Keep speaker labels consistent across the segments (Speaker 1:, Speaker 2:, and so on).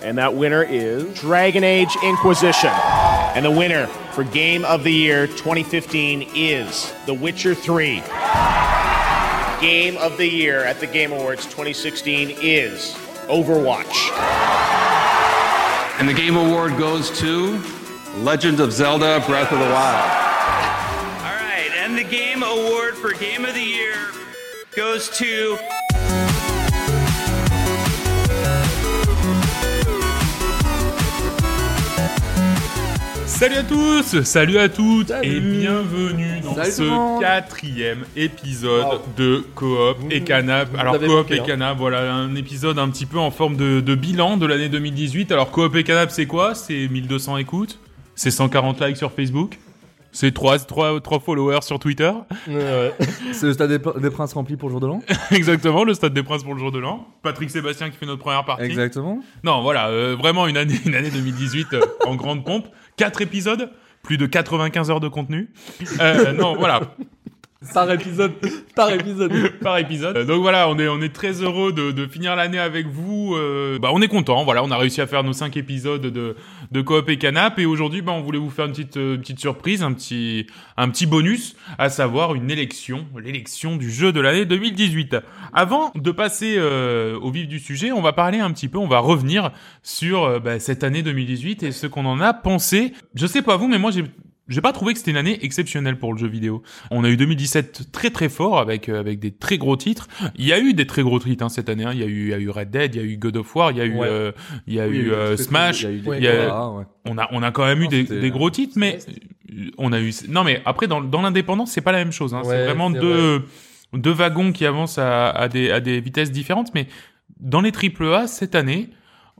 Speaker 1: And that winner is Dragon Age Inquisition.
Speaker 2: And the winner for Game of the Year 2015 is The Witcher 3. Game of the Year at the Game Awards 2016 is Overwatch.
Speaker 3: And the game award goes to Legend of Zelda Breath of the Wild.
Speaker 4: All right, and the game award for Game of the Year goes to
Speaker 5: Salut à tous, salut à toutes
Speaker 6: Salut.
Speaker 5: et bienvenue dans
Speaker 6: Salut tout le
Speaker 5: ce
Speaker 6: monde.
Speaker 5: quatrième épisode de Coop et Canap. Alors
Speaker 6: l'avez
Speaker 5: Coop
Speaker 6: manqué,
Speaker 5: et
Speaker 6: hein.
Speaker 5: Canap, voilà un épisode un petit peu en forme de, de bilan de l'année 2018. Alors Coop et Canap, c'est quoi C'est 1200 écoutes, c'est 140 likes sur Facebook, c'est 3, followers sur Twitter.
Speaker 6: C'est le stade des, des princes rempli pour le jour de l'an
Speaker 5: Exactement, le Stade des Princes pour le jour de l'an. Patrick Sébastien qui fait notre première partie.
Speaker 6: Exactement.
Speaker 5: Non, voilà, euh, vraiment une année, une année 2018 euh, en grande pompe. Quatre épisodes, plus de 95 heures de contenu. Euh, non, voilà,
Speaker 6: Par épisode. Par épisode.
Speaker 5: par épisode. Euh, donc voilà, on est, on est très heureux de, de finir l'année avec vous. euh, bah, on est content, voilà, on a réussi à faire nos cinq épisodes de, de Coop et Canap. Et aujourd'hui, bah, on voulait vous faire une petite, euh, petite surprise, un petit, un petit bonus, à savoir une élection, l'élection du jeu de l'année 2018. Avant de passer euh, au vif du sujet, on va parler un petit peu, on va revenir sur euh, bah, cette année 2018 et ce qu'on en a pensé. Je sais pas vous, mais moi j'ai j'ai pas trouvé que c'était une année exceptionnelle pour le jeu vidéo. On a eu 2017 très très fort avec euh, avec des très gros titres. Il y a eu des très gros titres hein, cette année. hein. Il y a eu il y a eu Red Dead, il y a eu God of War, il y a eu
Speaker 6: Ouais.
Speaker 5: euh, il y a eu euh, Smash.
Speaker 6: Il y a eu.
Speaker 5: il y a-
Speaker 6: ouais.
Speaker 5: On a on a quand même eu
Speaker 6: Non,
Speaker 5: des,
Speaker 6: c'était-
Speaker 5: des gros titres, mais on a eu non mais après dans dans l'indépendance c'est pas la même chose. hein. c'est
Speaker 6: Ouais,
Speaker 5: vraiment
Speaker 6: c'est
Speaker 5: deux deux wagons qui avancent à, à des à des vitesses différentes, mais dans les triple A cette année,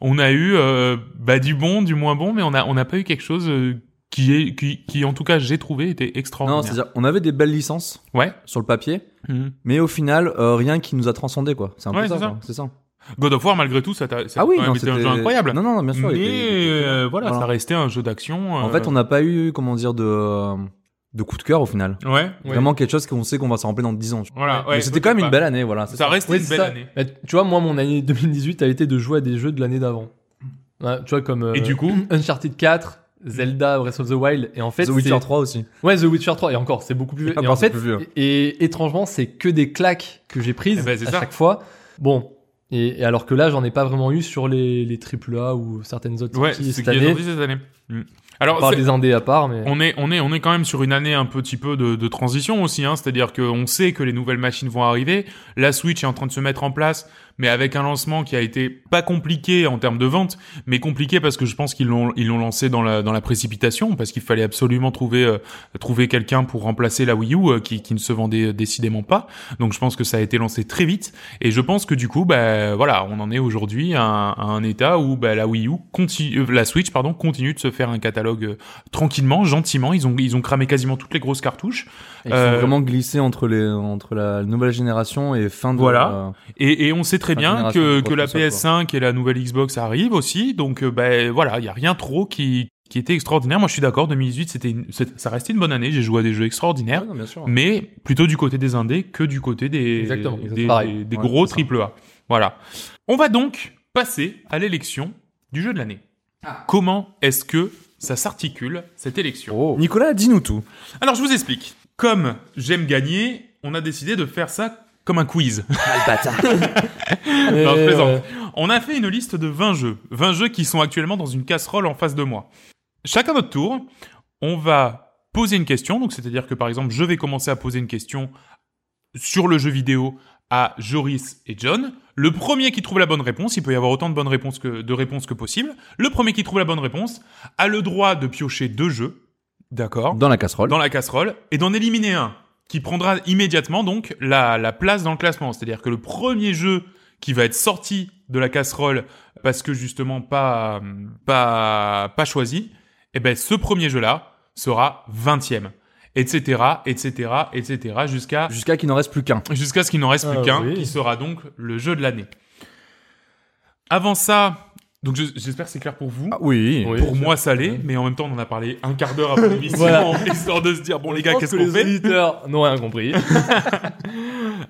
Speaker 5: on a eu euh, bah, du bon, du moins bon, mais on a on n'a pas eu quelque chose euh, qui est qui, qui en tout cas j'ai trouvé était
Speaker 6: Non,
Speaker 5: extraordinaire.
Speaker 6: c'est-à-dire, on avait des belles licences
Speaker 5: ouais.
Speaker 6: sur le papier,
Speaker 5: Mhm.
Speaker 6: mais au final, euh, rien qui nous a transcendé, quoi. C'est un
Speaker 5: Ouais,
Speaker 6: peu ça,
Speaker 5: c'est ça.
Speaker 6: quoi. C'est ça.
Speaker 5: God of War malgré tout ça, t'a- ça a
Speaker 6: Ah oui,
Speaker 5: quand
Speaker 6: non,
Speaker 5: même été un
Speaker 6: c'était-
Speaker 5: jeu incroyable.
Speaker 6: Non, non, non, bien sûr. il était- il
Speaker 5: mais
Speaker 6: était-
Speaker 5: euh, voilà,
Speaker 6: Voilà.
Speaker 5: ça restait un jeu d'action. euh,
Speaker 6: En fait, on n'a pas eu, comment dire, de, euh, de coup de cœur au final.
Speaker 5: a ouais.
Speaker 6: Vraiment quelque chose qu'on sait qu'on va s'en rappeler dans 10 ans. tu vois.
Speaker 5: Voilà, ouais,
Speaker 6: Mais c'était quand même
Speaker 5: pas-
Speaker 6: une belle année, voilà. c'est
Speaker 5: Ça restait
Speaker 7: Ouais,
Speaker 5: une
Speaker 7: c'est
Speaker 5: belle
Speaker 7: ça.
Speaker 5: année.
Speaker 7: Bah, tu vois, moi, mon année 2018 a été de jouer à des jeux de l'année d'avant. Ouais, tu vois, comme euh,
Speaker 5: Et du coup,
Speaker 7: Uncharted 4, Zelda, Breath of the Wild, et en fait,
Speaker 6: The Witcher
Speaker 7: c'est-
Speaker 6: 3 aussi.
Speaker 7: Ouais, The Witcher 3, et encore, c'est beaucoup plus vieux.
Speaker 6: Ah,
Speaker 7: Et en
Speaker 6: pardon,
Speaker 7: fait,
Speaker 6: plus vieux.
Speaker 7: et, et étrangement, c'est que des claques que j'ai prises
Speaker 5: Eh ben, c'est
Speaker 7: à
Speaker 5: ça.
Speaker 7: chaque fois. Bon, et, et alors que là, j'en ai pas vraiment eu sur les, les AAA ou certaines autres
Speaker 5: ouais,
Speaker 7: sorties
Speaker 5: c'est
Speaker 7: Euh, cette
Speaker 5: qu'il y a
Speaker 7: année.
Speaker 5: aujourd'hui cette année. Mm.
Speaker 7: On
Speaker 5: Alors,
Speaker 7: parle
Speaker 5: c'est-
Speaker 7: des indés à part, mais.
Speaker 5: on est, on est, on est quand même sur une année un petit peu de, de transition aussi, hein. C'est-à-dire qu'on sait que les nouvelles machines vont arriver. La Switch est en train de se mettre en place, mais avec un lancement qui a été pas compliqué en termes de vente, mais compliqué parce que je pense qu'ils l'ont, ils l'ont lancé dans la, dans la précipitation parce qu'il fallait absolument trouver, euh, trouver quelqu'un pour remplacer la Wii U euh, qui, qui ne se vendait euh, décidément pas. Donc je pense que ça a été lancé très vite et je pense que du coup, bah, voilà, on en est aujourd'hui à, un- à un état où bah, la Wii U continue, euh, la Switch pardon continue de se faire un catalogue euh, tranquillement, gentiment. Ils ont, ils ont cramé quasiment toutes les grosses cartouches.
Speaker 6: Et qui
Speaker 5: Euh,
Speaker 6: sont vraiment glissés entre, les, entre la nouvelle génération et fin de.
Speaker 5: Voilà.
Speaker 6: euh,
Speaker 5: Et, et on sait très
Speaker 6: Enfin,
Speaker 5: bien
Speaker 6: génération
Speaker 5: que,
Speaker 6: de
Speaker 5: que la
Speaker 6: consoles,
Speaker 5: PS5 et la nouvelle Xbox arrivent aussi. Donc, euh, ben voilà, il y a rien trop qui, qui était extraordinaire. Moi, je suis d'accord. 2018, c'était, une- c'est- ça restait une bonne année. J'ai joué à des jeux extraordinaires,
Speaker 6: Ouais, non, bien sûr.
Speaker 5: mais plutôt du côté des indés que du côté des
Speaker 7: Exactement,
Speaker 5: des,
Speaker 7: exactement. Pareil.
Speaker 5: des- des
Speaker 6: Ouais,
Speaker 5: gros
Speaker 6: c'est ça.
Speaker 5: triple A. Voilà. On va donc passer à l'élection du jeu de l'année.
Speaker 6: Ah.
Speaker 5: Comment est-ce que ça s'articule cette élection
Speaker 6: Oh. Nicolas, dis-nous tout.
Speaker 5: Alors, je vous explique. Comme j'aime gagner, on a décidé de faire ça comme un quiz.
Speaker 6: Ah,
Speaker 7: Et,
Speaker 5: hein, je plaisante.
Speaker 7: euh,
Speaker 5: On a fait une liste de 20 jeux. 20 jeux qui sont actuellement dans une casserole en face de moi. Chacun notre tour, on va poser une question. Donc, c'est-à-dire que par exemple, je vais commencer à poser une question sur le jeu vidéo à Joris et John. Le premier qui trouve la bonne réponse, il peut y avoir autant de bonnes réponses que de réponses que possible. Le premier qui trouve la bonne réponse a le droit de piocher deux jeux. D'accord
Speaker 6: Dans la casserole.
Speaker 5: dans la casserole et d'en éliminer un qui prendra immédiatement donc la, la place dans le classement. C'est-à-dire que le premier jeu qui va être sorti de la casserole parce que justement pas pas pas choisi, eh ben ce premier jeu là sera 20e, etc., etc., etc. jusqu'à
Speaker 6: Jusqu'à qu'il n'en reste plus qu'un.
Speaker 5: jusqu'à ce qu'il n'en reste plus
Speaker 7: Ah
Speaker 5: qu'un
Speaker 7: oui.
Speaker 5: qui sera donc le jeu de l'année. Avant ça, Donc je- j'espère que c'est clair pour vous.
Speaker 6: Ah, oui.
Speaker 7: Oui.
Speaker 5: Pour
Speaker 7: bien
Speaker 5: moi, ça l'est,
Speaker 7: Ouais.
Speaker 5: mais en même temps, on en a parlé un quart d'heure après l'émission,
Speaker 7: Voilà.
Speaker 5: histoire de se dire, bon les gars,
Speaker 7: Je pense
Speaker 5: qu'est-ce
Speaker 7: que
Speaker 5: qu'on
Speaker 7: les
Speaker 5: fait
Speaker 7: auditeurs n'ont rien compris.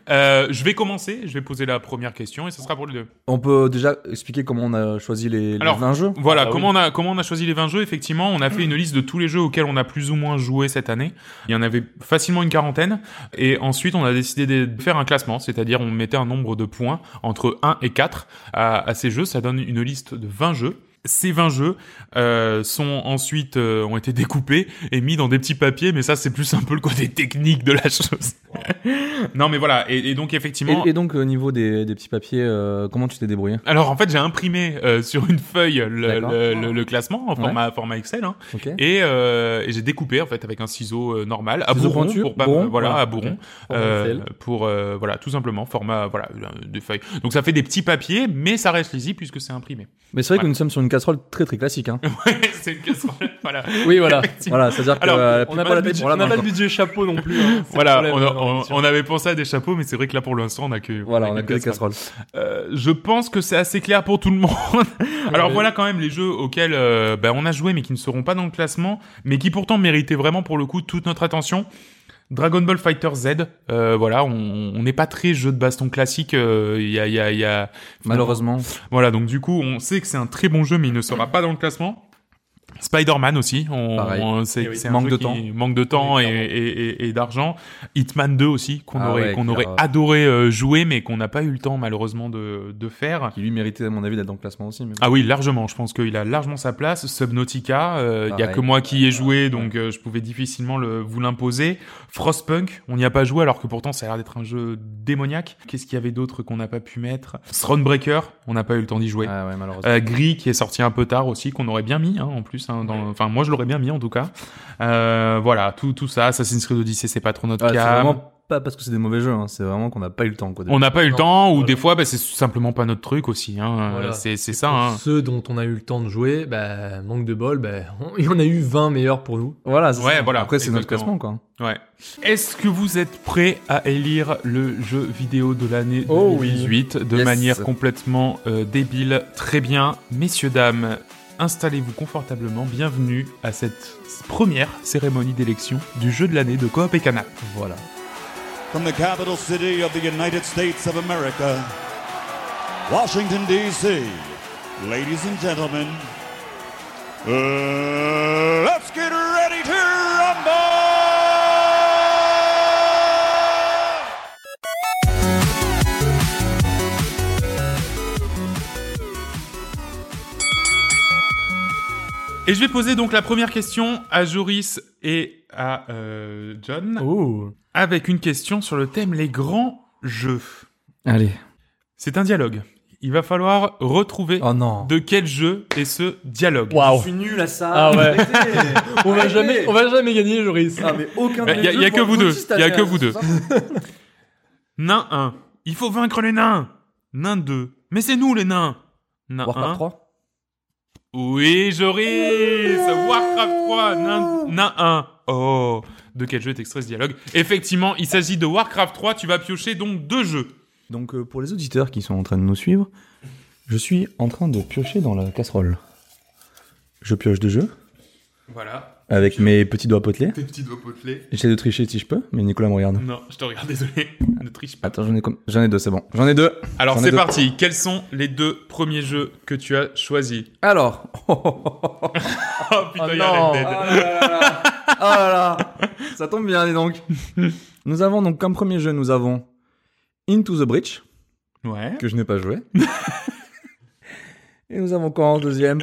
Speaker 5: Euh, Je vais commencer, je vais poser la première question, et ce sera pour les deux.
Speaker 6: On peut déjà expliquer comment on a choisi les, les
Speaker 5: Alors,
Speaker 6: 20 jeux
Speaker 5: Voilà,
Speaker 7: Ah oui.
Speaker 5: comment, on a, comment on a choisi les 20 jeux Effectivement, on a fait une liste de tous les jeux auxquels on a plus ou moins joué cette année. Il y en avait facilement une quarantaine. Et ensuite, on a décidé de faire un classement, c'est-à-dire on mettait un nombre de points entre 1 et 4 à, à ces jeux. Ça donne une liste de 20 jeux. Ces 20 jeux euh, sont ensuite euh, ont été découpés et mis dans des petits papiers, mais ça c'est plus un peu le côté technique de la chose. non mais voilà, et, et donc effectivement...
Speaker 6: Et, et donc, au niveau des, des petits papiers, euh, comment tu t'es débrouillé
Speaker 5: Alors en fait j'ai imprimé euh, sur une feuille le,
Speaker 6: D'accord.
Speaker 5: le- le- le classement en format, format Excel hein.
Speaker 6: Ok.
Speaker 5: et, euh, et j'ai découpé en fait avec un ciseau euh, normal à
Speaker 6: Ciseau
Speaker 5: bourron
Speaker 6: pointu,
Speaker 5: pour pas
Speaker 6: bourron,
Speaker 5: voilà,
Speaker 6: voilà.
Speaker 5: à bourron
Speaker 7: Format
Speaker 5: euh,
Speaker 7: Excel.
Speaker 5: pour euh, voilà tout simplement format voilà euh, de feuilles. Donc ça fait des petits papiers mais ça reste lisible puisque c'est imprimé.
Speaker 6: Mais c'est vrai
Speaker 5: Ouais.
Speaker 6: que nous sommes sur une casserole très très classique. Hein.
Speaker 5: c'est une casserole, voilà.
Speaker 7: Oui, voilà.
Speaker 6: voilà, c'est-à-dire que
Speaker 5: Alors,
Speaker 6: euh,
Speaker 7: On
Speaker 6: pas
Speaker 7: n'a pas,
Speaker 6: la
Speaker 7: le
Speaker 6: tête
Speaker 7: budget-
Speaker 6: pour la
Speaker 7: on n'a
Speaker 6: main,
Speaker 7: pas
Speaker 6: quoi.
Speaker 7: le budget chapeau non plus. hein. C'est le
Speaker 5: Voilà,
Speaker 7: problème
Speaker 5: on, a-
Speaker 7: dans la
Speaker 5: on-
Speaker 7: mission.
Speaker 5: on avait pensé à des chapeaux, mais c'est vrai que là pour l'instant on a que
Speaker 6: Voilà, on a
Speaker 5: une
Speaker 6: que des
Speaker 5: casserole.
Speaker 6: casseroles.
Speaker 5: Euh, je pense que c'est assez clair pour tout le monde. Alors
Speaker 7: Oui.
Speaker 5: voilà quand même les jeux auxquels euh, ben, on a joué mais qui ne seront pas dans le classement, mais qui pourtant méritaient vraiment pour le coup toute notre attention. Dragon Ball Fighter Z, euh, voilà, on on n'est pas très jeu de baston classique. euh, Il y a, il y a, il y a,
Speaker 6: Malheureusement.
Speaker 5: voilà, donc du coup, on sait que c'est un très bon jeu, mais il ne sera pas dans le classement. Spider-Man aussi, on,
Speaker 6: Pareil.
Speaker 5: on- c'est
Speaker 7: Eh oui.
Speaker 5: c'est un
Speaker 6: Manque
Speaker 5: jeu
Speaker 6: de
Speaker 5: qui
Speaker 6: temps.
Speaker 5: manque de temps
Speaker 7: Oui,
Speaker 5: et,
Speaker 7: clairement.
Speaker 5: et- et- et d'argent. Hitman 2 aussi, qu'on
Speaker 6: Ah
Speaker 5: aurait,
Speaker 6: ouais,
Speaker 5: qu'on aurait
Speaker 6: clair.
Speaker 5: adoré euh, jouer, mais qu'on n'a pas eu le temps malheureusement de, de faire.
Speaker 6: Qui lui méritait, à mon avis, d'être dans le classement aussi. mais bon.
Speaker 5: Ah oui, largement. Je pense qu'il a largement sa place. Subnautica, euh, il y a
Speaker 6: Pareil.
Speaker 5: que moi qui y ai joué, donc euh, je pouvais difficilement le, vous l'imposer. Frostpunk, on n'y a pas joué alors que pourtant ça a l'air d'être un jeu démoniaque. Qu'est-ce qu'il y avait d'autre qu'on n'a pas pu mettre Thronebreaker, on n'a pas eu le temps d'y jouer.
Speaker 6: Ah ouais, malheureusement.
Speaker 5: Euh, Gris qui est sorti un peu tard aussi, qu'on aurait bien mis hein, en plus. hein, dans- Enfin, moi je l'aurais bien mis en tout cas. Euh, voilà, tout tout ça. Assassin's Creed Odyssey, c'est pas trop notre
Speaker 6: Ah, c'est
Speaker 5: cam.
Speaker 6: vraiment pas parce que c'est des mauvais jeux, hein, c'est vraiment qu'on n'a pas eu le temps. Quoi,
Speaker 5: On n'a pas eu le
Speaker 7: Non,
Speaker 5: temps, ou
Speaker 7: voilà.
Speaker 5: des fois, bah, c'est simplement pas notre truc aussi. Hein.
Speaker 7: Voilà.
Speaker 5: C'est c'est ça.
Speaker 7: Pour
Speaker 5: Hein.
Speaker 7: Ceux dont on a eu le temps de jouer, bah, manque de bol, bah, on- il y en a eu 20 meilleurs pour nous.
Speaker 6: Voilà, c'est
Speaker 5: Ouais,
Speaker 6: ça.
Speaker 5: voilà,
Speaker 6: Après, c'est notre
Speaker 5: exactement.
Speaker 6: classement, quoi.
Speaker 5: hein, Ouais. Est-ce que vous êtes prêts à élire le jeu vidéo de l'année
Speaker 7: Oh oui.
Speaker 5: 2018 de
Speaker 6: Yes.
Speaker 5: manière complètement euh, débile Très bien, messieurs, dames, installez-vous confortablement. Bienvenue à cette première cérémonie d'élection du jeu de l'année de Coop et Canap.
Speaker 7: Voilà.
Speaker 8: From the capital city of the United States of America, Washington, D.C., ladies and gentlemen, uh, let's get ready to rumble!
Speaker 5: Et je vais poser donc la première question à Joris et à euh, John
Speaker 7: Oh.
Speaker 5: avec une question sur le thème les grands jeux.
Speaker 6: Allez.
Speaker 5: C'est un dialogue. Il va falloir retrouver
Speaker 6: Oh non.
Speaker 5: de quel jeu est ce dialogue.
Speaker 7: Waouh.
Speaker 6: suis nul à ça.
Speaker 7: Ah ouais. On va jamais, on va jamais gagner, Joris.
Speaker 6: Ah, mais aucun
Speaker 5: Il Bah, y a, y a que vous deux. Il y a que vous deux. Nain 1. Il faut vaincre les nains. Nain 2. Mais c'est nous les nains. Nain 1.
Speaker 6: Warcraft 3
Speaker 5: Oui, Joris. Warcraft 3. Nain, nain 1. Oh. De quel jeu est extrait ce dialogue Effectivement, il s'agit de Warcraft 3. Tu vas piocher donc deux jeux.
Speaker 6: Donc, euh, pour les auditeurs qui sont en train de nous suivre, je suis en train de piocher dans la casserole. Je pioche deux jeux
Speaker 5: Voilà.
Speaker 6: avec mes petits doigts potelés.
Speaker 5: Tes petits doigts potelés.
Speaker 6: J'essaie de tricher si je peux, mais Nicolas me regarde.
Speaker 5: Non, je te regarde, désolé. ne triche pas.
Speaker 6: Attends, j'en ai, com- j'en ai deux, c'est bon. J'en ai deux.
Speaker 5: Alors
Speaker 6: J'en ai
Speaker 5: c'est
Speaker 6: deux.
Speaker 5: parti. Quels sont les deux premiers jeux que tu as choisis
Speaker 6: Alors. Oh,
Speaker 5: Oh putain,
Speaker 7: Oh
Speaker 5: il y a
Speaker 7: non.
Speaker 5: Red Dead.
Speaker 6: là là. Oh là là. Ça tombe bien, dis donc. Nous avons donc comme premier jeu, nous avons Into the Breach,
Speaker 5: Ouais.
Speaker 6: que je n'ai pas joué. Et nous avons quoi en deuxième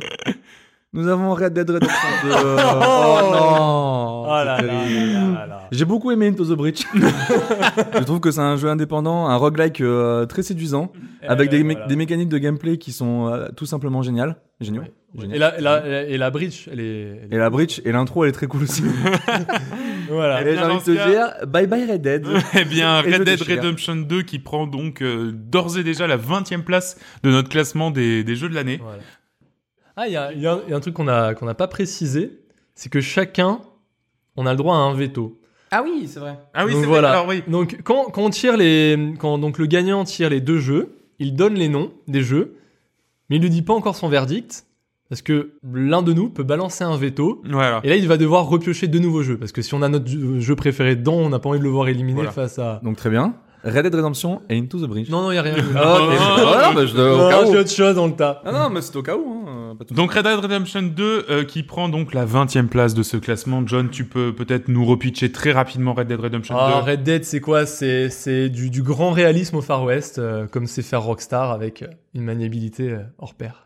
Speaker 6: Nous avons Red Dead Redemption 2. Oh non
Speaker 7: Oh là
Speaker 6: C'est
Speaker 7: là
Speaker 6: terrible.
Speaker 7: là là là.
Speaker 6: J'ai beaucoup aimé Into the Breach. je trouve que c'est un jeu indépendant, un roguelike euh, très séduisant, avec des, mé-
Speaker 7: voilà.
Speaker 6: des mécaniques de gameplay qui sont euh, tout simplement géniales. Géniaux. Génial.
Speaker 7: Et la, et la, et la bridge, elle est. elle est-
Speaker 6: Et la bridge et l'intro, elle est très cool aussi.
Speaker 7: Voilà.
Speaker 6: Et j'ai
Speaker 5: bien
Speaker 6: envie de
Speaker 5: dans
Speaker 6: te
Speaker 5: ce
Speaker 6: dire, bye bye Red Dead.
Speaker 5: Eh bien,
Speaker 6: Et hein. le
Speaker 5: Red Dead
Speaker 6: déchire.
Speaker 5: Redemption 2 qui prend donc euh, d'ores et déjà la 20e place de notre classement des, des jeux de l'année.
Speaker 7: Voilà. Ah, il y a, il y a un- il y a un truc qu'on n'a qu'on n'a pas précisé, c'est que chacun, on a le droit à un veto.
Speaker 6: Ah oui, c'est vrai.
Speaker 5: Ah oui,
Speaker 7: donc
Speaker 5: c'est
Speaker 7: voilà.
Speaker 5: vrai. Alors oui.
Speaker 7: Donc quand, quand on tire les, quand donc le gagnant tire les deux jeux, il donne les noms des jeux mais il ne dit pas encore son verdict, parce que l'un de nous peut balancer un veto,
Speaker 5: Voilà.
Speaker 7: et là il va devoir repiocher de nouveaux jeux, parce que si on a notre jeu jeu préféré dedans, on n'a pas envie de le voir éliminé
Speaker 5: Voilà.
Speaker 7: face à...
Speaker 6: Donc très bien. Red Dead Redemption et Into the Bridge.
Speaker 7: Non, non, il n'y a rien.
Speaker 6: Ah, ok.
Speaker 5: non,
Speaker 6: Ah, bah, je- au cas
Speaker 7: Non,
Speaker 6: où.
Speaker 7: j'ai autre chose dans le tas.
Speaker 6: Ah non, mais c'est au cas où. hein, pas de-
Speaker 5: Donc Red Dead Redemption 2 euh, qui prend donc la 20e place de ce classement. John, tu peux peut-être nous repitcher très rapidement Red Dead Redemption 2.
Speaker 7: Ah, Red Dead, c'est quoi C'est c'est du, du grand réalisme au Far West, euh, comme c'est faire Rockstar avec euh, une maniabilité euh, hors pair.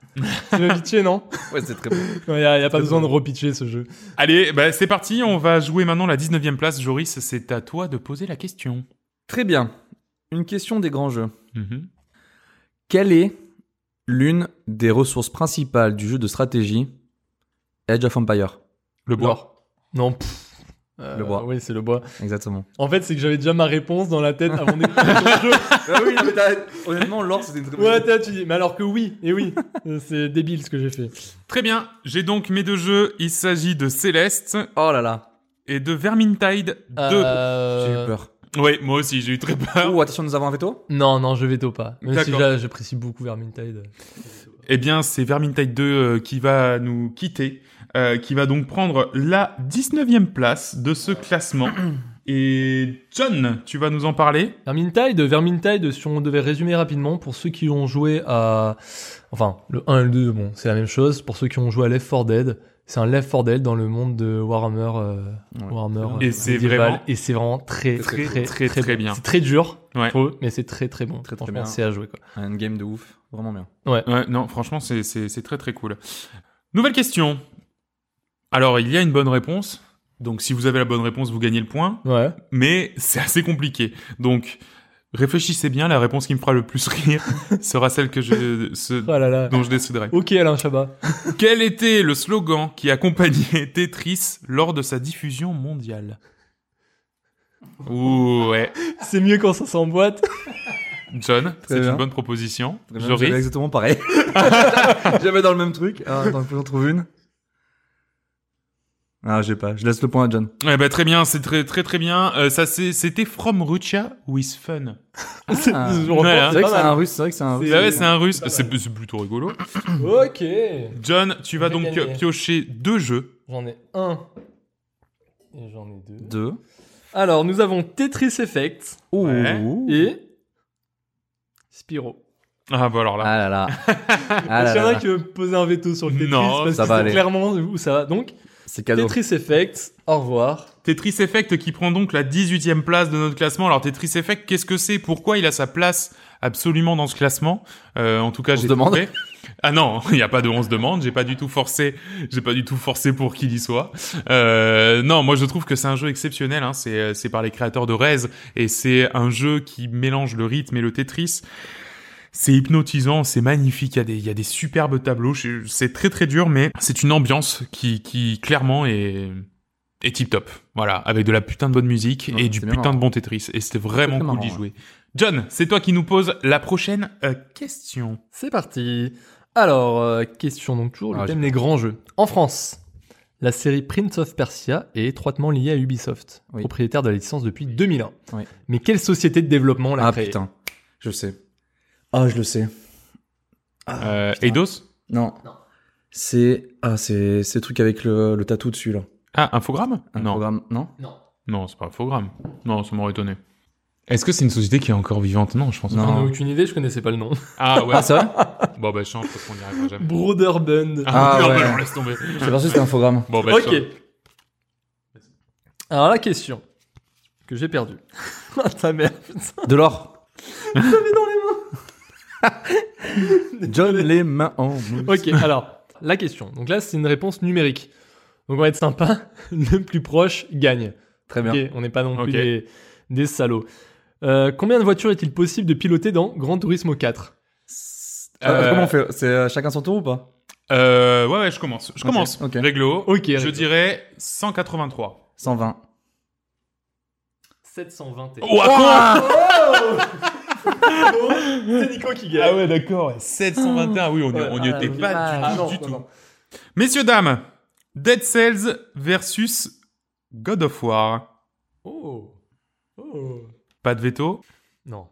Speaker 7: c'est le pitcher, non
Speaker 6: Ouais, c'est très bon.
Speaker 7: Il n'y a, y a pas besoin de repitcher ce jeu.
Speaker 5: Allez, bah, c'est parti, on va jouer maintenant la 19e place. Joris, c'est à toi de poser la question.
Speaker 6: Très bien. Une question des grands jeux.
Speaker 7: Mhm.
Speaker 6: Quelle est l'une des ressources principales du jeu de stratégie Edge of Empire
Speaker 5: Le bois.
Speaker 7: L'or. Non, pff. Euh,
Speaker 6: Le bois.
Speaker 7: Oui, c'est le bois.
Speaker 6: Exactement.
Speaker 7: En fait, c'est que j'avais déjà ma réponse dans la tête avant d'écouter le jeu.
Speaker 6: Ah oui, honnêtement, l'or, c'était une très
Speaker 7: Ouais, t'as, tu dis. Mais alors que oui, et oui, Euh, c'est débile ce que j'ai fait.
Speaker 5: Très bien, j'ai donc mes deux jeux. Il s'agit de Céleste
Speaker 6: Oh là là,
Speaker 5: et de Vermintide 2.
Speaker 6: j'ai eu
Speaker 7: Euh, ah.
Speaker 6: peur.
Speaker 5: Oui, moi aussi, j'ai eu très peur.
Speaker 6: Oh, attention, nous avons un veto
Speaker 7: Non, non, je veto pas. Même si
Speaker 5: D'accord.
Speaker 7: j'a- j'apprécie beaucoup Vermintide.
Speaker 5: Eh bien, c'est Vermintide 2 euh, qui va nous quitter, euh, qui va donc prendre la 19e place de ce classement. Et John, tu vas nous en parler
Speaker 7: Vermintide, Vermintide, si on devait résumer rapidement, pour ceux qui ont joué à... Enfin, le 1 et le 2, bon, c'est la même chose. Pour ceux qui ont joué à Left 4 Dead, c'est un Left 4 Dead dans le monde de Warhammer. euh,
Speaker 6: Ouais.
Speaker 7: Warhammer
Speaker 5: Et
Speaker 7: euh,
Speaker 5: c'est
Speaker 7: médiéval.
Speaker 5: vraiment-
Speaker 7: Et c'est vraiment très,
Speaker 5: Très,
Speaker 7: très,
Speaker 5: très,
Speaker 7: très,
Speaker 5: très, très
Speaker 7: bon.
Speaker 5: bien.
Speaker 7: C'est très dur,
Speaker 5: Ouais.
Speaker 7: faut, mais c'est très, très bon.
Speaker 6: Très, très
Speaker 7: Franchement,
Speaker 6: bien.
Speaker 7: c'est à jouer, quoi.
Speaker 6: Un game de ouf, vraiment bien.
Speaker 5: Ouais, non, franchement, c'est- c'est c'est très très cool. Nouvelle question. Alors, il y a une bonne réponse. Donc, si vous avez la bonne réponse, vous gagnez le point.
Speaker 7: Ouais.
Speaker 5: Mais c'est assez compliqué. Donc, réfléchissez bien. La réponse qui me fera le plus rire sera celle que je, ce-
Speaker 7: Oh là là.
Speaker 5: dont je déciderai.
Speaker 7: Ok, Alain Chabat.
Speaker 5: Quel était le slogan qui accompagnait Tetris lors de sa diffusion mondiale Ouh, ouais.
Speaker 7: C'est mieux quand ça s'emboîte.
Speaker 5: John,
Speaker 6: Très
Speaker 5: c'est
Speaker 6: bien.
Speaker 5: une bonne proposition.
Speaker 6: Très bien, j'avais
Speaker 5: Joris,
Speaker 6: exactement pareil. J'avais dans le même truc. Ah, attends, faut que j'en trouve une. Ah, j'ai pas. Je laisse le point à John.
Speaker 5: eh ben, très bien, c'est très très très bien. Euh, ça c'est- c'était From Russia with Fun.
Speaker 7: C'est-
Speaker 6: Ah.
Speaker 7: je
Speaker 5: Ouais, hein.
Speaker 7: reprends,
Speaker 6: C'est vrai
Speaker 7: pas
Speaker 6: que c'est
Speaker 7: mal.
Speaker 6: un russe, c'est vrai que c'est un russe.
Speaker 5: Bah ouais, c'est un russe, c'est c'est plutôt rigolo.
Speaker 7: Ok.
Speaker 5: John, tu vas
Speaker 7: vais
Speaker 5: donc
Speaker 7: gagner.
Speaker 5: piocher deux jeux.
Speaker 7: J'en ai un. Et j'en ai deux.
Speaker 6: Deux.
Speaker 7: Alors, nous avons Tetris Effect
Speaker 6: Ouh.
Speaker 5: Ouais.
Speaker 7: et Spyro.
Speaker 5: Ah bah alors là.
Speaker 6: Ah là là. Ah là
Speaker 7: Est-ce qu'il y en a
Speaker 6: là.
Speaker 7: qui veut poser un veto sur le Tetris
Speaker 5: Non,
Speaker 7: parce
Speaker 6: ça
Speaker 7: que
Speaker 6: va
Speaker 7: c'est
Speaker 6: aller.
Speaker 7: clairement où ça va. Donc,
Speaker 6: C'est cadeau.
Speaker 7: Tetris Effect, au revoir.
Speaker 5: Tetris Effect qui prend donc la 18e place de notre classement. Alors Tetris Effect, qu'est-ce que c'est Pourquoi il a sa place absolument dans ce classement Euh, En tout cas,
Speaker 6: se
Speaker 5: j'ai
Speaker 6: demande.
Speaker 5: trouvé. Ah non, il n'y a pas de on se demande. J'ai pas du tout forcé. J'ai pas du tout forcé pour qu'il y soit. Euh, non, moi je trouve que c'est un jeu exceptionnel. Hein. C'est euh, c'est par les créateurs de Rez et c'est un jeu qui mélange le rythme et le Tetris. C'est hypnotisant, c'est magnifique, il y, a des, il y a des superbes tableaux, Je- c'est très très dur, mais c'est une ambiance qui, qui clairement est, est tip top. Voilà, avec de la putain de bonne musique
Speaker 6: Ouais,
Speaker 5: et du
Speaker 6: c'est bien
Speaker 5: putain
Speaker 6: marrant.
Speaker 5: de bon Tetris. Et c'était vraiment
Speaker 6: C'est
Speaker 5: cool
Speaker 6: marrant,
Speaker 5: d'y
Speaker 6: ouais.
Speaker 5: jouer. John, c'est toi qui nous pose la prochaine euh, question.
Speaker 7: C'est parti. Alors, euh, question donc toujours, le
Speaker 6: Ah,
Speaker 7: thème des grands jeux. En France, la série Prince of Persia est étroitement liée à Ubisoft,
Speaker 6: Oui.
Speaker 7: propriétaire de la licence depuis 2001.
Speaker 6: Oui.
Speaker 7: Mais quelle société de développement l'a
Speaker 6: Ah
Speaker 7: créée
Speaker 6: putain. Je sais. Ah, je le sais.
Speaker 5: Euh, Eidos
Speaker 6: Non. C'est ah c'est c'est le truc avec le, le tatou dessus là.
Speaker 5: Ah, Infogramme
Speaker 6: Un
Speaker 5: Non,
Speaker 6: programme, non
Speaker 5: non c'est pas Infogramme. Non, ça m'aurait étonné. Est-ce que c'est une société qui est encore vivante Non, je pense
Speaker 6: Non.
Speaker 5: pas.
Speaker 7: J'en ai aucune idée, je connaissais pas le nom.
Speaker 5: Ah ouais.
Speaker 6: Ah c'est vrai
Speaker 5: bon bah chance parce qu'on n'y arrivera jamais.
Speaker 7: Broderbund.
Speaker 5: Ah,
Speaker 6: Ah,
Speaker 5: non,
Speaker 6: ouais.
Speaker 5: bah, non, laisse tomber.
Speaker 6: J'ai pensé que c'était un programme.
Speaker 5: Bon bah
Speaker 7: Ok.
Speaker 5: chance.
Speaker 7: Alors la question que j'ai perdue. Ah, Ta mère, putain.
Speaker 6: De l'or.
Speaker 7: J'avais dans les mains.
Speaker 6: John les mains en mousse.
Speaker 7: Ok, alors la question. Donc là, c'est une réponse numérique. Donc on va être sympa. Le plus proche gagne.
Speaker 6: Très bien. Euh,
Speaker 7: Ok, on n'est pas non plus
Speaker 5: Ok.
Speaker 7: des, des salauds. Euh, combien de voitures est-il possible de piloter dans Grand Turismo 4
Speaker 6: Euh,
Speaker 5: Euh,
Speaker 6: Comment on fait C'est euh, chacun son tour ou pas
Speaker 5: Euh, ouais, ouais, je commence. Je
Speaker 6: Ok,
Speaker 5: commence.
Speaker 6: ok.
Speaker 5: Réglo.
Speaker 7: Ok,
Speaker 5: Je dirais 183.
Speaker 6: 120.
Speaker 7: 720.
Speaker 5: Oh, à
Speaker 7: c'est Nico qui
Speaker 5: con
Speaker 7: gagne.
Speaker 5: Ah ouais, d'accord. 721. Oui, on n'y
Speaker 7: Ouais,
Speaker 5: on y
Speaker 7: ah,
Speaker 5: était
Speaker 7: oui.
Speaker 5: pas
Speaker 7: Ah,
Speaker 5: du,
Speaker 7: non,
Speaker 5: du
Speaker 7: non,
Speaker 5: tout.
Speaker 7: non.
Speaker 5: Messieurs, dames, Dead Cells versus God of War.
Speaker 7: Oh. Oh.
Speaker 5: Pas de veto.
Speaker 7: Non.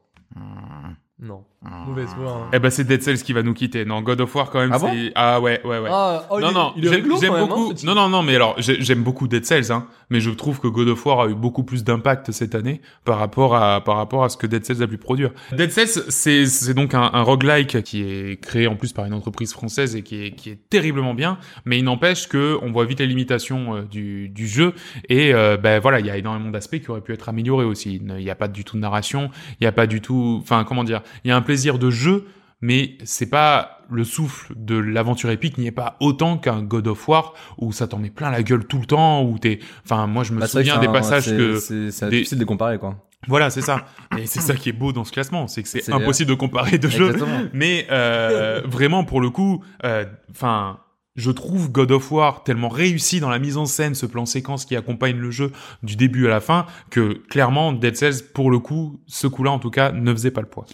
Speaker 7: Non. Mauvaise voix. hein.
Speaker 5: Eh ben, c'est Dead Cells qui va nous quitter. Non, God of War quand même.
Speaker 6: Ah bon
Speaker 5: c'est- ah ouais, ouais, ouais.
Speaker 7: Ah, oh,
Speaker 5: non,
Speaker 7: il, est-
Speaker 5: non,
Speaker 7: il est
Speaker 5: j'aime-
Speaker 7: réglo
Speaker 5: j'aime
Speaker 7: quand même, hein,
Speaker 5: beaucoup.
Speaker 7: ce type.
Speaker 5: non, non, non, mais alors, j'ai- j'aime beaucoup Dead Cells, hein. Mais je trouve que God of War a eu beaucoup plus d'impact cette année par rapport à, par rapport à ce que Dead Cells a pu produire. Dead Cells, c'est, c'est donc un, un roguelike qui est créé en plus par une entreprise française et qui est, qui est terriblement bien. Mais il n'empêche que on voit vite les limitations euh, du, du jeu. Et, euh, ben voilà, il y a énormément d'aspects qui auraient pu être améliorés aussi. Il ne- il n'y a pas du tout de narration. Il n'y a pas du tout, enfin, comment dire. Il y a un plaisir de jeu mais c'est pas le souffle de l'aventure épique n'y est pas autant qu'un God of War où ça t'en met plein la gueule tout le temps où t'es enfin moi je me
Speaker 6: Bah, c'est vrai
Speaker 5: souviens
Speaker 6: que
Speaker 5: des
Speaker 6: c'est un-
Speaker 5: passages
Speaker 6: c'est-
Speaker 5: que
Speaker 6: C'est c'est
Speaker 5: des-
Speaker 6: difficile de comparer, quoi.
Speaker 5: voilà c'est ça et c'est ça qui est beau dans ce classement c'est que c'est
Speaker 6: C'est-
Speaker 5: impossible de comparer deux jeux
Speaker 6: Exactement.
Speaker 5: mais euh, vraiment pour le coup euh, enfin je trouve God of War tellement réussi dans la mise en scène, ce plan séquence qui accompagne le jeu du début à la fin, que clairement Dead Cells, pour le coup, ce coup-là en tout cas, ne faisait pas le poids.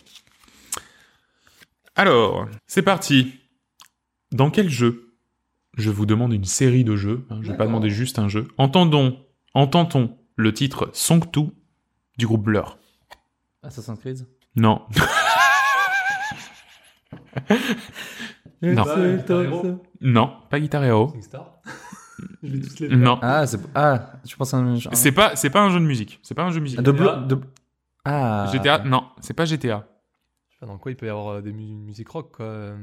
Speaker 5: Alors, c'est parti. Dans quel jeu Je vous demande une série de jeux, hein, je vais pas demander juste un jeu. Entendons, entendons le titre Song 2 du groupe Blur.
Speaker 6: Assassin's Creed
Speaker 5: Non, Non.
Speaker 7: C'est top, ça.
Speaker 5: non, pas Guitar Hero.
Speaker 7: Singstar Je vais tous les faire.
Speaker 5: Non.
Speaker 6: Ah, c'est. Ah, tu penses à un. un-
Speaker 5: C'est pas, c'est pas un jeu de musique. C'est pas un jeu de musique.
Speaker 7: Ah,
Speaker 6: un De blo- de- Ah.
Speaker 5: GTA, non, c'est pas GTA.
Speaker 7: Je sais pas dans quoi il peut y avoir euh, des mu- une musique rock, quoi. euh.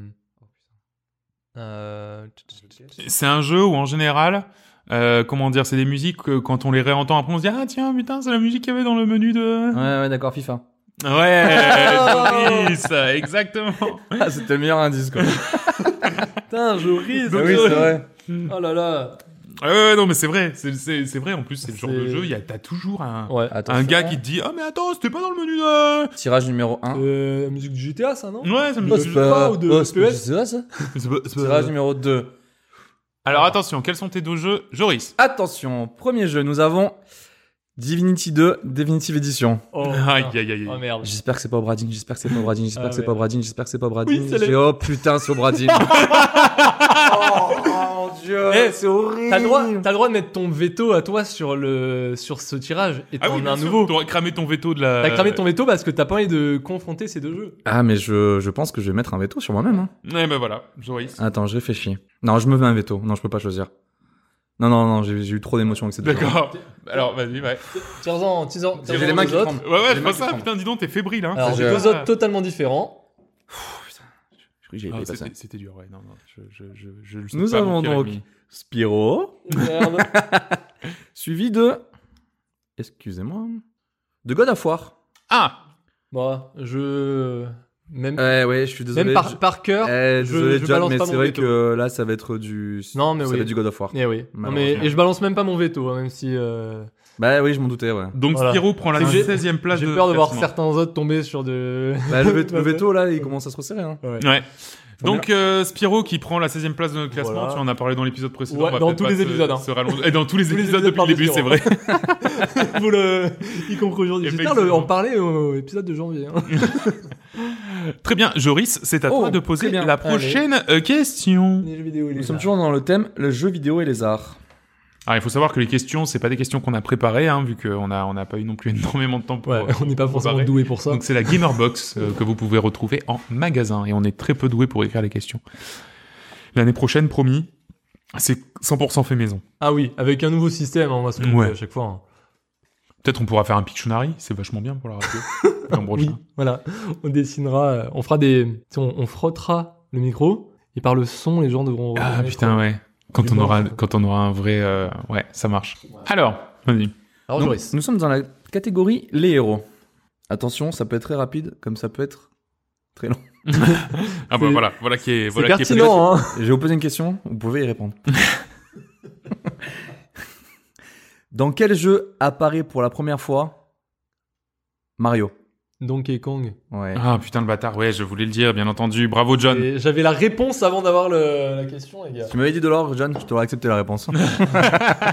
Speaker 7: Euh, tch, tch, tch, tch.
Speaker 5: C'est un jeu où en général, euh, comment dire, c'est des musiques que quand on les réentend après, on se dit ah tiens putain c'est la musique qu'il y avait dans le menu de.
Speaker 6: Ouais, ouais, d'accord, FIFA.
Speaker 7: Ah.
Speaker 5: Ouais, Doris, exactement.
Speaker 6: Ah, c'était le meilleur indice, quoi.
Speaker 7: Putain, Joris
Speaker 5: Ah oui, c'est
Speaker 6: vrai.
Speaker 7: Oh là là
Speaker 5: Ouais, ouais, non mais c'est vrai, c'est- c'est c'est vrai en plus c'est le genre de
Speaker 7: C'est-
Speaker 5: jeu, il y a t'as toujours un
Speaker 7: Ouais.
Speaker 5: un gars qui te dit ah mais attends c'était pas dans le menu de.
Speaker 6: Tirage numéro 1.
Speaker 7: Euh, la musique du GTA, ça, non
Speaker 5: Ouais, ça me
Speaker 7: Boss
Speaker 5: dit-
Speaker 7: Pop. pas, ou de FPS.
Speaker 6: C'est ça, ça
Speaker 5: C'est pas- c'est pas-
Speaker 6: Tirage numéro 2.
Speaker 5: Alors attention, quels sont tes deux jeux, Joris
Speaker 6: Attention, premier jeu, nous avons Divinity 2 Definitive Edition.
Speaker 7: Oh,
Speaker 5: Aïe
Speaker 7: putain.
Speaker 5: aïe aïe.
Speaker 7: Oh
Speaker 5: aïe.
Speaker 7: merde.
Speaker 6: J'espère que c'est pas Obradine, j'espère que c'est pas Obradine, j'espère
Speaker 7: Ah
Speaker 6: que c'est
Speaker 7: ouais.
Speaker 6: pas Obradine, j'espère que c'est pas Obradine.
Speaker 7: Oui, c'est le-
Speaker 6: J'ai- Oh putain, c'est Obradine. oh, oh, mon dieu,
Speaker 7: Eh,
Speaker 6: c'est horrible.
Speaker 7: T'as le, droit, t'as le droit de mettre ton veto à toi sur, le, sur ce tirage et
Speaker 5: Ah
Speaker 7: t'en
Speaker 5: oui,
Speaker 7: as
Speaker 5: bien
Speaker 7: un
Speaker 5: sûr,
Speaker 7: nouveau.
Speaker 5: T'aurais cramé ton veto de la.
Speaker 7: T'as
Speaker 6: Euh.
Speaker 7: cramé ton veto parce que t'as pas envie de confronter ces deux jeux.
Speaker 6: Ah, mais je, je pense que je vais mettre un veto sur moi-même. hein.
Speaker 5: Ouais ben voilà, Joris.
Speaker 6: Attends, je réfléchis. Non, je me mets un veto. Non, je peux pas choisir. Non, non, non, j'ai j'ai eu trop d'émotions avec cette
Speaker 5: D'accord. Alors vas-y ouais.
Speaker 7: Tiens-en, tiens-en.
Speaker 6: J'ai les mains qui tremblent.
Speaker 5: Ouais, ouais,
Speaker 6: J'ai
Speaker 5: je
Speaker 6: les mains
Speaker 5: vois
Speaker 6: qui
Speaker 5: ça,
Speaker 6: tremblent.
Speaker 5: putain, dis donc, t'es fébrile, hein.
Speaker 7: Alors,
Speaker 6: Ça,
Speaker 5: j'ai
Speaker 6: j'ai-
Speaker 7: deux autres totalement différents.
Speaker 6: Je crois que j'ai
Speaker 5: Ah,
Speaker 6: pas ça.
Speaker 5: c'était, c'était dur, ouais, non, non, je, je, je, je le sais
Speaker 6: Nous
Speaker 5: pas, mon
Speaker 6: avons
Speaker 5: cher
Speaker 6: donc
Speaker 5: ami.
Speaker 6: Spiro,
Speaker 7: Merde.
Speaker 6: suivi de. Excusez-moi. De God of War.
Speaker 5: Ah
Speaker 7: bon, je. Même,
Speaker 6: Ouais, Eh ouais, je suis Euh, désolé.
Speaker 7: même par, par cœur.
Speaker 6: Eh,
Speaker 7: je-
Speaker 6: désolé,
Speaker 7: je
Speaker 6: John,
Speaker 7: balance
Speaker 6: mais
Speaker 7: pas
Speaker 6: c'est
Speaker 7: mon
Speaker 6: vrai
Speaker 7: veto.
Speaker 6: que là, ça va être du.
Speaker 7: Non, mais
Speaker 6: ça
Speaker 7: oui.
Speaker 6: va être du God of War.
Speaker 7: Eh oui. Non, mais,
Speaker 6: Malheureusement.
Speaker 7: et je balance même pas mon veto, hein, même si. euh,
Speaker 6: Bah oui, je m'en doutais, ouais.
Speaker 5: Donc
Speaker 7: Voilà.
Speaker 5: Spiro prend la
Speaker 7: C'est- j'ai-
Speaker 5: 16ème place
Speaker 7: J'ai
Speaker 5: de
Speaker 7: peur de voir
Speaker 5: classement.
Speaker 7: certains autres tomber sur de.
Speaker 6: Bah, le, veto, le veto, là, il commence à se resserrer. Hein.
Speaker 5: Ouais. Donc euh, Spiro qui prend la 16ème place de notre classement,
Speaker 7: Voilà.
Speaker 5: tu en as parlé dans l'épisode précédent.
Speaker 7: Ouais,
Speaker 5: on va
Speaker 7: dans
Speaker 5: peut-être
Speaker 7: tous
Speaker 5: pas
Speaker 7: les
Speaker 5: se-
Speaker 7: épisodes, hein.
Speaker 5: se rallonger. Et dans tous les
Speaker 7: Tous les
Speaker 5: épisodes depuis
Speaker 7: épisodes hein.
Speaker 5: le début, c'est
Speaker 7: par
Speaker 5: vrai.
Speaker 7: Spiro. Vous le... Y compris aujourd'hui. J'espère le-
Speaker 5: Effectivement.
Speaker 7: en parler au épisode de janvier. hein.
Speaker 5: Très bien, Joris, c'est à
Speaker 6: Oh,
Speaker 5: toi de
Speaker 6: très
Speaker 5: poser
Speaker 6: bien.
Speaker 5: la prochaine euh, question.
Speaker 7: Les jeux vidéo, les
Speaker 6: Nous sommes
Speaker 7: arts.
Speaker 6: toujours dans le thème le jeu vidéo et les arts.
Speaker 5: Alors il faut savoir que les questions, c'est pas des questions qu'on a préparées, hein, vu qu'on a, on a pas eu non plus énormément de temps pour.
Speaker 7: Ouais, on n'est pas
Speaker 5: pour
Speaker 7: forcément
Speaker 5: préparer.
Speaker 7: doué pour ça.
Speaker 5: Donc c'est la Gamerbox euh, que vous pouvez retrouver en magasin et on est très peu doué pour écrire les questions. L'année prochaine, promis, c'est 100% fait maison.
Speaker 7: ah oui, avec un nouveau système, on va se
Speaker 5: Ouais.
Speaker 7: ouais. à chaque fois. hein.
Speaker 5: Peut-être on pourra faire un Pictionary, c'est vachement bien pour la radio. hein. L'an
Speaker 7: Oui,
Speaker 5: prochain.
Speaker 7: voilà. On dessinera, euh, on fera des. tu sais, On, on frottera le micro et par le son, les gens devront.
Speaker 5: Ah
Speaker 7: reconnaître,
Speaker 5: putain
Speaker 7: quoi.
Speaker 5: ouais. Quand
Speaker 7: Du
Speaker 5: on
Speaker 7: bon.
Speaker 5: aura quand on aura un vrai euh, ouais, ça marche. Alors, vas-y.
Speaker 7: Alors,
Speaker 6: Donc,
Speaker 7: Joris.
Speaker 6: nous sommes dans la catégorie les héros. Attention, ça peut être très rapide, comme ça peut être très long.
Speaker 5: Ah bah
Speaker 7: C'est-
Speaker 5: voilà, voilà qui est
Speaker 7: C'est
Speaker 5: voilà qui est précis.
Speaker 7: pertinent, hein.
Speaker 6: Je vais vous poser une question, vous pouvez y répondre. Dans quel jeu apparaît pour la première fois Mario
Speaker 7: hein. Donkey Kong.
Speaker 6: Ouais.
Speaker 5: Ah putain le bâtard, ouais, je voulais le dire bien entendu. Bravo John.
Speaker 7: Et J'avais la réponse avant d'avoir le- la question, les gars.
Speaker 6: Tu m'avais dit de l'ordre, John, je t'aurais accepté la réponse.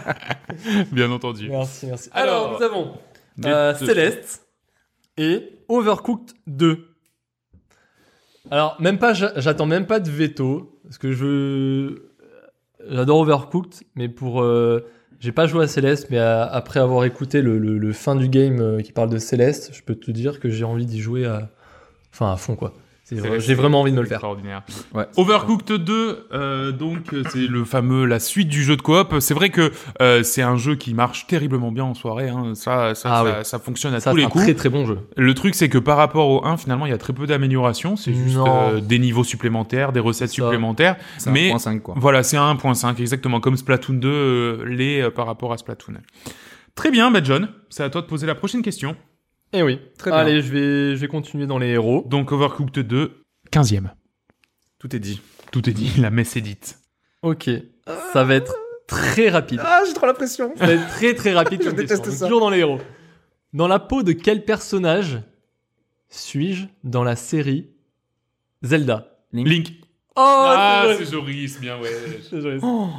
Speaker 5: Bien entendu.
Speaker 7: Merci, merci.
Speaker 5: Alors,
Speaker 7: Alors, nous avons
Speaker 5: Des-
Speaker 7: euh,
Speaker 5: de-
Speaker 7: Céleste et Overcooked 2. Alors, même pas, j'a- j'attends même pas de veto, parce que je. J'adore Overcooked, mais pour. euh, J'ai pas joué à Céleste, mais à- après avoir écouté le, le- le fin du game euh, qui parle de Céleste, je peux te dire que j'ai envie d'y jouer à Enfin, à fond, quoi. C'est
Speaker 5: C'est
Speaker 7: vrai-
Speaker 5: la-
Speaker 7: Euh, J'ai vraiment envie de me le faire.
Speaker 5: Extraordinaire.
Speaker 6: Ouais.
Speaker 5: Overcooked 2, euh, donc euh, c'est le fameux la suite du jeu de coop. C'est vrai que euh, c'est un jeu qui marche terriblement bien en soirée. Hein. Ça, ça,
Speaker 7: Ah
Speaker 5: ça, ça fonctionne à
Speaker 7: Ça,
Speaker 5: tous
Speaker 7: c'est
Speaker 5: les
Speaker 7: un
Speaker 5: coups.
Speaker 7: très très bon jeu.
Speaker 5: Le truc, c'est que par rapport au 1, finalement, il y a très peu d'améliorations. C'est juste
Speaker 7: Non.
Speaker 5: euh, des niveaux supplémentaires, des recettes
Speaker 7: C'est ça.
Speaker 5: supplémentaires.
Speaker 6: C'est un
Speaker 5: Mais
Speaker 6: point cinq, quoi.
Speaker 5: voilà, c'est un 1.5, exactement comme Splatoon 2 euh, l'est euh, par rapport à Splatoon. Très bien, bah John, c'est à toi de poser la prochaine question.
Speaker 7: Eh oui.
Speaker 6: Très bien.
Speaker 7: Allez, je vais, je vais continuer dans les héros.
Speaker 5: Donc Overcooked 2, 15e.
Speaker 6: Tout est dit.
Speaker 5: Tout est dit, la messe est dite.
Speaker 7: Ok. Ça va être très rapide.
Speaker 6: Ah, j'ai trop la pression.
Speaker 7: Ça va être très très rapide.
Speaker 6: Je
Speaker 7: comme
Speaker 6: déteste
Speaker 7: question. Donc,
Speaker 6: ça.
Speaker 7: Toujours dans les héros. Dans la peau de quel personnage suis-je dans la série Zelda
Speaker 5: Link.
Speaker 7: Oh,
Speaker 5: Ah,
Speaker 7: c'est Oh.
Speaker 5: c'est Joris, bien ouais.
Speaker 7: vrai.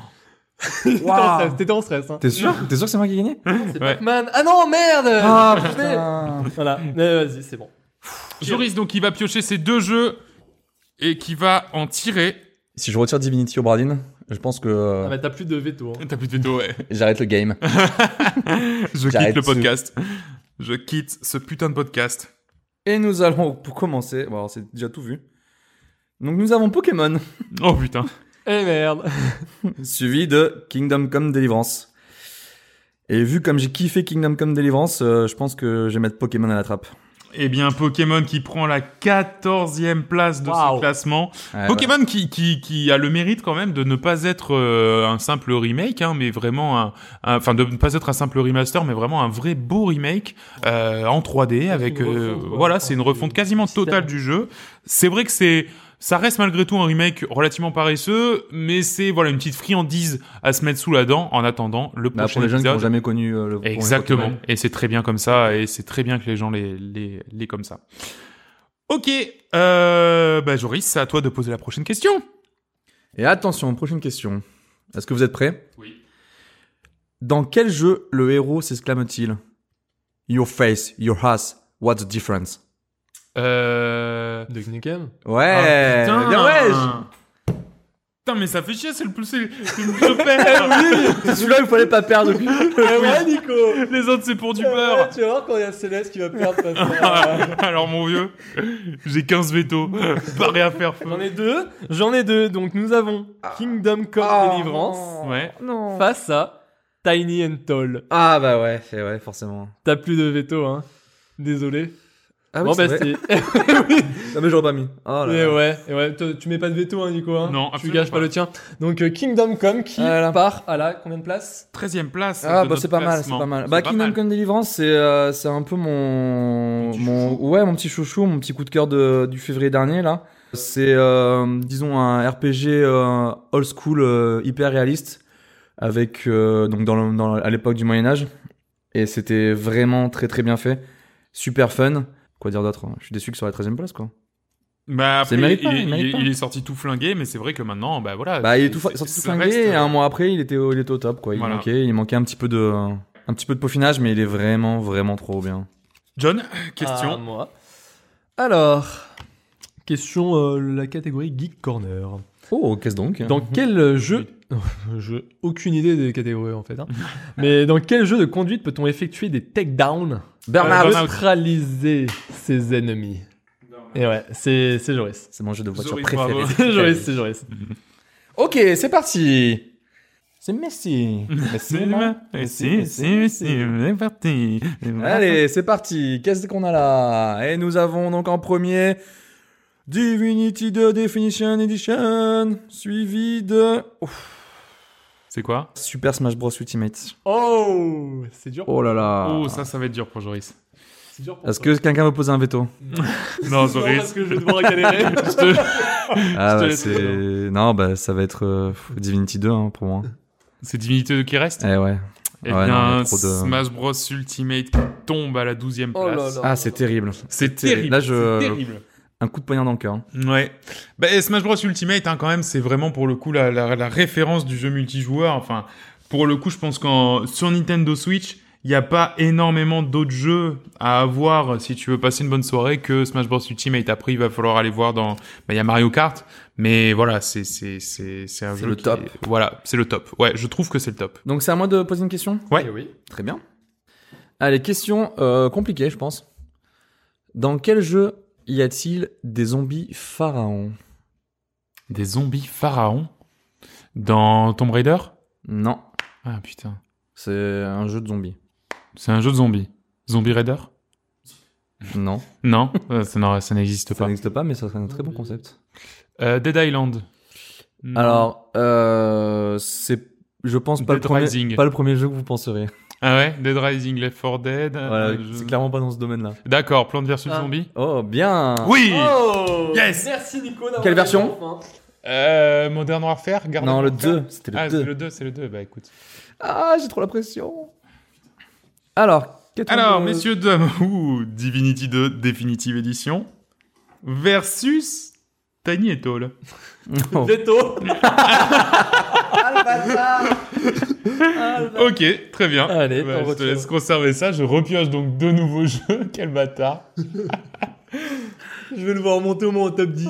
Speaker 7: T'étais en
Speaker 6: Waouh.
Speaker 7: stress, T'étais en stress. Hein.
Speaker 6: T'es sûr T'es sûr que c'est moi qui ai gagné
Speaker 7: C'est
Speaker 5: Ouais.
Speaker 7: Pac-Man. Ah non, merde
Speaker 6: Ah putain.
Speaker 7: Voilà, Euh, vas-y, c'est bon.
Speaker 5: Joris, donc, il va piocher ces deux jeux et qui va en tirer.
Speaker 6: Si je retire Divinity Obradin, je pense que euh,
Speaker 7: Ah bah t'as plus de veto. hein.
Speaker 5: T'as plus de veto, ouais.
Speaker 6: j'arrête le game.
Speaker 5: Je quitte
Speaker 6: J'arrête
Speaker 5: le
Speaker 6: ce-
Speaker 5: podcast. Je quitte ce putain de podcast.
Speaker 6: Et nous allons pour commencer. Bon, alors, c'est déjà tout vu. Donc nous avons Pokémon,
Speaker 5: Oh putain.
Speaker 7: Eh merde
Speaker 6: suivi de Kingdom Come Deliverance. Et vu comme j'ai kiffé Kingdom Come Deliverance, euh, je pense que je vais mettre Pokémon à la trappe.
Speaker 5: Eh bien, Pokémon qui prend la 14e place de
Speaker 7: Waouh.
Speaker 5: ce classement.
Speaker 6: Ouais,
Speaker 5: Pokémon qui, qui, qui a le mérite quand même de ne pas être euh, un simple remake, hein, mais vraiment un, un- enfin de ne pas être un simple remaster, mais vraiment un vrai beau remake euh, en 3D avec,
Speaker 7: une
Speaker 5: euh,
Speaker 7: refonte, quoi.
Speaker 5: voilà, c'est une refonte quasiment
Speaker 7: Système.
Speaker 5: totale du jeu. C'est vrai que c'est ça reste malgré tout un remake relativement paresseux, mais c'est voilà une petite friandise à se mettre sous la dent en attendant le
Speaker 6: Bah,
Speaker 5: prochain
Speaker 6: pour les jeunes qui n'ont
Speaker 5: épisode.
Speaker 6: jamais connu euh, le premier
Speaker 5: Exactement.
Speaker 6: Pokémon.
Speaker 5: Et c'est très bien comme ça, et c'est très bien que les gens les, les, les comme ça. Ok, euh, bah Joris, c'est à toi de poser la prochaine question.
Speaker 6: Et attention, prochaine question. Est-ce que vous êtes prêts
Speaker 5: Oui.
Speaker 6: Dans quel jeu le héros s'exclame-t-il Your face, your ass, what's the difference
Speaker 5: Euh...
Speaker 7: Duck Nukem
Speaker 6: Ouais
Speaker 5: Ah, putain.
Speaker 6: Bien ouais
Speaker 5: Putain, mais ça fait chier, c'est le plus... C'est le plus
Speaker 7: Eh
Speaker 5: père.
Speaker 6: je- Celui-là, il fallait pas perdre.
Speaker 7: Ah Ouais, Nico
Speaker 5: Les autres, c'est pour du
Speaker 7: Ouais,
Speaker 5: beurre.
Speaker 7: Tu vas voir quand il y a Céleste qui va perdre parce que, euh,
Speaker 5: Alors, mon vieux, j'ai 15 veto. Paré à faire feu.
Speaker 7: J'en ai deux, j'en ai deux. Donc nous avons Kingdom Come Deliverance
Speaker 5: Ouais.
Speaker 6: Non
Speaker 7: face à Tiny and Tall.
Speaker 6: Ah bah ouais, c'est vrai, forcément.
Speaker 7: T'as plus de veto, hein Désolé.
Speaker 6: Ah oui,
Speaker 7: bon
Speaker 6: c'est
Speaker 7: bah
Speaker 6: vrai.
Speaker 7: c'est...
Speaker 6: Ah mais j'aurais pas mis. Oh là
Speaker 7: Et
Speaker 6: là.
Speaker 7: ouais, et ouais. Toi, tu mets pas de veto, hein, Nico. Hein
Speaker 5: Non,
Speaker 7: tu
Speaker 5: absolument
Speaker 7: gâches pas.
Speaker 5: pas.
Speaker 7: le tien. Donc euh, Kingdom Come qui
Speaker 6: Ah là là.
Speaker 7: part à la combien de place
Speaker 5: 13ème place.
Speaker 6: Ah
Speaker 5: de
Speaker 6: bah
Speaker 5: notre
Speaker 6: c'est pas mal, c'est
Speaker 5: classement.
Speaker 6: pas mal. Bah
Speaker 5: pas
Speaker 6: Kingdom
Speaker 5: mal.
Speaker 6: Come Deliverance, c'est euh, c'est un peu mon
Speaker 5: Ton petit
Speaker 6: mon ouais mon petit chouchou, mon petit coup de cœur de du février dernier là. C'est euh, disons un RPG euh, old school euh, hyper réaliste avec euh, donc dans, le- dans- à l'époque du Moyen Âge et c'était vraiment très très bien fait, super fun. Quoi dire d'autre hein Je suis déçu que sur la 13 e place quoi.
Speaker 5: Bah,
Speaker 6: C'est
Speaker 5: après,
Speaker 6: mérite
Speaker 5: il,
Speaker 6: pas,
Speaker 5: il-
Speaker 6: il mérite
Speaker 5: il-
Speaker 6: pas.
Speaker 5: il est sorti tout flingué, mais c'est vrai que maintenant, bah voilà.
Speaker 6: Bah il est
Speaker 5: c'est-
Speaker 6: tout fa-
Speaker 5: c'est-
Speaker 6: sorti tout
Speaker 5: ça
Speaker 6: flingué hein.
Speaker 5: reste- euh,
Speaker 6: et un mois après il était au, il était au top quoi. Il
Speaker 5: Voilà.
Speaker 6: manquait, il manquait un petit peu de un petit peu de peaufinage mais il est vraiment vraiment trop bien.
Speaker 5: John,
Speaker 7: À
Speaker 5: question.
Speaker 7: moi. Alors, question euh, la catégorie Geek Corner.
Speaker 6: Oh, qu'est-ce donc
Speaker 7: Dans quel euh, jeu J'ai aucune idée des catégories en fait. hein. Mais dans quel jeu de conduite peut-on effectuer des takedowns
Speaker 5: Burnout.
Speaker 7: pour neutraliser ses ennemis Et ouais, c'est c'est Joris.
Speaker 6: C'est mon jeu de voiture
Speaker 5: Zoris,
Speaker 6: préféré.
Speaker 5: bravo.
Speaker 7: C'est Joris, c'est Joris.
Speaker 6: ok, c'est parti. C'est Messi.
Speaker 5: C'est
Speaker 6: maman.
Speaker 5: c'est- c'est- c'est parti.
Speaker 6: Allez, c'est parti. Qu'est-ce qu'on a là Et nous avons donc en premier Divinity 2 Definition Edition, suivi de Ouf,
Speaker 5: C'est quoi
Speaker 6: Super Smash Bros Ultimate.
Speaker 7: Oh, c'est dur.
Speaker 6: Oh là là.
Speaker 5: Oh, ça, ça va être dur pour Joris.
Speaker 7: C'est dur pour
Speaker 6: Est-ce
Speaker 7: toi.
Speaker 6: que quelqu'un veut poser un veto
Speaker 5: Non,
Speaker 7: Non, parce
Speaker 5: Joris.
Speaker 7: que je vais devoir galérer.
Speaker 5: Je te-
Speaker 6: Ah
Speaker 5: te
Speaker 6: bah,
Speaker 5: laisse
Speaker 6: c'est non bah ça va être euh, pff, Divinity 2 hein, pour moi.
Speaker 5: C'est Divinity 2 qui reste
Speaker 6: Eh ouais.
Speaker 5: Eh
Speaker 6: Ouais, non,
Speaker 5: bien,
Speaker 6: il y a trop de-
Speaker 5: Smash Bros Ultimate qui tombe à la 12 e
Speaker 7: Oh là
Speaker 5: place.
Speaker 7: là.
Speaker 6: Ah c'est terrible.
Speaker 5: C'est terrible.
Speaker 6: Là je
Speaker 5: C'est terrible.
Speaker 6: un coup de poignard dans le cœur. hein.
Speaker 5: Ouais. Bah, et Smash Bros Ultimate, hein, quand même, c'est vraiment pour le coup la, la, la référence du jeu multijoueur. Enfin, pour le coup, je pense qu'en sur Nintendo Switch, il n'y a pas énormément d'autres jeux à avoir si tu veux passer une bonne soirée que Smash Bros Ultimate. Après, il va falloir aller voir dans. bah, Il y a Mario Kart, mais voilà, c'est c'est c'est c'est un
Speaker 6: C'est
Speaker 5: jeu.
Speaker 6: le
Speaker 5: qui
Speaker 6: top.
Speaker 5: est- Voilà, c'est le top. Ouais, je trouve que c'est le top.
Speaker 6: Donc c'est à moi de poser une question
Speaker 5: Ouais.
Speaker 7: Eh oui.
Speaker 6: Très bien. Allez, question euh, compliquée, je pense. Dans quel jeu Y a-t-il des zombies pharaons
Speaker 5: Des zombies pharaons dans Tomb Raider
Speaker 6: Non,
Speaker 5: Ah putain.
Speaker 6: c'est un jeu de zombies.
Speaker 5: C'est un jeu de zombies. Zombie Raider
Speaker 6: Non,
Speaker 5: Non, euh, ça, n'aura- ça n'existe
Speaker 6: ça
Speaker 5: pas.
Speaker 6: n'existe pas, mais ça serait un très bon concept.
Speaker 5: Euh, Dead Island. Hmm. Non.
Speaker 6: Alors, euh, c'est, je pense pas le,
Speaker 5: Dead
Speaker 6: premier,
Speaker 5: Rising.
Speaker 6: pas le premier jeu que vous penserez.
Speaker 5: Ah ouais, Dead Rising, Left 4 Dead. euh,
Speaker 6: Voilà,
Speaker 5: je-
Speaker 6: c'est clairement pas dans ce domaine-là.
Speaker 5: D'accord, Plante vs
Speaker 7: Ah.
Speaker 5: Zombie.
Speaker 6: Oh, bien
Speaker 5: Oui
Speaker 7: Oh
Speaker 5: Yes
Speaker 7: Merci Nico d'avoir
Speaker 6: Quelle version
Speaker 5: Ah,
Speaker 7: enfin.
Speaker 5: euh, Modern Warfare Garden
Speaker 6: Non, le
Speaker 5: Warfare
Speaker 6: 2, c'était le
Speaker 5: Ah,
Speaker 6: 2.
Speaker 5: c'est le 2, c'est le 2, bah écoute.
Speaker 6: Ah, j'ai trop la pression. Alors, qu'est-ce
Speaker 5: Alors,
Speaker 6: que-
Speaker 5: messieurs, dames, ouh, Divinity 2 Definitive Edition versus Tiny et Tall.
Speaker 6: Oh.
Speaker 7: Veto
Speaker 5: Ok, très bien.
Speaker 7: Allez,
Speaker 5: Bah,
Speaker 7: on
Speaker 5: je te
Speaker 7: retire.
Speaker 5: laisse conserver ça. Je repioche donc deux nouveaux jeux. Quel bâtard.
Speaker 7: Je vais le voir remonter au moins au top 10.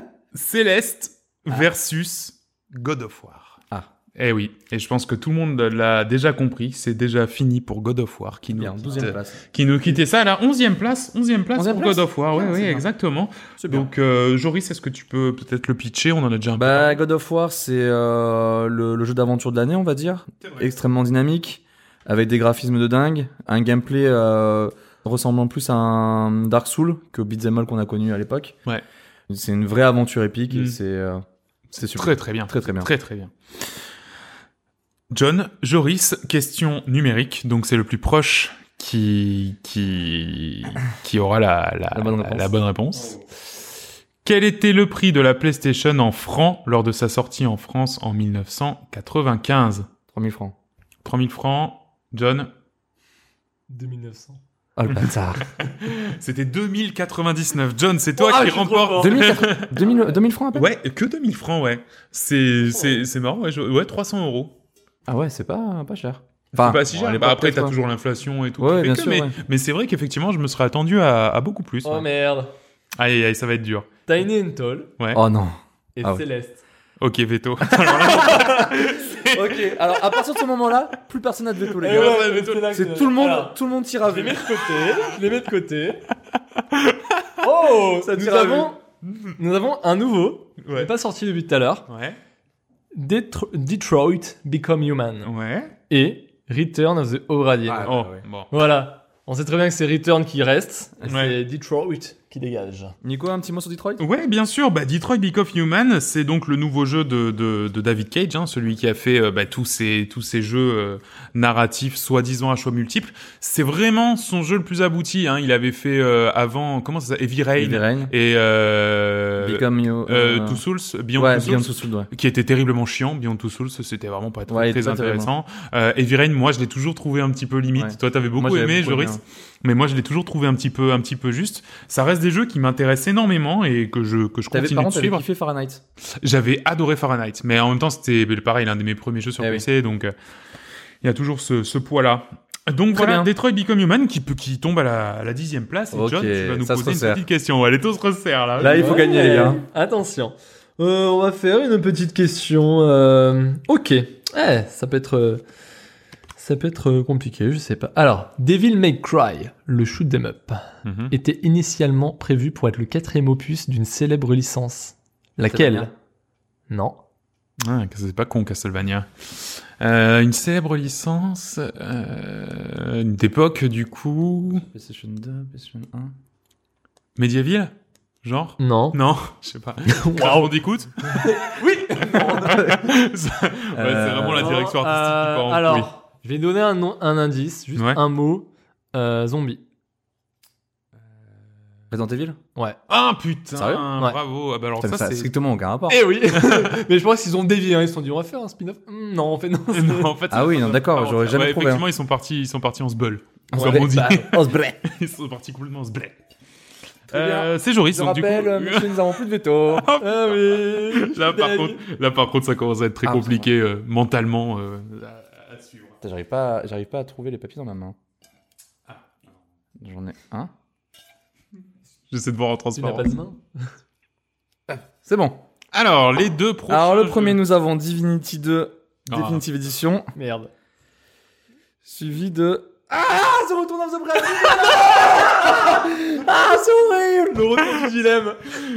Speaker 5: Céleste versus God of War.
Speaker 6: Ah.
Speaker 5: Eh oui, et je pense que tout le monde l'a déjà compris, c'est déjà fini pour God of War qui nous,
Speaker 6: Bien,
Speaker 5: quitte,
Speaker 6: 12ème place.
Speaker 5: qui nous quittait ça à la 11e place, 11e place
Speaker 6: 11e
Speaker 5: pour
Speaker 6: place
Speaker 5: God of War, oui,
Speaker 6: Tiens,
Speaker 5: oui,
Speaker 6: c'est bien.
Speaker 5: exactement.
Speaker 6: C'est bien.
Speaker 5: Donc euh, Joris, est-ce que tu peux peut-être le pitcher On en a déjà un
Speaker 6: Bah, God of War, c'est euh, le, le jeu d'aventure de l'année, on va dire.
Speaker 5: peu. parlé.
Speaker 6: Extrêmement dynamique, avec des graphismes de dingue, un gameplay euh, ressemblant plus à un Dark Souls que Beat'em All qu'on a connu à l'époque.
Speaker 5: Ouais.
Speaker 6: C'est une vraie aventure épique et
Speaker 5: Mm.
Speaker 6: c'est euh, c'est super.
Speaker 5: Très très bien.
Speaker 6: Très, très bien.
Speaker 5: Très très bien. John, Joris, question numérique. Donc c'est le plus proche qui qui qui aura la la,
Speaker 6: La bonne réponse.
Speaker 5: bonne réponse. Quel était le prix de la PlayStation en francs lors de sa sortie en France en 1995
Speaker 6: 3000 francs.
Speaker 5: 3000 francs. John,
Speaker 7: 2900.
Speaker 6: Oh le bâtard.
Speaker 5: c'était 2099. John, c'est toi
Speaker 7: Ah,
Speaker 5: qui
Speaker 7: je suis trop fort.
Speaker 5: remporte.
Speaker 6: 2004 2000, 2000 francs à peine
Speaker 5: Oh. ouais, que 2000 francs, ouais. C'est c'est c'est marrant, ouais, je- ouais 300 euros.
Speaker 6: Ah ouais, c'est pas, pas cher.
Speaker 5: C'est pas si
Speaker 6: bon,
Speaker 5: cher.
Speaker 6: à l'époque,
Speaker 5: Bah, après,
Speaker 6: peut-être
Speaker 5: t'as
Speaker 6: pas.
Speaker 5: toujours l'inflation et tout.
Speaker 6: Ouais,
Speaker 5: qui fait
Speaker 6: bien
Speaker 5: que,
Speaker 6: sûr,
Speaker 5: mais
Speaker 6: ouais.
Speaker 5: mais c'est vrai qu'effectivement, je me serais attendu à, à beaucoup plus.
Speaker 7: Oh
Speaker 5: ouais.
Speaker 7: merde.
Speaker 5: Aïe, aïe, aïe, ça va être dur.
Speaker 7: Tiny and Tall
Speaker 6: Oh non.
Speaker 7: et
Speaker 6: Ah ouais.
Speaker 7: Céleste.
Speaker 5: Ok, Veto.
Speaker 6: ok, alors à partir de ce moment-là, plus personne n'a de veto, les
Speaker 7: Eh
Speaker 6: gars.
Speaker 7: ouais, mais c'est là que-
Speaker 6: C'est tout le monde,
Speaker 7: Alors,
Speaker 6: tout le monde tire à
Speaker 7: je les
Speaker 6: vue.
Speaker 7: mets de côté. Je les mets de côté. Oh
Speaker 6: Ça
Speaker 7: nous
Speaker 6: tire à
Speaker 7: avons, nous avons un nouveau. qui n'est
Speaker 5: Ouais.
Speaker 7: pas sorti depuis tout à l'heure.
Speaker 5: Ouais.
Speaker 7: Detro- Detroit Become Human
Speaker 5: Ouais.
Speaker 7: et Return of the Obra Dinn.
Speaker 6: Ah,
Speaker 5: oh,
Speaker 6: bah ouais.
Speaker 5: bon.
Speaker 7: Voilà. On sait très bien que c'est Return qui reste. et
Speaker 5: Ouais.
Speaker 7: C'est Detroit qui dégage.
Speaker 6: Nico, un petit mot sur Detroit
Speaker 5: Ouais, bien sûr. Bah, Detroit Become Human, c'est donc le nouveau jeu de, de, de David Cage, hein, celui qui a fait euh, bah, tous ces tous ces jeux euh, narratifs soi-disant à choix multiples. C'est vraiment son jeu le plus abouti. Hein. Il avait fait euh, avant comment ça s'appelle Heavy Rain
Speaker 6: Heavy Rain.
Speaker 5: et euh,
Speaker 6: Become you.
Speaker 5: euh,
Speaker 6: euh,
Speaker 5: Two Souls, Beyond
Speaker 6: ouais,
Speaker 5: Two Souls.
Speaker 6: Beyond Two Souls, ouais.
Speaker 5: qui était terriblement chiant. Beyond Two Souls, c'était vraiment pas très,
Speaker 6: Ouais,
Speaker 5: très
Speaker 6: très
Speaker 5: intéressant. Euh, Heavy Rain, moi, je l'ai toujours trouvé un petit peu limite.
Speaker 6: Ouais.
Speaker 5: Toi, t'avais beaucoup
Speaker 6: Moi, j'avais
Speaker 5: aimé,
Speaker 6: beaucoup aimé,
Speaker 5: Joris,
Speaker 6: hein.
Speaker 5: mais moi, je l'ai toujours trouvé un petit peu, un petit peu juste. Ça reste des jeux qui m'intéressent énormément et que je que je
Speaker 6: T'avais
Speaker 5: continue
Speaker 6: par
Speaker 5: de
Speaker 6: contre t'avais
Speaker 5: suivre.
Speaker 6: kiffé Fahrenheit.
Speaker 5: J'avais adoré Fahrenheit, mais en même temps, c'était pareil, l'un de mes premiers jeux sur
Speaker 6: Eh oui.
Speaker 5: PC, donc euh, il y a toujours ce, ce poids-là. Donc
Speaker 6: Très
Speaker 5: voilà,
Speaker 6: bien.
Speaker 5: Detroit Become Human qui, peut- qui tombe à la, à la dixième place. Et
Speaker 6: Ok,
Speaker 5: John, tu vas nous
Speaker 6: ça se
Speaker 5: poser une
Speaker 6: resserre.
Speaker 5: petite question. Ouais, les taux se resserrent là.
Speaker 6: Là, Ah, il faut gagner, les gars.
Speaker 7: Attention. Euh, on va faire une petite question. euh, Ok. Eh, ça peut être. euh, Ça peut être euh, compliqué, je sais pas. Alors, Devil May Cry, le shoot 'em up,
Speaker 5: Mhm.
Speaker 7: était initialement prévu pour être le quatrième opus d'une célèbre licence. Laquelle
Speaker 6: Castlevania.
Speaker 7: Non.
Speaker 5: Ah, c'est pas con, Castlevania. Euh, une célèbre licence euh, d'époque, du coup.
Speaker 6: PlayStation 2, PlayStation 1.
Speaker 5: Médiéville Genre
Speaker 7: Non.
Speaker 5: Non, je sais pas. Waouh, on écoute Oui Ça- ouais,
Speaker 6: Euh,
Speaker 5: C'est vraiment la direction artistique qui part en
Speaker 7: Euh, alors,
Speaker 5: couille.
Speaker 7: je vais donner un, nom, un indice, juste
Speaker 5: Ouais.
Speaker 7: un mot. Euh, zombie.
Speaker 6: Resident Evil
Speaker 7: Ouais.
Speaker 5: Ah putain
Speaker 6: Sérieux
Speaker 7: Ouais.
Speaker 5: Bravo Ah bah alors
Speaker 6: Putain, mais
Speaker 5: ça,
Speaker 6: Ça n'a
Speaker 5: c'est.
Speaker 6: strictement aucun rapport.
Speaker 7: Eh oui Mais je crois qu'ils ont dévié, hein. ils se sont dit on va faire un spin-off. Hmm, non, on fait non. c'est-
Speaker 5: Non, en fait,
Speaker 6: Ah oui,
Speaker 5: ça-
Speaker 6: non, d'accord, j'aurais jamais
Speaker 5: ouais,
Speaker 6: trouvé, hein.
Speaker 5: Effectivement, ils sont partis, ils sont partis en se bull.
Speaker 6: On se
Speaker 5: Comme
Speaker 6: blé.
Speaker 5: on dit.
Speaker 6: On se blé.
Speaker 5: Ils sont partis complètement en se blé.
Speaker 6: bien.
Speaker 5: Euh, c'est Joris,
Speaker 6: Je
Speaker 5: donc du coup.
Speaker 6: rappelle, euh, monsieur, nous n'avons plus de veto.
Speaker 7: Ah oui
Speaker 5: Là par,
Speaker 7: Dave.
Speaker 5: contre, là, par contre, ça commence à être très
Speaker 6: Ah,
Speaker 5: compliqué euh, mentalement. euh, à- à suivre.
Speaker 6: Putain, J'arrive pas, j'arrive pas à trouver les papiers dans ma main. J'en ai un.
Speaker 5: J'essaie de voir en
Speaker 7: Tu n'as
Speaker 5: transparent.
Speaker 7: pas de main
Speaker 6: C'est bon.
Speaker 5: Alors, les deux prochains.
Speaker 6: Alors le
Speaker 5: jeux.
Speaker 6: premier, nous avons Divinity 2
Speaker 5: Ah.
Speaker 6: Definitive Edition,
Speaker 7: Merde.
Speaker 6: suivi de Ah, ce retour dans the Brazil Ah, c'est horrible Le retour du dilemme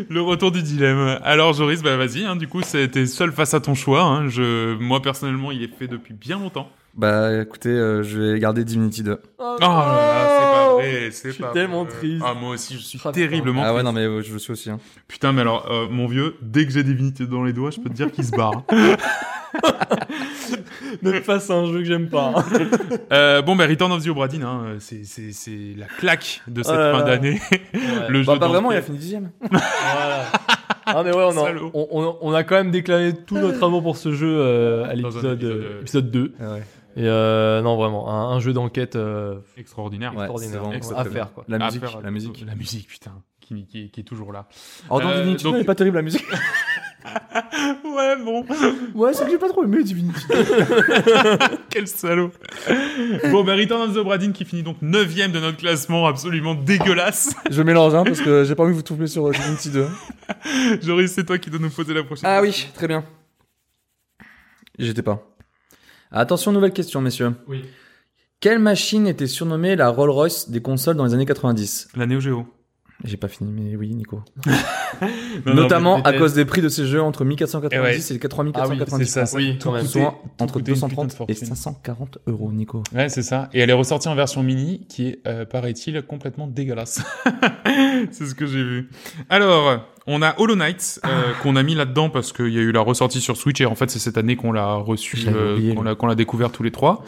Speaker 5: Le retour du dilemme. Alors Joris, bah vas-y, hein, du coup, c'est- t'es seul face à ton choix. hein. Je, moi personnellement, il est fait depuis bien longtemps.
Speaker 6: Bah écoutez, euh, je vais garder Divinity 2.
Speaker 7: Oh,
Speaker 5: Oh là là, c'est pas vrai, c'est
Speaker 7: Je suis
Speaker 5: pas
Speaker 7: tellement
Speaker 5: vrai.
Speaker 7: triste.
Speaker 5: Ah, moi aussi, je suis
Speaker 7: Ah,
Speaker 5: terriblement
Speaker 6: Ah ouais,
Speaker 5: triste.
Speaker 6: non mais euh, je le suis aussi. Hein.
Speaker 5: Putain, mais alors, euh, mon vieux, dès que j'ai des vinités dans les doigts, je peux te dire qu'il se barre.
Speaker 7: Même face à un jeu que j'aime pas.
Speaker 5: Euh, bon, bah, Return of the Obra Dinn, hein, c'est, c'est, c'est la claque de cette
Speaker 7: Oh là
Speaker 5: fin
Speaker 7: là.
Speaker 5: d'année. Le
Speaker 6: Bah
Speaker 5: jeu
Speaker 6: pas
Speaker 5: dans
Speaker 6: vraiment, il a
Speaker 5: lequel-
Speaker 6: fini dixième.
Speaker 7: Voilà. Ah mais ouais, on a,
Speaker 5: Salaud.
Speaker 7: on, on- on a quand même déclaré tout notre amour pour ce jeu euh, à
Speaker 5: Dans un épisode,
Speaker 7: l'épisode euh,
Speaker 5: euh,
Speaker 7: épisode 2.
Speaker 6: Ah Ouais,
Speaker 7: Et euh, non, vraiment, un, un jeu d'enquête euh,
Speaker 5: Extraordinaire.
Speaker 7: extraordinaire
Speaker 6: c'est vraiment
Speaker 7: à
Speaker 6: exceptionnel.
Speaker 7: faire. Quoi.
Speaker 6: La
Speaker 5: À
Speaker 6: musique,
Speaker 5: faire-
Speaker 6: la musique.
Speaker 5: La musique, putain, qui, qui, qui est toujours là.
Speaker 6: Alors dans
Speaker 5: Euh,
Speaker 6: Divinity
Speaker 5: donc-
Speaker 6: 2, elle est pas terrible la musique.
Speaker 5: Ouais, bon.
Speaker 6: ouais, c'est que j'ai pas trop aimé Divinity 2.
Speaker 5: Quel salaud Bon, bah, Return of the Bradin qui finit donc 9ème de notre classement absolument dégueulasse.
Speaker 6: je mélange hein, parce que j'ai pas envie de vous trouver sur euh, Divinity 2.
Speaker 5: Joris, c'est toi qui dois nous poser la prochaine.
Speaker 6: Ah oui, très bien. J'étais pas. Attention, nouvelle question, messieurs.
Speaker 5: Oui.
Speaker 6: Quelle machine était surnommée la Rolls-Royce des consoles dans les années 90
Speaker 5: La Neo Geo.
Speaker 6: J'ai pas fini, mais oui, Nico.
Speaker 5: Non,
Speaker 6: Notamment
Speaker 5: non, mais-
Speaker 6: à cause des prix de ces jeux entre
Speaker 5: Eh
Speaker 6: 1490 et,
Speaker 5: Ah
Speaker 6: 3490.
Speaker 7: Oui, quand même.
Speaker 6: Souvent entre
Speaker 5: coûtait une putain de
Speaker 6: 230 et
Speaker 5: fortune. Bah,
Speaker 6: 540 euros, Nico.
Speaker 5: Ouais, c'est ça. Et elle est ressortie en version mini, qui est, euh, paraît-il, complètement dégueulasse. c'est ce que j'ai vu. Alors, on a Hollow Knight, euh, qu'on a mis là-dedans parce qu'il y a eu la ressortie sur Switch, et en fait, c'est cette année qu'on l'a reçu,
Speaker 6: Je l'avais
Speaker 5: euh,
Speaker 6: oublié,
Speaker 5: qu'on
Speaker 6: lui.
Speaker 5: l'a qu'on l'a découvert tous les trois.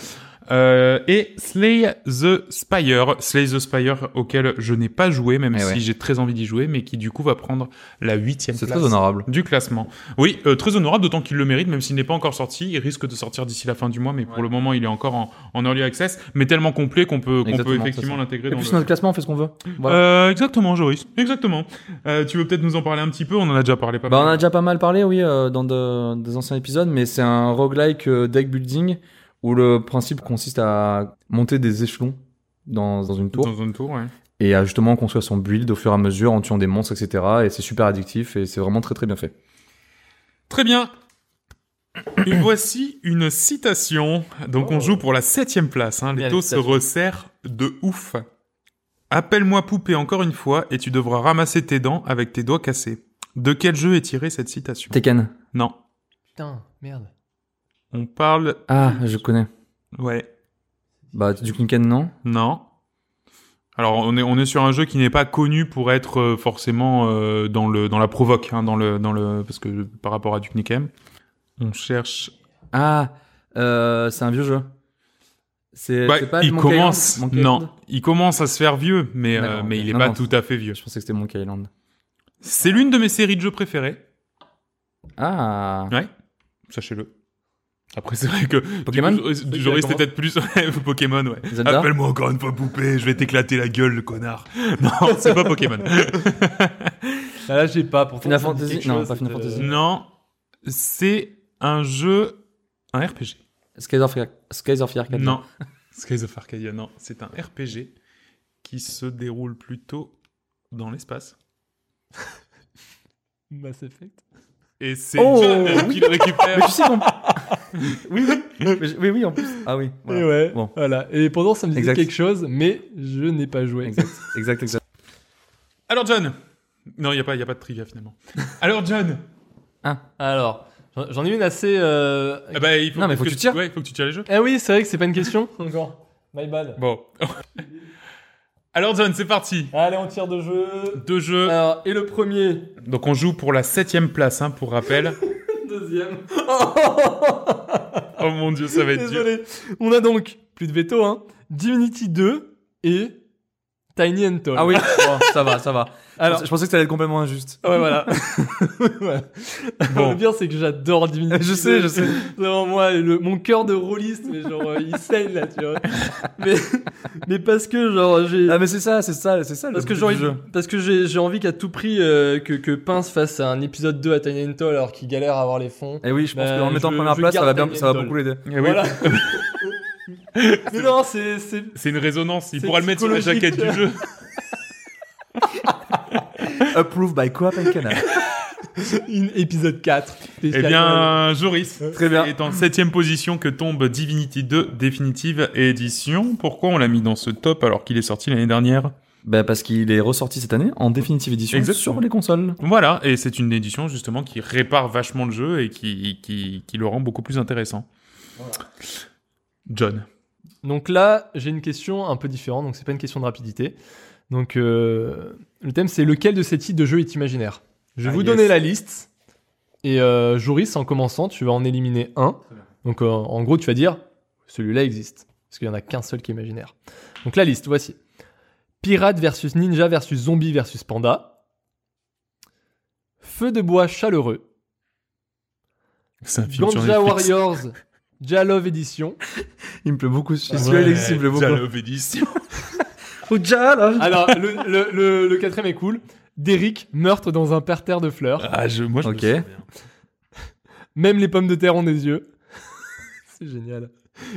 Speaker 5: Euh, et Slay the Spire, Slay the Spire auquel je n'ai pas joué, même
Speaker 6: Eh
Speaker 5: si
Speaker 6: ouais.
Speaker 5: j'ai très envie d'y jouer, mais qui du coup va prendre la huitième
Speaker 6: C'est
Speaker 5: place
Speaker 6: très honorable.
Speaker 5: du classement. Oui, euh, très honorable, d'autant qu'il le mérite, même s'il n'est pas encore sorti. Il risque de sortir d'ici la fin du mois, mais pour le moment, il est encore en, en early access, mais tellement complet qu'on peut, qu'on peut
Speaker 6: Exactement,
Speaker 5: effectivement
Speaker 6: c'est ça.
Speaker 5: l'intégrer
Speaker 6: Et
Speaker 5: dans
Speaker 6: puis sur
Speaker 5: le...
Speaker 6: notre classement, on fait ce qu'on veut. Voilà.
Speaker 5: Euh, exactement, Joris. Exactement. Euh, tu veux peut-être nous en parler un petit peu On en a déjà parlé pas
Speaker 6: Bah, on
Speaker 5: mal.
Speaker 6: a déjà pas mal parlé, oui, euh, dans de- des anciens épisodes, mais c'est un roguelike euh, deck building où le principe consiste à monter des échelons dans, dans une tour
Speaker 5: Dans une tour, ouais.
Speaker 6: et à justement construire son build au fur et à mesure en tuant des monstres, etc. Et c'est super addictif et c'est vraiment très très bien fait.
Speaker 5: Très bien. Et voici une citation. Donc on joue pour la septième place. hein.
Speaker 7: Oh.
Speaker 5: Les
Speaker 7: Bien, les
Speaker 5: taux se
Speaker 7: citations.
Speaker 5: resserrent de ouf. Appelle-moi poupée encore une fois et tu devras ramasser tes dents avec tes doigts cassés. De quel jeu est tirée cette citation
Speaker 6: Tekken.
Speaker 5: Non.
Speaker 7: Putain, merde.
Speaker 5: On parle.
Speaker 6: Ah, je connais.
Speaker 5: Ouais.
Speaker 6: Bah, du Kinken, non
Speaker 5: Non. Alors on est on est sur un jeu qui n'est pas connu pour être euh, forcément euh, dans le dans la provoque, hein, dans le dans le parce que par rapport à Duke Nukem, on cherche.
Speaker 6: Ah, euh, c'est un vieux jeu. C'est
Speaker 5: Bah,
Speaker 6: Euh, c'est pas
Speaker 5: il
Speaker 6: Monkey
Speaker 5: commence.
Speaker 6: Island Monkey
Speaker 5: non,
Speaker 6: Island
Speaker 5: il commence à se faire vieux, mais euh,
Speaker 6: D'accord,
Speaker 5: mais
Speaker 6: ok.
Speaker 5: il est
Speaker 6: Non,
Speaker 5: pas
Speaker 6: non,
Speaker 5: tout à fait vieux.
Speaker 6: Je pensais que c'était Monkey Island.
Speaker 5: C'est l'une de mes séries de jeux préférées.
Speaker 6: Ah,
Speaker 5: Ouais. Sachez-le. Après c'est vrai que du
Speaker 6: Pokémon
Speaker 5: coup, euh, du
Speaker 7: qui
Speaker 5: jour,
Speaker 7: la
Speaker 5: c'était peut-être plus Pokémon ouais.
Speaker 6: Zelda
Speaker 5: Appelle-moi encore une fois poupée, je vais t'éclater la gueule le connard. Non, c'est pas Pokémon.
Speaker 7: Ah, là, j'ai pas. Pourtant,
Speaker 6: Final
Speaker 7: ça me dit
Speaker 6: Fantasy-
Speaker 7: quelque
Speaker 6: non,
Speaker 7: chose,
Speaker 6: pas Final
Speaker 7: euh,
Speaker 6: Fantasy.
Speaker 5: Non, c'est un jeu, un RPG.
Speaker 6: Skies of, Skies of Arcadia.
Speaker 5: Non, Skies of Arcadia, non, c'est un RPG qui se déroule plutôt dans l'espace.
Speaker 7: Mass Effect.
Speaker 5: Et c'est
Speaker 6: Oh,
Speaker 5: John qui le récupère.
Speaker 6: Mais tu sais qu'on. oui, oui. Mais je- oui, oui, en plus. Ah oui. voilà.
Speaker 7: Et ouais.
Speaker 6: Bon.
Speaker 7: Voilà. Et pendant, ça me disait
Speaker 6: Exact.
Speaker 7: quelque chose, mais je n'ai pas joué.
Speaker 6: Exact, exact, exact.
Speaker 5: Alors John, non, il n'y a pas, il y a pas de trivia finalement. Alors John,
Speaker 7: Alors, j'en j'en ai une assez. euh,
Speaker 5: eh ben, il faut,
Speaker 6: Non, mais faut que tu tires.
Speaker 5: Ouais, faut que tu tires les jeux.
Speaker 7: Ah oui, c'est vrai que c'est pas une question. Encore. My bad.
Speaker 5: Bon. Alors John, c'est parti.
Speaker 7: Allez, on tire de jeu.
Speaker 5: Deux
Speaker 6: Euh,
Speaker 5: jeux.
Speaker 7: Alors, et le premier
Speaker 5: Donc on joue pour la septième place, hein, pour rappel.
Speaker 7: Deuxième.
Speaker 5: oh mon dieu, ça va être dur.
Speaker 7: Désolé. On a donc, plus de veto, hein, Divinity 2 et Tiny and Tall.
Speaker 6: Ah oui, bon, ça va, ça va.
Speaker 7: Alors,
Speaker 6: je pensais que ça allait être complètement injuste.
Speaker 7: Ah ouais, voilà. Ouais.
Speaker 5: Bon.
Speaker 7: Le pire, c'est que j'adore Divinity
Speaker 6: Je sais,
Speaker 7: 2.
Speaker 6: je sais.
Speaker 7: Vraiment, moi, le, mon cœur de rôliste, mais genre, euh, il saigne, là, tu vois. Mais, mais parce que, genre, j'ai...
Speaker 6: Ah, mais c'est ça, c'est ça, c'est ça.
Speaker 7: Parce
Speaker 6: le
Speaker 7: que,
Speaker 6: but
Speaker 7: j'ai
Speaker 6: du
Speaker 7: envie-
Speaker 6: jeu.
Speaker 7: parce que j'ai j'ai envie qu'à tout prix euh, que, que Pince fasse un épisode 2 à Tiny and Tall alors qu'il galère à avoir les fonds.
Speaker 6: Et Eh oui, je pense
Speaker 7: Bah,
Speaker 6: qu'en le mettant en
Speaker 7: je-
Speaker 6: première
Speaker 7: je
Speaker 6: place, ça va,
Speaker 7: garde
Speaker 6: bien,
Speaker 7: Tiny
Speaker 6: ça va
Speaker 7: Idol.
Speaker 6: beaucoup l'aider.
Speaker 5: Eh oui.
Speaker 7: Voilà. mais non, c'est... c'est-
Speaker 5: C'est une résonance. Il
Speaker 7: C'est
Speaker 5: pourra le mettre sur la
Speaker 7: psychologique.
Speaker 5: jaquette du jeu.
Speaker 6: Approved by Coop and Canal.
Speaker 7: In- épisode 4.
Speaker 5: Eh bien, Joris
Speaker 6: Très bien.
Speaker 5: est en septième position que tombe Divinity 2 Définitive Édition. Pourquoi on l'a mis dans ce top alors qu'il est sorti l'année dernière
Speaker 6: Bah, parce qu'il est ressorti cette année en définitive édition
Speaker 5: Exactement.
Speaker 6: sur les consoles.
Speaker 5: Voilà, et c'est une édition justement qui répare vachement le jeu et qui, qui, qui le rend beaucoup plus intéressant. John.
Speaker 7: Donc là, j'ai une question un peu différente, donc c'est pas une question de rapidité. Donc euh, le thème c'est lequel de ces titres de jeu est imaginaire Je vais
Speaker 5: Ah,
Speaker 7: vous
Speaker 5: yes.
Speaker 7: donner la liste et euh, Joris, en commençant, tu vas en éliminer un. Donc euh, en gros, tu vas dire celui-là existe parce qu'il y en a qu'un seul qui est imaginaire. Donc la liste, voici Pirate versus Ninja versus Zombie versus Panda, Feu de bois chaleureux,
Speaker 5: C'est un film sur
Speaker 7: Ganja
Speaker 5: Netflix.
Speaker 7: Warriors, Jalove Edition.
Speaker 6: Il me plaît beaucoup. ce-
Speaker 5: Ouais,
Speaker 6: Celui-là, il existe, il me plaît beaucoup.
Speaker 5: Jalove Edition.
Speaker 6: Oh, Jal
Speaker 7: Alors, le, le, le- le quatrième est cool. Derrick, meurtre dans un parterre de fleurs.
Speaker 5: Ah, je, moi, je me
Speaker 6: Ok.
Speaker 5: souviens bien.
Speaker 7: Même les pommes de terre ont des yeux. c'est génial.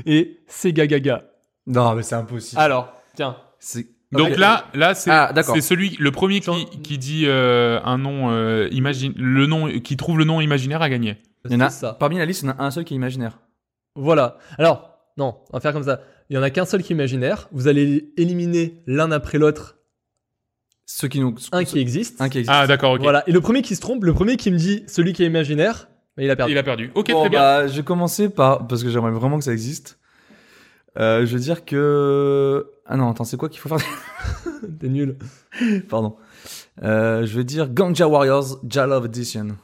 Speaker 7: Et Sega Gaga.
Speaker 6: Non, mais c'est impossible.
Speaker 7: Alors, tiens.
Speaker 6: C'est-
Speaker 5: Donc là, là c'est
Speaker 6: Ah, d'accord.
Speaker 5: c'est celui, le premier
Speaker 7: Jean-
Speaker 5: qui, qui dit euh, un nom, euh, imagine, le nom, qui trouve le nom imaginaire a gagné.
Speaker 6: Il y en a,
Speaker 7: c'est ça.
Speaker 6: parmi la liste, il y en a un seul qui est imaginaire.
Speaker 7: Voilà. Alors, non, on va faire comme ça. Il y en a qu'un seul qui est imaginaire. Vous allez éliminer l'un après l'autre
Speaker 6: Ceux qui nous.
Speaker 7: un qui existe.
Speaker 6: Un qui existe.
Speaker 5: Ah, d'accord, ok.
Speaker 7: Voilà. Et le premier qui se trompe, le premier qui me dit celui qui est imaginaire, bah, il a perdu.
Speaker 5: Il a perdu. Ok,
Speaker 6: Bon,
Speaker 5: très bien.
Speaker 6: bah, je vais commencer par. Parce que j'aimerais vraiment que ça existe. Euh, je veux dire que. Ah non, attends, c'est quoi qu'il faut faire
Speaker 7: T'es nul.
Speaker 6: Pardon. Euh, je veux dire Ganja Warriors Jalove Edition.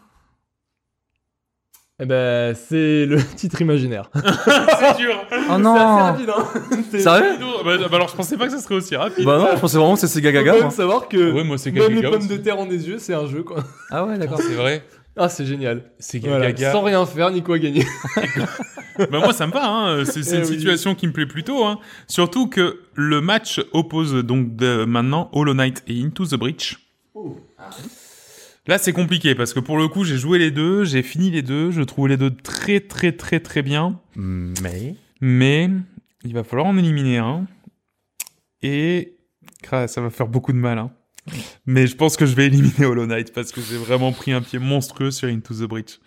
Speaker 7: Eh ben, c'est le titre imaginaire.
Speaker 5: C'est dur.
Speaker 6: Oh
Speaker 7: C'est assez
Speaker 6: non
Speaker 7: rapide, hein. C'est-
Speaker 6: Sérieux
Speaker 5: bah, bah, alors, je pensais pas que ça serait aussi rapide.
Speaker 6: Bah non, je pensais vraiment que c'était Sega
Speaker 7: Faut
Speaker 6: Gaga.
Speaker 7: quand
Speaker 6: moi.
Speaker 7: même savoir que
Speaker 5: Ouais, moi, c'est
Speaker 7: même les
Speaker 5: Gaga
Speaker 7: pommes
Speaker 5: aussi.
Speaker 7: de terre en des yeux, c'est un jeu quoi.
Speaker 6: Ah ouais, d'accord.
Speaker 5: C'est vrai.
Speaker 7: Ah, c'est génial.
Speaker 5: C'est
Speaker 7: Voilà.
Speaker 5: Gaga.
Speaker 7: Sans rien faire, Nico a gagné.
Speaker 5: Bah moi ça me va, hein. c'est c'est
Speaker 7: Eh
Speaker 5: une
Speaker 7: oui.
Speaker 5: situation qui me plaît plutôt. Hein. Surtout que le match oppose donc de, maintenant Hollow Knight et Into the Breach. Là c'est compliqué parce que pour le coup j'ai joué les deux, j'ai fini les deux, je trouve les deux très très très très bien.
Speaker 6: Mais.
Speaker 5: Mais il va falloir en éliminer un. Et cra- ça va faire beaucoup de mal. Hein. Mais je pense que je vais éliminer Hollow Knight parce que j'ai vraiment pris un pied monstrueux sur Into the Breach.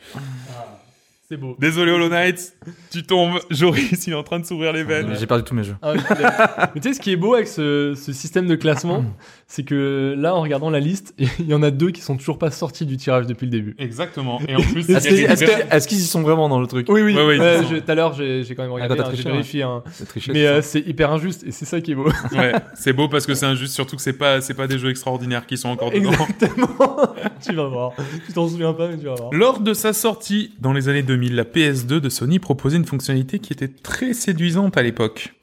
Speaker 7: C'est beau.
Speaker 5: Désolé Hollow Knight, tu tombes. Joris, il est en train de s'ouvrir les veines.
Speaker 6: J'ai perdu tous mes jeux.
Speaker 7: Ah, oui, c'est bien. Mais tu sais, ce qui est beau avec ce, ce système de classement, c'est que là, en regardant la liste, il y en a deux qui sont toujours pas sortis du tirage depuis le début.
Speaker 5: Exactement. Et en plus,
Speaker 6: Est-ce
Speaker 5: il y
Speaker 6: qu'ils
Speaker 5: a des-
Speaker 6: est-ce qu'ils y sont vraiment dans le truc
Speaker 7: Oui, oui.
Speaker 5: Ouais, ouais, ils
Speaker 7: Euh,
Speaker 5: sont-
Speaker 7: je- Tout à l'heure, j'ai j'ai quand
Speaker 5: Ah,
Speaker 7: même regardé,
Speaker 6: quand t'as
Speaker 7: hein, j'ai
Speaker 6: triché,
Speaker 7: vérifié. hein.
Speaker 6: C'est triché.
Speaker 7: Mais euh, c'est hyper injuste et c'est ça qui est beau.
Speaker 5: ouais, c'est beau parce que c'est injuste, surtout que c'est pas, c'est pas des jeux extraordinaires qui sont encore dedans.
Speaker 7: Exactement. tu vas voir. Tu t'en souviens pas, mais tu vas voir.
Speaker 5: Lors de sa sortie dans les années 2000, la PS2 de Sony proposait une fonctionnalité qui était très séduisante à l'époque,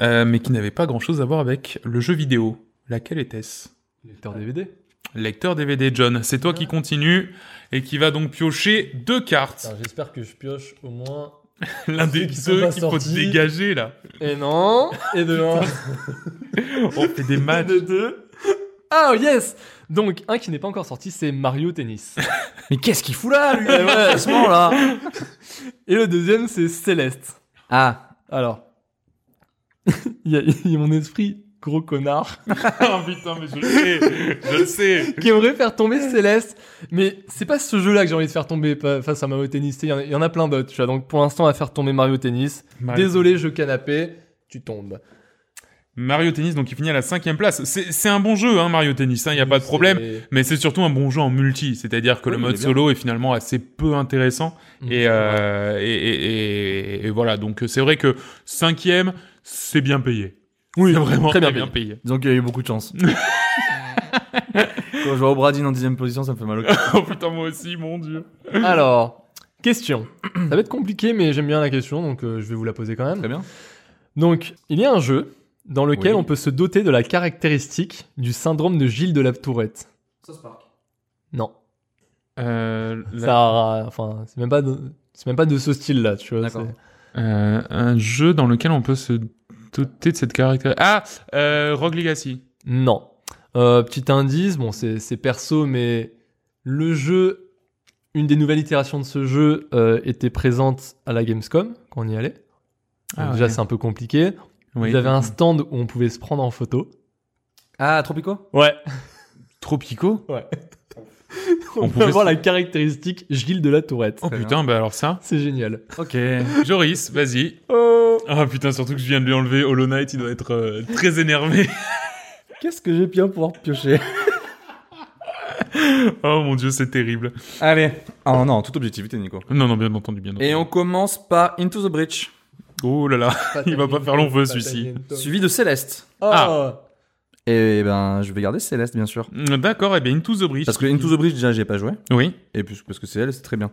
Speaker 5: euh, mais qui n'avait pas grand chose à voir avec le jeu vidéo. Laquelle était-ce
Speaker 7: Lecteur DVD.
Speaker 5: Lecteur DVD John, c'est toi qui continue et qui va donc piocher deux cartes.
Speaker 7: J'espère que je pioche au moins.
Speaker 5: L'un des
Speaker 7: Ceux qui sont
Speaker 5: deux
Speaker 7: pas
Speaker 5: qu'il faut
Speaker 7: sortis.
Speaker 5: dégager là.
Speaker 7: Et non. Et de un.
Speaker 5: On fait des matchs.
Speaker 7: de deux. Ah yes Donc un qui n'est pas encore sorti, c'est Mario Tennis.
Speaker 6: Mais qu'est-ce qu'il fout là, lui
Speaker 7: Eh ouais.
Speaker 6: À ce moment là
Speaker 7: Et le deuxième, c'est Céleste.
Speaker 6: Ah,
Speaker 7: Alors, il y, a- il y a mon esprit gros connard
Speaker 5: Ah, putain, mais je le sais, je le sais.
Speaker 7: qui aimerait faire tomber Céleste, mais c'est pas ce jeu-là que j'ai envie de faire tomber pa- face à Mario Tennis. Tu sais, Il y, en a- il y en a plein d'autres. Tu vois, donc pour l'instant, à faire tomber Mario Tennis. Désolé, jeu canapé, tu tombes.
Speaker 5: Mario Tennis, donc il finit à la cinquième place. C'est c'est un bon jeu, hein, Mario Tennis, il n'y a pas de problème.
Speaker 7: C'est-
Speaker 5: Mais c'est surtout un bon jeu en multi, c'est-à-dire que
Speaker 6: Ah Oui,
Speaker 5: le
Speaker 6: il
Speaker 5: mode
Speaker 6: est bien. Mmh.
Speaker 5: solo est finalement assez peu intéressant.
Speaker 7: Mm.
Speaker 5: Et, euh, et, et- et- et voilà, donc c'est vrai que cinquième, c'est bien payé. Oui, vraiment
Speaker 7: très
Speaker 5: très
Speaker 7: bien
Speaker 5: bien, payé.
Speaker 6: disons qu'il y a eu beaucoup de chance. Quand je vois Obradin en dixième position, ça me fait mal au cœur.
Speaker 5: oh putain, moi aussi, mon dieu.
Speaker 7: Alors, question. Ça va être compliqué, mais j'aime bien la question, donc euh, je vais vous la poser quand même.
Speaker 6: Très bien.
Speaker 7: Donc, il y a un jeu dans lequel
Speaker 6: Oui.
Speaker 7: on peut se doter de la caractéristique du syndrome de Gilles de la Tourette. Non,
Speaker 5: Euh, la-
Speaker 7: ça, euh, enfin, c'est même pas, de, c'est même pas de ce style-là, tu vois.
Speaker 6: D'accord.
Speaker 7: c'est-
Speaker 5: euh, un jeu dans lequel on peut se doter de cette caractéristique. Ah, euh, Rogue Legacy.
Speaker 7: Non. Euh, petit indice, bon, c'est, c'est perso, mais le jeu, une des nouvelles itérations de ce jeu euh, était présente à la Gamescom quand on y allait.
Speaker 5: Ah,
Speaker 7: Donc déjà,
Speaker 5: ouais.
Speaker 7: c'est un peu compliqué.
Speaker 5: Oui.
Speaker 7: Ils avaient un stand où on pouvait se prendre en photo.
Speaker 6: Ah, Tropico
Speaker 7: Ouais.
Speaker 5: Tropico
Speaker 7: Ouais. On,
Speaker 5: On
Speaker 7: peut
Speaker 5: pouvait
Speaker 7: avoir
Speaker 5: se-
Speaker 7: la caractéristique Gilles de la Tourette.
Speaker 5: Oh putain, bah alors ça.
Speaker 7: C'est génial.
Speaker 6: Ok.
Speaker 5: Joris, vas-y.
Speaker 6: Oh.
Speaker 5: Ah putain, surtout que je viens de lui enlever Hollow Knight, il doit être euh, très énervé.
Speaker 6: Qu'est-ce que j'ai bien pouvoir piocher
Speaker 5: oh mon dieu, c'est terrible.
Speaker 6: Allez. Ah non, toute objectivité, Nico.
Speaker 5: Non, non, bien entendu, bien entendu.
Speaker 6: Et on commence par Into the Breach,
Speaker 5: Oh là là, il va pas faire long feu celui-ci.
Speaker 6: suivi de Céleste.
Speaker 7: Oh,
Speaker 6: Et ben, je vais garder Céleste, bien sûr.
Speaker 5: Mm, D'accord, et bien Into the Breach.
Speaker 6: Parce que Into the Breach, déjà, j'ai pas joué.
Speaker 5: Oui.
Speaker 6: Et puis, parce que c'est elle, c'est très bien.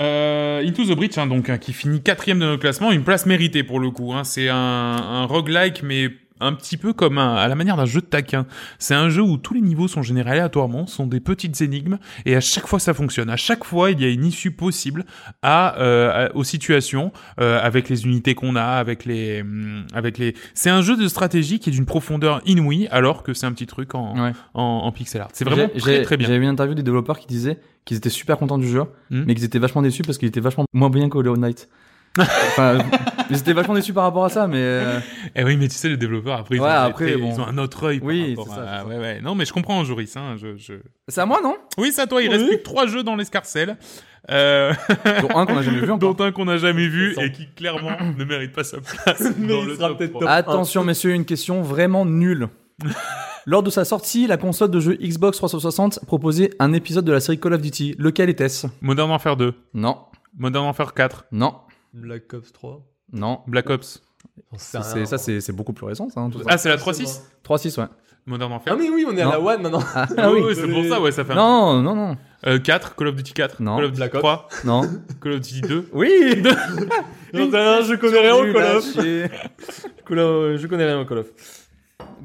Speaker 5: Euh, Into the Breach, hein, donc, hein, qui finit quatrième de notre classement, une place méritée pour le coup. Hein. C'est un, un roguelike, mais un petit peu comme un, à la manière d'un jeu de taquin. C'est un jeu où tous les niveaux sont générés aléatoirement, sont des petites énigmes, et à chaque fois ça fonctionne. À chaque fois, il y a une issue possible à, euh, à- aux situations, euh, avec les unités qu'on a, avec les, hum, avec les. C'est un jeu de stratégie qui est d'une profondeur inouïe, alors que c'est un petit truc en,
Speaker 6: Ouais.
Speaker 5: en, en pixel art. C'est vraiment
Speaker 6: J'ai-
Speaker 5: très
Speaker 6: j'ai-
Speaker 5: très bien.
Speaker 6: J'avais vu une interview des développeurs qui disaient qu'ils étaient super contents du jeu,
Speaker 5: Hmm.
Speaker 6: mais qu'ils étaient vachement déçus parce qu'il était vachement moins bien que Hollow Knight. enfin, ils étaient vachement déçus par rapport à ça, mais euh,
Speaker 5: Eh oui, mais tu sais, les développeurs, après, ils,
Speaker 6: Ouais,
Speaker 5: ont,
Speaker 6: après,
Speaker 5: été-
Speaker 6: bon.
Speaker 5: ils ont un autre œil par
Speaker 6: Oui,
Speaker 5: rapport
Speaker 6: c'est ça,
Speaker 5: à-
Speaker 6: c'est ça.
Speaker 5: ouais, ouais. Non, mais je comprends, Joris. Hein, je, je...
Speaker 6: c'est à moi, non
Speaker 5: Oui, c'est à toi, il reste plus que trois jeux dans l'escarcelle. Euh...
Speaker 6: Dont un qu'on a jamais vu encore.
Speaker 5: dont un qu'on n'a jamais vu
Speaker 7: Sans.
Speaker 5: et qui, clairement, ne mérite pas sa place
Speaker 7: Mais
Speaker 5: dans
Speaker 7: il
Speaker 5: le
Speaker 7: sera
Speaker 5: top
Speaker 7: peut-être
Speaker 5: 3.
Speaker 7: top.
Speaker 6: Attention, messieurs, une question vraiment nulle. Lors de sa sortie, la console de jeu Xbox 360 proposait un épisode de la série Call of Duty. Lequel était-ce
Speaker 5: Modern Warfare 2,
Speaker 6: Non,
Speaker 5: Modern Warfare 4,
Speaker 6: non,
Speaker 7: Black Ops 3.
Speaker 6: non.
Speaker 5: Black Ops.
Speaker 7: J'en sais
Speaker 6: Ça,
Speaker 7: rien.
Speaker 6: c'est- Ça, c'est c'est beaucoup plus récent, ça. hein, tout ça.
Speaker 5: Ah, c'est la 3-6
Speaker 6: 3-6, ouais.
Speaker 5: Modern
Speaker 7: Ah
Speaker 5: Warfare
Speaker 7: mais oui, on est
Speaker 6: Non.
Speaker 7: à la one maintenant.
Speaker 6: Ah
Speaker 5: Oh,
Speaker 6: oui.
Speaker 5: ouais, c'est pour ça, ouais, ça fait un-
Speaker 6: Non, non, non.
Speaker 5: Euh, 4, Call of Duty 4,
Speaker 6: Non.
Speaker 5: Call of Duty
Speaker 7: Black Ops.
Speaker 5: 3,
Speaker 6: Non.
Speaker 5: Call of Duty 2.
Speaker 6: Oui
Speaker 7: J'en sais rien, je connais rien au
Speaker 6: Nul
Speaker 7: Call
Speaker 6: à
Speaker 7: of.
Speaker 6: chier.
Speaker 7: Call of- euh, Je connais rien au Call of.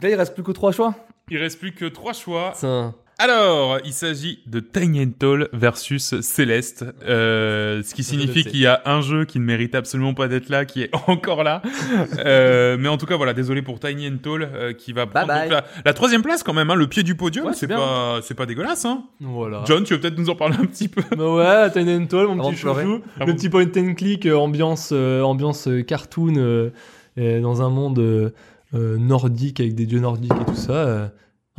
Speaker 6: Là, il reste plus que trois choix.
Speaker 5: Il reste plus que trois choix.
Speaker 7: Putain.
Speaker 5: Alors, il s'agit de Tiny and Tall versus Céleste, euh, ce qui signifie
Speaker 7: DLC.
Speaker 5: qu'il y a un jeu qui ne mérite absolument pas d'être là, qui est encore là. Euh, mais en tout cas, voilà, désolé pour Tiny and Tall euh, qui va prendre
Speaker 6: bye.
Speaker 5: donc la, la troisième place quand même, hein, le pied du podium.
Speaker 6: Ouais, c'est
Speaker 5: c'est
Speaker 6: bien.
Speaker 5: pas, c'est pas dégueulasse. Hein.
Speaker 7: Voilà.
Speaker 5: John, tu veux peut-être nous en parler un petit peu.
Speaker 7: Bah ouais, Tiny and Tall, mon
Speaker 6: Avant
Speaker 7: petit
Speaker 6: de pleurer.
Speaker 7: chouchou.
Speaker 5: Avant
Speaker 7: le
Speaker 5: de- Ah
Speaker 7: petit point and click, euh, ambiance, euh, ambiance euh, cartoon, euh, euh, dans un monde euh, euh, nordique, avec des dieux nordiques et tout ça. euh,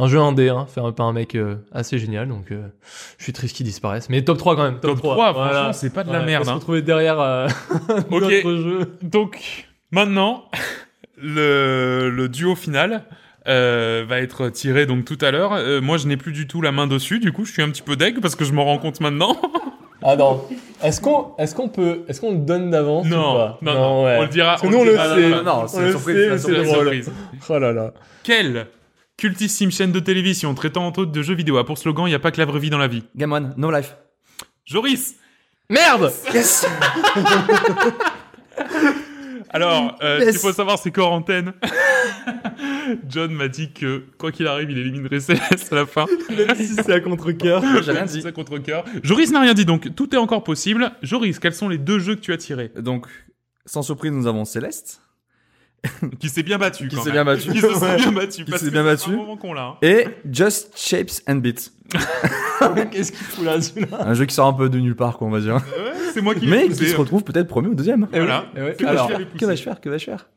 Speaker 7: un jeu indé, hein, fait un- par un mec euh, assez génial, donc euh, je suis triste qu'il disparaisse. Mais top 3 quand même, top,
Speaker 5: Top 3, franchement, c'est pas de la
Speaker 7: Ouais,
Speaker 5: merde.
Speaker 7: On va se
Speaker 5: hein.
Speaker 7: retrouver derrière euh,
Speaker 5: Ok.
Speaker 7: notre jeu.
Speaker 5: Donc, maintenant, le, le duo final euh, va être tiré donc tout à l'heure. Euh, moi, je n'ai plus du tout la main dessus, du coup, je suis un petit peu deg parce que je m'en rends compte maintenant.
Speaker 7: Ah non. Est-ce qu'on est qu'on peut est-ce qu'on le donne d'avance ou
Speaker 5: Non,
Speaker 7: pas
Speaker 5: non, non,
Speaker 7: ouais.
Speaker 5: on le dira.
Speaker 7: Parce que nous on le
Speaker 5: dira à la
Speaker 7: sait.
Speaker 5: fin.
Speaker 6: Non, c'est
Speaker 7: On
Speaker 6: une
Speaker 7: le
Speaker 6: surprise,
Speaker 7: sait,
Speaker 6: c'est
Speaker 7: mais
Speaker 6: une
Speaker 7: c'est
Speaker 5: Quelle
Speaker 7: drôle.
Speaker 5: Ah, surprise.
Speaker 7: Oh là là.
Speaker 5: Quelle cultissime chaîne de télévision traitant en haute de jeux vidéo a pour slogan Il n'y a pas que la vraie vie dans la vie.
Speaker 6: Game One, No Life.
Speaker 5: Joris
Speaker 7: Merde
Speaker 5: Alors, euh,
Speaker 6: Yes.
Speaker 5: ce qu'il faut savoir, c'est qu'en antenne, John m'a dit que, quoi qu'il arrive, il éliminerait Céleste à la fin.
Speaker 7: Même si c'est à contre-cœur.
Speaker 6: J'ai rien dit.
Speaker 5: Ça contre cœur. Joris n'a rien dit, donc tout est encore possible. Joris, quels sont les deux jeux que tu as tirés
Speaker 6: Donc, sans surprise, nous avons Céleste.
Speaker 5: Qui s'est bien battu.
Speaker 6: Qui
Speaker 5: quand
Speaker 6: s'est
Speaker 5: même.
Speaker 6: bien battu.
Speaker 5: Qui se sont bien battu.
Speaker 6: Qui
Speaker 5: parce
Speaker 6: s'est
Speaker 5: que
Speaker 6: bien
Speaker 5: c'est
Speaker 6: battu.
Speaker 5: un moment qu'on l'a, hein.
Speaker 6: Et Just Shapes and Beats.
Speaker 7: Qu'est-ce qu'il fout là celui-là
Speaker 6: Un jeu qui sort un peu de nulle part, quoi, on va dire.
Speaker 5: Ouais, C'est moi qui l'ai
Speaker 6: Mais
Speaker 5: poussé.
Speaker 6: qui se retrouve peut-être premier ou deuxième.
Speaker 5: Et voilà.
Speaker 7: Eh ouais.
Speaker 5: Que
Speaker 7: Alors,
Speaker 5: je l'avais
Speaker 6: Que
Speaker 5: poussé.
Speaker 6: vais-je faire Que vais-je faire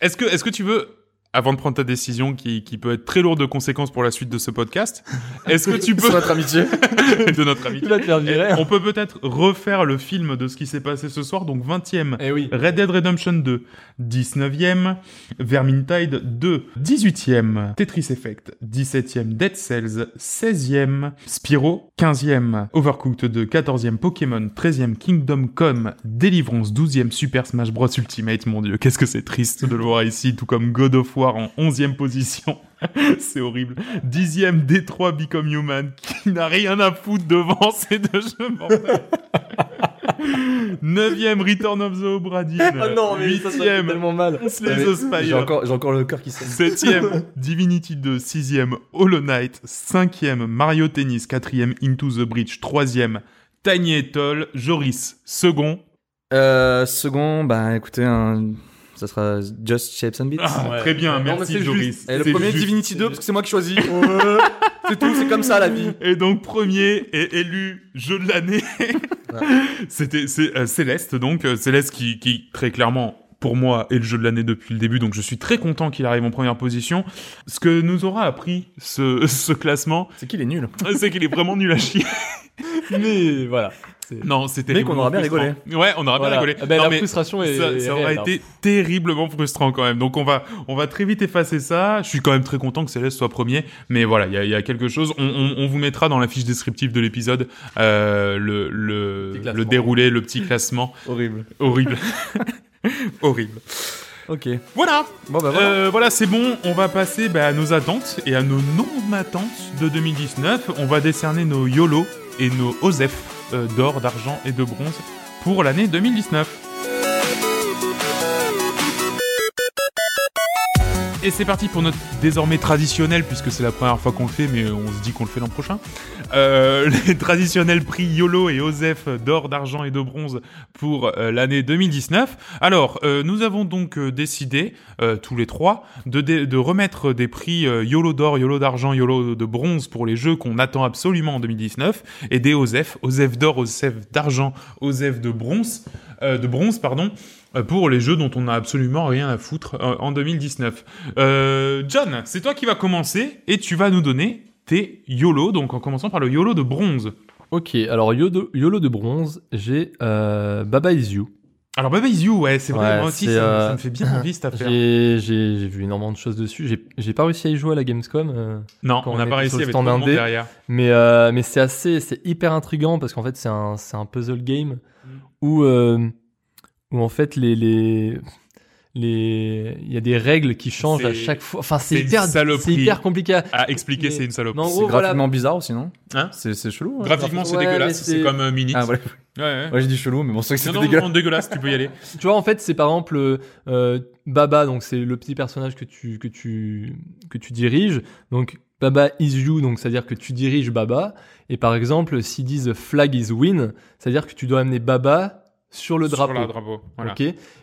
Speaker 5: Est-ce que, est-ce que tu veux, avant de prendre ta décision qui, qui peut être très lourde de conséquences pour la suite de ce podcast, est-ce que tu peux,
Speaker 6: C'est notre amitié.
Speaker 5: de notre ami,
Speaker 7: tu vas te faire virer.
Speaker 5: on peut peut-être refaire le film de ce qui s'est passé ce soir, donc 20e.
Speaker 7: Eh oui.
Speaker 5: Red Dead Redemption 2, 19e, Vermintide 2, 18e, Tetris Effect, 17e, Dead Cells, 16e, Spyro, 15e, Overcooked 2, 14e, Pokémon, 13e, Kingdom Come, Deliverance, 12e, Super Smash Bros Ultimate, mon dieu, qu'est-ce que c'est triste de le voir ici, tout comme God of War en 11e position. C'est horrible. Dixième Détroit Become Human qui n'a rien à foutre devant ces deux jeux. bordel. Neuvième Return of the Obra Dinn.
Speaker 7: Ah non, mais ça, ça fait
Speaker 5: Huitième
Speaker 7: tellement mal. Ah,
Speaker 5: Slay the
Speaker 6: J'ai
Speaker 5: Spire.
Speaker 6: encore, j'ai encore le cœur qui saigne.
Speaker 5: Septième Divinity 2. Sixième Hollow Knight. Cinquième Mario Tennis. Quatrième Into the Bridge. Troisième Tiny Atoll. Joris. Second.
Speaker 6: Euh, second, bah écoutez, un- ça sera Just Shapes and Beats.
Speaker 5: Ah,
Speaker 7: Ouais.
Speaker 5: Très bien,
Speaker 7: Non, mais
Speaker 5: merci
Speaker 7: c'est
Speaker 5: Joris.
Speaker 7: juste. Eh,
Speaker 6: Et le
Speaker 5: C'est
Speaker 6: premier
Speaker 5: juste.
Speaker 6: Divinity 2 parce que c'est moi qui choisis. c'est tout, c'est comme ça la vie.
Speaker 5: Et donc premier est élu jeu de l'année. C'était c'est, euh, Céleste donc euh, Céleste qui, qui très clairement pour moi est le jeu de l'année depuis le début, donc je suis très content qu'il arrive en première position. Ce que nous aura appris ce, ce classement,
Speaker 6: C'est qu'il est nul.
Speaker 5: c'est qu'il est vraiment nul à chier.
Speaker 7: Mais voilà.
Speaker 5: Non, c'était
Speaker 6: Mais qu'on aura bien
Speaker 5: frustrant. Ouais, on aura
Speaker 7: Voilà.
Speaker 5: bien rigolé.
Speaker 7: Ah ben,
Speaker 5: Non,
Speaker 7: la
Speaker 5: mais
Speaker 7: frustration est.
Speaker 5: ça, ça
Speaker 7: est
Speaker 5: aura
Speaker 7: réelle, hein.
Speaker 5: été terriblement frustrant quand même. Donc on va, on va très vite effacer ça. Je suis quand même très content que Céleste soit premier. Mais voilà, il y a, il y a quelque chose. On, on- on vous mettra dans la fiche descriptive de l'épisode euh, le, le,
Speaker 7: Petit classement.
Speaker 5: le déroulé, le petit classement.
Speaker 6: Horrible.
Speaker 5: Horrible. Horrible.
Speaker 6: Ok.
Speaker 5: Voilà.
Speaker 6: Bon bah voilà.
Speaker 5: Euh, voilà, c'est bon, on va passer bah, à nos attentes et à nos non-attentes de 2019. On va décerner nos YOLO et nos OSEF euh, d'or, d'argent et de bronze pour l'année 2019. Et c'est parti pour notre désormais traditionnel, puisque c'est la première fois qu'on le fait, mais euh, on se dit qu'on le fait l'an prochain. Euh, les traditionnels prix YOLO et OSEF d'or, d'argent et de bronze pour euh, l'année 2019. Alors, euh, nous avons donc euh, décidé, euh, tous les trois, de, dé- de remettre des prix euh, YOLO d'or, YOLO d'argent, YOLO de bronze pour les jeux qu'on attend absolument en 2019, et des OSEF, OSEF d'or, OSEF d'argent, OSEF de bronze, euh, de bronze, pardon, euh, pour les jeux dont on n'a absolument rien à foutre euh, en 2019. Euh, John, c'est toi qui vas commencer, et tu vas nous donner tes YOLO, donc en commençant par le YOLO de bronze.
Speaker 7: Ok, alors Yodo- YOLO de bronze, j'ai euh, Baba Is You.
Speaker 5: Alors Baba Is You, ouais, c'est vrai,
Speaker 7: Ouais,
Speaker 5: moi aussi, ça,
Speaker 7: c'est,
Speaker 5: me-
Speaker 7: euh,
Speaker 5: ça me fait bien envie cette affaire.
Speaker 7: J'ai j'ai- j'ai vu énormément de choses dessus. J'ai- J'ai pas réussi à y jouer à la Gamescom. euh,
Speaker 5: Non,
Speaker 7: Quand
Speaker 5: on
Speaker 7: on
Speaker 5: n'a
Speaker 7: était
Speaker 5: pas
Speaker 7: sur
Speaker 5: réussi
Speaker 7: le
Speaker 5: avec tout
Speaker 7: stand
Speaker 5: le monde
Speaker 7: indé.
Speaker 5: derrière.
Speaker 7: Mais, euh, mais c'est assez, c'est hyper intriguant parce qu'en fait, c'est un, c'est un puzzle game
Speaker 5: Mm.
Speaker 7: où, euh, où en fait, les. les les il y a des règles qui changent à
Speaker 5: C'est-
Speaker 7: chaque fois enfin c'est
Speaker 5: c'est une
Speaker 7: hyper c'est
Speaker 5: saloperie.
Speaker 7: hyper compliqué à-
Speaker 5: À expliquer,
Speaker 7: Mais-
Speaker 5: c'est une salope.
Speaker 7: mais en
Speaker 6: C'est
Speaker 7: gros voilà
Speaker 6: graphiquement bizarre aussi, non
Speaker 5: Hein
Speaker 6: C'est c'est chelou. ouais.
Speaker 5: Graphiquement, c'est
Speaker 7: Ouais,
Speaker 5: dégueulasse.
Speaker 7: mais
Speaker 5: C'est
Speaker 7: c'est-
Speaker 5: comme euh, Minix.
Speaker 6: Ah voilà.
Speaker 5: Ouais, ouais.
Speaker 6: Ouais, j'ai dit chelou, mais bon, c'est vrai
Speaker 5: Non,
Speaker 6: que c'était
Speaker 5: non,
Speaker 6: dégueulasse.
Speaker 5: non, dégueulasse, tu peux y aller.
Speaker 7: Tu vois, en fait, c'est par exemple euh, euh, Baba, donc c'est le petit personnage que tu, que tu, que tu diriges. Donc Baba is you, donc c'est-à-dire que tu diriges Baba. Et par exemple, s'ils disent flag is win, c'est-à-dire que tu dois amener Baba sur le drapeau.
Speaker 5: Sur le drapeau. Voilà.
Speaker 7: Ok.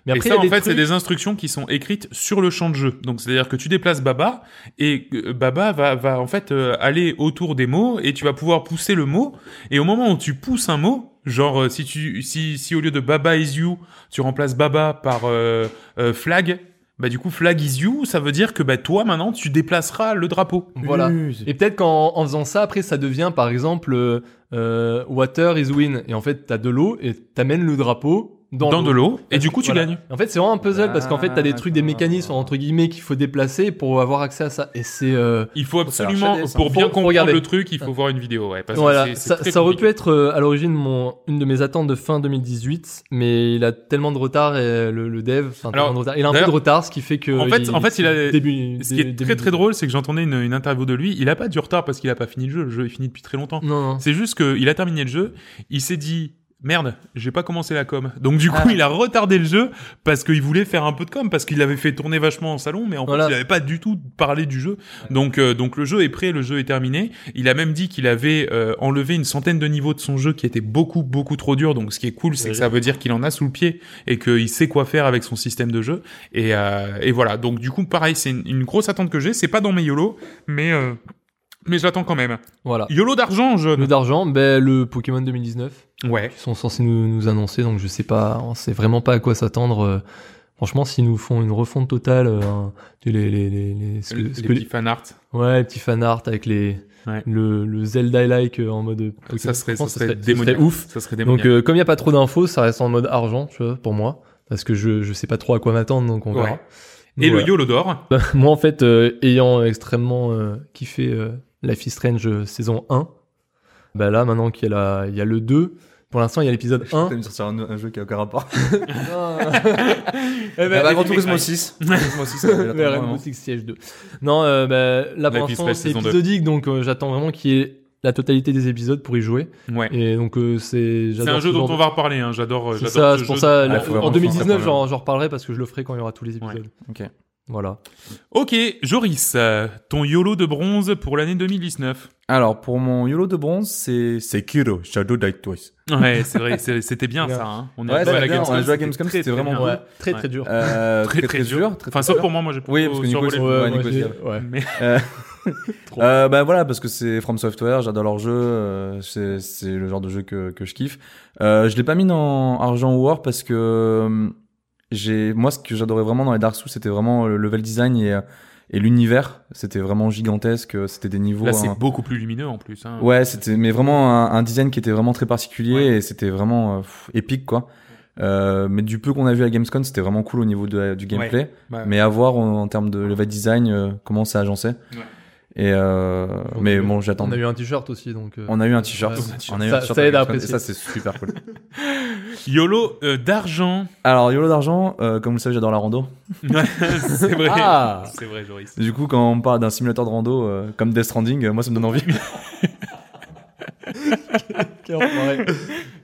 Speaker 7: Mais
Speaker 5: et
Speaker 7: après, il y
Speaker 5: ça,
Speaker 7: a
Speaker 5: en
Speaker 7: des
Speaker 5: fait, c'est
Speaker 7: trucs-
Speaker 5: des instructions qui sont écrites sur le champ de jeu. Donc, c'est-à-dire que tu déplaces Baba et euh, Baba va, va en fait euh, aller autour des mots et tu vas pouvoir pousser le mot. Et au moment où tu pousses un mot, genre euh, si tu si si au lieu de Baba is you, tu remplaces Baba par euh, euh, flag, bah du coup flag is you, ça veut dire que bah toi maintenant tu déplaceras le drapeau.
Speaker 7: Voilà.
Speaker 6: Use.
Speaker 7: Et peut-être qu'en en faisant ça, après, ça devient par exemple euh, euh, water is win. Et en fait, t'as de l'eau et t'amènes le drapeau dans,
Speaker 5: Dans de l'eau et
Speaker 7: Parce
Speaker 5: du
Speaker 7: que-
Speaker 5: coup tu
Speaker 7: voilà.
Speaker 5: gagnes.
Speaker 7: En fait, c'est vraiment un puzzle parce qu'en fait, t'as des trucs, des
Speaker 6: D'accord.
Speaker 7: mécanismes entre guillemets qu'il faut déplacer pour avoir accès à ça. Et c'est euh,
Speaker 5: Il faut
Speaker 6: Ça a l'air
Speaker 5: absolument,
Speaker 6: shadé, ça.
Speaker 5: pour
Speaker 7: Faut-
Speaker 5: bien
Speaker 7: faut
Speaker 5: comprendre
Speaker 7: regarder.
Speaker 5: le truc, il faut voir une vidéo. Ouais, parce que
Speaker 7: voilà,
Speaker 5: c'est- c'est
Speaker 7: ça,
Speaker 5: très
Speaker 7: ça aurait pu
Speaker 5: compliqué.
Speaker 7: être euh, à l'origine mon une de mes attentes de fin 2018, mais il a tellement de retard et euh, le, le dev, enfin,
Speaker 5: Alors,
Speaker 7: tellement de retard. il a un peu de
Speaker 5: d'ailleurs,
Speaker 7: retard, ce qui fait que
Speaker 5: en fait- en fait, il a-
Speaker 7: début,
Speaker 5: Ce qui est
Speaker 7: début-
Speaker 5: très très
Speaker 7: début-
Speaker 5: drôle, c'est que j'entendais une, une interview de lui. Il a pas du retard parce qu'il a pas fini le jeu. Le jeu est fini depuis très longtemps.
Speaker 7: Non, non.
Speaker 5: C'est juste qu'il a terminé le jeu. Il s'est dit merde, j'ai pas commencé la com. Donc du coup, il a retardé le jeu parce qu'il voulait faire un peu de com parce qu'il avait fait tourner vachement en salon, mais en
Speaker 7: Voilà.
Speaker 5: fait, il avait pas du tout parlé du jeu. Donc euh, donc le jeu est prêt, le jeu est terminé. Il a même dit qu'il avait euh, enlevé une centaine de niveaux de son jeu qui étaient beaucoup beaucoup trop durs. Donc ce qui est cool, c'est que ça veut dire qu'il en a sous le pied et qu'il sait quoi faire avec son système de jeu. Et, euh, et voilà. Donc du coup, pareil, c'est une, une grosse attente que j'ai. C'est pas dans mes YOLO, mais euh, mais je l'attends quand même.
Speaker 7: Voilà.
Speaker 5: YOLO d'argent,
Speaker 7: Le
Speaker 5: jeune.
Speaker 7: d'argent, ben le Pokémon 2019,
Speaker 5: Ouais.
Speaker 7: ils sont censés nous, nous annoncer, donc je sais pas, on sait vraiment pas à quoi s'attendre. euh, Franchement, s'ils nous font une refonte totale, euh, un- tu sais, les, les, les, les- ce que-
Speaker 5: les
Speaker 7: ce que-
Speaker 5: petits fanarts.
Speaker 7: ouais, les petits fanarts avec les,
Speaker 5: Ouais.
Speaker 7: le, le Zelda-like euh, en mode Pokémon,
Speaker 5: Ça serait,
Speaker 7: je
Speaker 5: ça
Speaker 7: pense que
Speaker 5: serait,
Speaker 7: ce
Speaker 5: démoniaque.
Speaker 7: ouf.
Speaker 5: Ça serait
Speaker 7: Donc
Speaker 5: démoniaque.
Speaker 7: euh, comme il n'y a pas trop d'infos, ça reste en mode argent, tu vois, pour moi. Parce que je, je sais pas trop à quoi m'attendre, donc on
Speaker 5: Ouais.
Speaker 7: verra.
Speaker 5: et
Speaker 7: Donc,
Speaker 5: le YOLO d'or.
Speaker 7: voilà. Moi, en fait, euh, ayant extrêmement euh, kiffé euh, Life is Strange euh, saison 1, bah là, maintenant qu'il y, a la- il y a le 2, pour l'instant, il y a l'épisode
Speaker 6: Putain,
Speaker 7: 1.
Speaker 6: il me sortir un, un jeu qui a aucun rapport.
Speaker 5: Bah,
Speaker 7: Eh
Speaker 6: Eh
Speaker 7: ben,
Speaker 6: bah, Grand
Speaker 7: mais-
Speaker 6: Turismo 6. Grand Turismo 6, ça, j'attends
Speaker 7: mais
Speaker 6: vraiment.
Speaker 7: Rainbow Six Siege 2. Non, euh, bah, là, pour
Speaker 5: Life is
Speaker 7: l'instant,
Speaker 5: Strange
Speaker 7: c'est
Speaker 5: saison 2.
Speaker 7: épisodique, donc euh, j'attends vraiment qu'il y ait la totalité des épisodes pour y jouer.
Speaker 5: Ouais.
Speaker 7: Et donc, euh, c'est.
Speaker 5: C'est un jeu dont on va reparler. Hein. J'adore. euh, j'adore
Speaker 7: C'est ça,
Speaker 5: ce
Speaker 7: c'est pour
Speaker 5: jeu.
Speaker 7: ça.
Speaker 6: Ah,
Speaker 7: là,
Speaker 6: faut vraiment
Speaker 7: en
Speaker 6: faire
Speaker 7: 2019,
Speaker 6: ça,
Speaker 7: j'en j'en reparlerai parce que je le ferai quand il y aura tous les épisodes.
Speaker 6: Ok.
Speaker 7: Voilà.
Speaker 5: Ok, Joris, euh, ton YOLO de bronze pour l'année 2019.
Speaker 6: Alors, pour mon YOLO de bronze, c'est Sekiro Shadow Die Twice.
Speaker 5: Ouais, c'est vrai, c'est- c'était bien ça. Hein. On est
Speaker 6: Ouais,
Speaker 5: allé
Speaker 6: c'est
Speaker 5: à la
Speaker 6: bien, on a
Speaker 5: Gamescom.
Speaker 6: joué à Gamescom, c'était
Speaker 5: très
Speaker 6: vraiment
Speaker 5: bien.
Speaker 6: cool.
Speaker 7: Ouais, très très dur.
Speaker 6: Euh,
Speaker 5: Très, très dur.
Speaker 6: très,
Speaker 5: Enfin,
Speaker 6: très
Speaker 5: sauf
Speaker 6: dur.
Speaker 5: pour moi, moi j'ai plutôt
Speaker 6: Oui, parce que Nico,
Speaker 5: survolé.
Speaker 6: c'est-
Speaker 7: Ouais,
Speaker 6: ouais,
Speaker 7: moi,
Speaker 6: Nico,
Speaker 7: j'ai-
Speaker 6: c'est-
Speaker 7: ouais.
Speaker 5: Mais
Speaker 6: Euh, ben voilà, parce que c'est From Software, j'adore leur jeu, euh, c'est c'est le genre de jeu que, que je kiffe. Euh, je l'ai pas mis en argent ou or parce que euh, j'ai moi ce que j'adorais vraiment dans les Dark Souls, c'était vraiment le level design et, euh, et l'univers. C'était vraiment gigantesque. euh, C'était des niveaux.
Speaker 5: Là,
Speaker 6: hein.
Speaker 5: c'est beaucoup plus lumineux en plus. hein.
Speaker 6: Ouais, c'était mais vraiment un, un design qui était vraiment très particulier
Speaker 5: Ouais.
Speaker 6: et c'était vraiment euh, pff, épique quoi. Euh, mais du peu qu'on a vu à Gamescom, c'était vraiment cool au niveau de la- du gameplay.
Speaker 5: Bah,
Speaker 6: Mais à voir en, en termes de level design, euh, comment c'est agencé. Et euh, mais bon, j'attends.
Speaker 7: On a eu un t-shirt aussi, donc. euh,
Speaker 6: On a eu un t-shirt.
Speaker 7: Ouais.
Speaker 6: On a eu
Speaker 7: Ça-
Speaker 6: un t-shirt
Speaker 7: ça aide à
Speaker 6: Gamescom,
Speaker 7: apprécier.
Speaker 6: et Ça, c'est super cool.
Speaker 5: YOLO euh, d'argent.
Speaker 6: Alors, YOLO d'argent, euh, comme vous le savez, j'adore la rando.
Speaker 5: c'est vrai.
Speaker 7: Ah
Speaker 5: C'est vrai, Joris.
Speaker 6: Du coup, quand on parle d'un simulateur de rando euh, comme Death Stranding, euh, moi, ça me donne envie.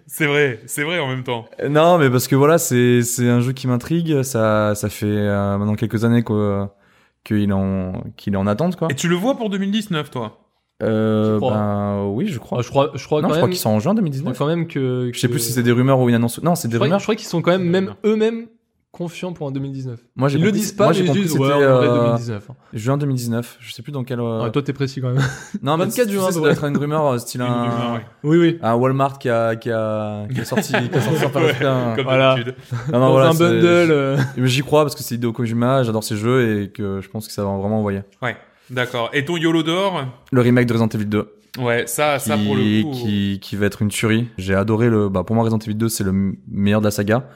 Speaker 5: C'est vrai, c'est vrai en même temps.
Speaker 6: non, mais parce que voilà, c'est c'est un jeu qui m'intrigue. Ça, ça fait euh, maintenant quelques années quoi, qu'il en, qu'il est en attente, quoi.
Speaker 5: Et tu le vois pour 2019, toi
Speaker 6: Euh,
Speaker 7: Tu crois
Speaker 6: ben, oui, je crois.
Speaker 7: Ah, je crois, je crois
Speaker 6: non,
Speaker 7: quand
Speaker 6: je
Speaker 7: même.
Speaker 6: crois qu'il sort en juin
Speaker 7: je crois
Speaker 6: 2019.
Speaker 7: quand même que.
Speaker 6: Je sais
Speaker 7: que-
Speaker 6: plus si c'est des rumeurs ou une annonce. Non, c'est
Speaker 7: Je
Speaker 6: des
Speaker 7: crois,
Speaker 6: rumeurs.
Speaker 7: je crois qu'ils sont quand même,
Speaker 5: C'est des
Speaker 7: même eux-mêmes confiants pour un 2019.
Speaker 6: Moi, j'ai
Speaker 7: Ils le
Speaker 6: compris-
Speaker 7: disent pas,
Speaker 6: moi,
Speaker 7: mais
Speaker 6: j'ai
Speaker 7: ils
Speaker 6: compris
Speaker 7: disent
Speaker 6: que
Speaker 7: ouais,
Speaker 6: c'était,
Speaker 7: on aurait
Speaker 6: euh,
Speaker 7: 2019.
Speaker 6: Juin 2019. Je sais plus dans quel. euh,
Speaker 7: Ouais, toi, t'es précis quand même.
Speaker 6: non, mais
Speaker 7: 24
Speaker 6: tu
Speaker 7: juin,
Speaker 6: sais, ça
Speaker 7: ouais.
Speaker 6: doit être une rumeur euh, style un.
Speaker 7: oui, oui.
Speaker 6: un Walmart qui a, qui a, qui a sorti, qui a sorti sur Paris Express, un-
Speaker 5: Comme
Speaker 7: Voilà.
Speaker 5: d'habitude.
Speaker 6: Non, non,
Speaker 7: Dans
Speaker 6: voilà,
Speaker 7: un
Speaker 6: c'est-
Speaker 7: bundle. euh,
Speaker 6: j- J'y crois parce que c'est Hideo Kojima, j'adore ses jeux et que je pense que ça va vraiment envoyer.
Speaker 5: Ouais, d'accord. Et ton YOLO d'or
Speaker 6: Le remake de Resident Evil 2,
Speaker 5: Ouais, ça,
Speaker 6: qui,
Speaker 5: ça pour le coup.
Speaker 6: qui, qui va être une tuerie. J'ai adoré le, bah, pour moi Resident Evil 2 c'est le m- meilleur de la saga.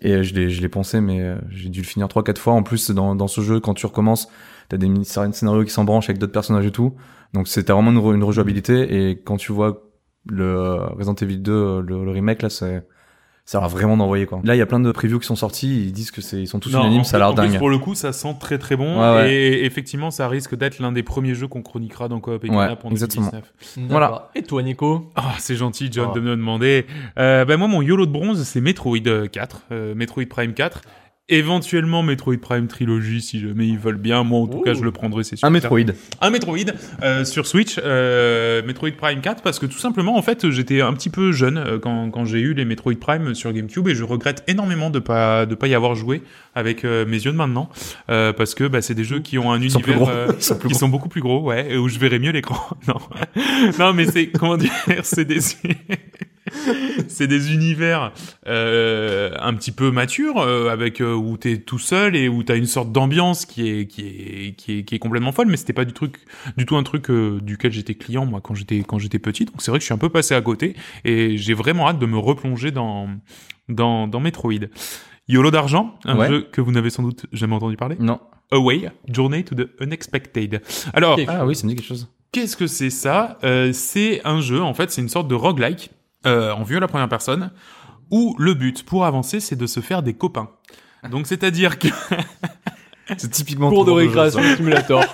Speaker 6: Et je l'ai, je l'ai pensé, mais euh, j'ai dû le finir trois, quatre fois. En plus, dans, dans ce jeu, quand tu recommences, t'as des mini- certains scénarios qui s'embranchent avec d'autres personnages et tout. Donc c'était vraiment une, re- une rejouabilité. Et quand tu vois le euh, Resident Evil 2, euh, le, le remake, là, c'est, ça a l'air vraiment d'envoyer, quoi. Là, il y a plein de previews qui sont sortis. Ils disent que c'est, ils sont tous
Speaker 5: Non,
Speaker 6: unanimes,
Speaker 5: en
Speaker 6: ça
Speaker 5: plus-
Speaker 6: a l'air
Speaker 5: en plus,
Speaker 6: dingue.
Speaker 5: pour le coup, ça sent très très bon.
Speaker 6: Ouais, ouais.
Speaker 5: Et effectivement, ça risque d'être l'un des premiers jeux qu'on chroniquera dans Coop et
Speaker 6: Ouais,
Speaker 5: Canap en
Speaker 6: exactement.
Speaker 5: 2019.
Speaker 6: Voilà.
Speaker 7: d'accord. Et toi, Nico
Speaker 5: Ah, c'est gentil, John,
Speaker 6: Ah.
Speaker 5: de me le demander. Euh, ben moi, mon YOLO de bronze, c'est Metroid euh, 4, euh, Metroid Prime 4. Éventuellement Metroid Prime Trilogy, si jamais ils veulent bien. Moi, en tout
Speaker 7: Ouh.
Speaker 5: cas, je le prendrai, c'est sûr.
Speaker 6: Un Metroid.
Speaker 5: Un Metroid euh, sur Switch, euh, Metroid Prime 4, parce que tout simplement, en fait, j'étais un petit peu jeune euh, quand, quand j'ai eu les Metroid Prime sur GameCube et je regrette énormément de pas de pas y avoir joué avec euh, mes yeux de maintenant, euh, parce que bah, c'est des jeux qui ont un
Speaker 6: sont plus
Speaker 5: univers
Speaker 6: gros.
Speaker 5: euh,
Speaker 6: Ils sont plus
Speaker 5: qui
Speaker 6: gros.
Speaker 5: sont beaucoup plus gros, ouais, et où je verrai mieux l'écran. non, non, mais c'est comment dire, c'est des c'est des univers euh, un petit peu matures euh, avec euh, où t'es tout seul et où t'as une sorte d'ambiance qui est qui est qui est qui est complètement folle mais c'était pas du truc du tout un truc euh, duquel j'étais client moi quand j'étais quand j'étais petit donc c'est vrai que je suis un peu passé à côté et j'ai vraiment hâte de me replonger dans dans dans Metroid YOLO d'argent un
Speaker 6: Ouais.
Speaker 5: jeu que vous n'avez sans doute jamais entendu parler
Speaker 6: Non.
Speaker 5: Away Journey to the Unexpected alors
Speaker 7: Ok.
Speaker 6: Ah oui, ça me dit quelque chose.
Speaker 5: Qu'est-ce que c'est ça Euh, C'est un jeu, en fait, c'est une sorte de roguelike, euh, en vue à la première personne, où le but pour avancer, c'est de se faire des copains. Donc, c'est-à-dire que...
Speaker 6: C'est typiquement
Speaker 7: Cours de
Speaker 6: ton genre jeu,
Speaker 7: récréation simulator.
Speaker 6: ça.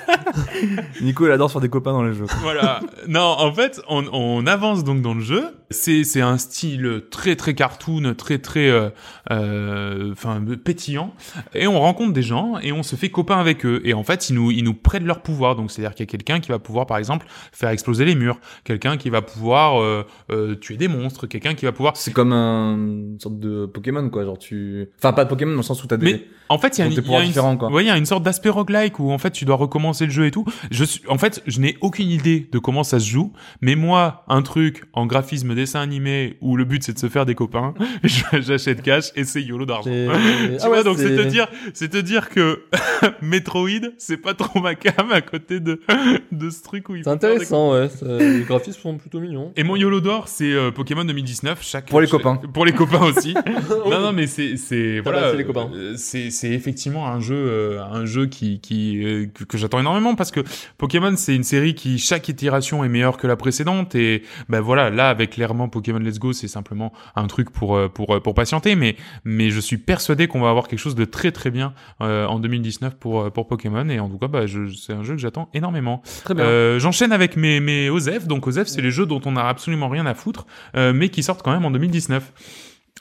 Speaker 6: Nico, il adore se faire des copains dans les jeux.
Speaker 5: voilà. Non, en fait, on, on avance donc dans le jeu. C'est c'est un style très très cartoon, très très euh, euh, enfin pétillant. Et on rencontre des gens et on se fait copain avec eux. Et en fait, ils nous ils nous prêtent leur pouvoir. Donc c'est-à-dire qu'il y a quelqu'un qui va pouvoir par exemple faire exploser les murs, quelqu'un qui va pouvoir euh, euh, tuer des monstres, quelqu'un qui va pouvoir
Speaker 6: C'est comme un- une sorte de Pokémon, quoi. Genre, tu. Enfin, pas de Pokémon dans le sens où t'as des.
Speaker 5: Mais en fait, il y a, une-
Speaker 6: Ils ont des
Speaker 5: il y
Speaker 6: pouvoirs
Speaker 5: a
Speaker 6: différents,
Speaker 5: une,
Speaker 6: quoi.
Speaker 5: ouais, il y a une sorte d'aspect roguelike où en fait tu dois recommencer le jeu et tout. Je suis, en fait, je n'ai aucune idée de comment ça se joue, mais moi, un truc en graphisme dessin animé où le but c'est de se faire des copains, je- j'achète cash et c'est YOLO d'argent.
Speaker 7: C'est-
Speaker 5: Tu
Speaker 7: Ah
Speaker 5: vois,
Speaker 7: ouais,
Speaker 5: donc c'est te dire, c'est te dire que Metroid, c'est pas trop ma cam à côté de de ce truc où il
Speaker 7: C'est intéressant, ouais. ça- Les graphismes sont plutôt mignons.
Speaker 5: Et mon YOLO d'or, c'est euh, Pokémon 2019. Chaque
Speaker 6: Pour les
Speaker 5: chaque-
Speaker 6: copains.
Speaker 5: Pour les copains aussi.
Speaker 6: Bah,
Speaker 5: non, non, mais c'est c'est
Speaker 7: Ah
Speaker 5: voilà.
Speaker 7: bah, c'est les copains.
Speaker 5: euh, C'est c'est effectivement un jeu euh, un jeu qui qui euh, que, que j'attends énormément parce que Pokémon c'est une série qui chaque itération est meilleure que la précédente et ben voilà là avec clairement Pokémon Let's Go c'est simplement un truc pour euh, pour euh, pour patienter mais mais je suis persuadé qu'on va avoir quelque chose de très très bien euh, en 2019 pour euh, pour Pokémon et en tout cas bah je- c'est un jeu que j'attends énormément.
Speaker 6: Très bien.
Speaker 5: Euh, J'enchaîne avec mes, mes OZEF. Donc OZEF, c'est les jeux dont on n'a absolument rien à foutre, euh, mais qui sortent quand même en 2019.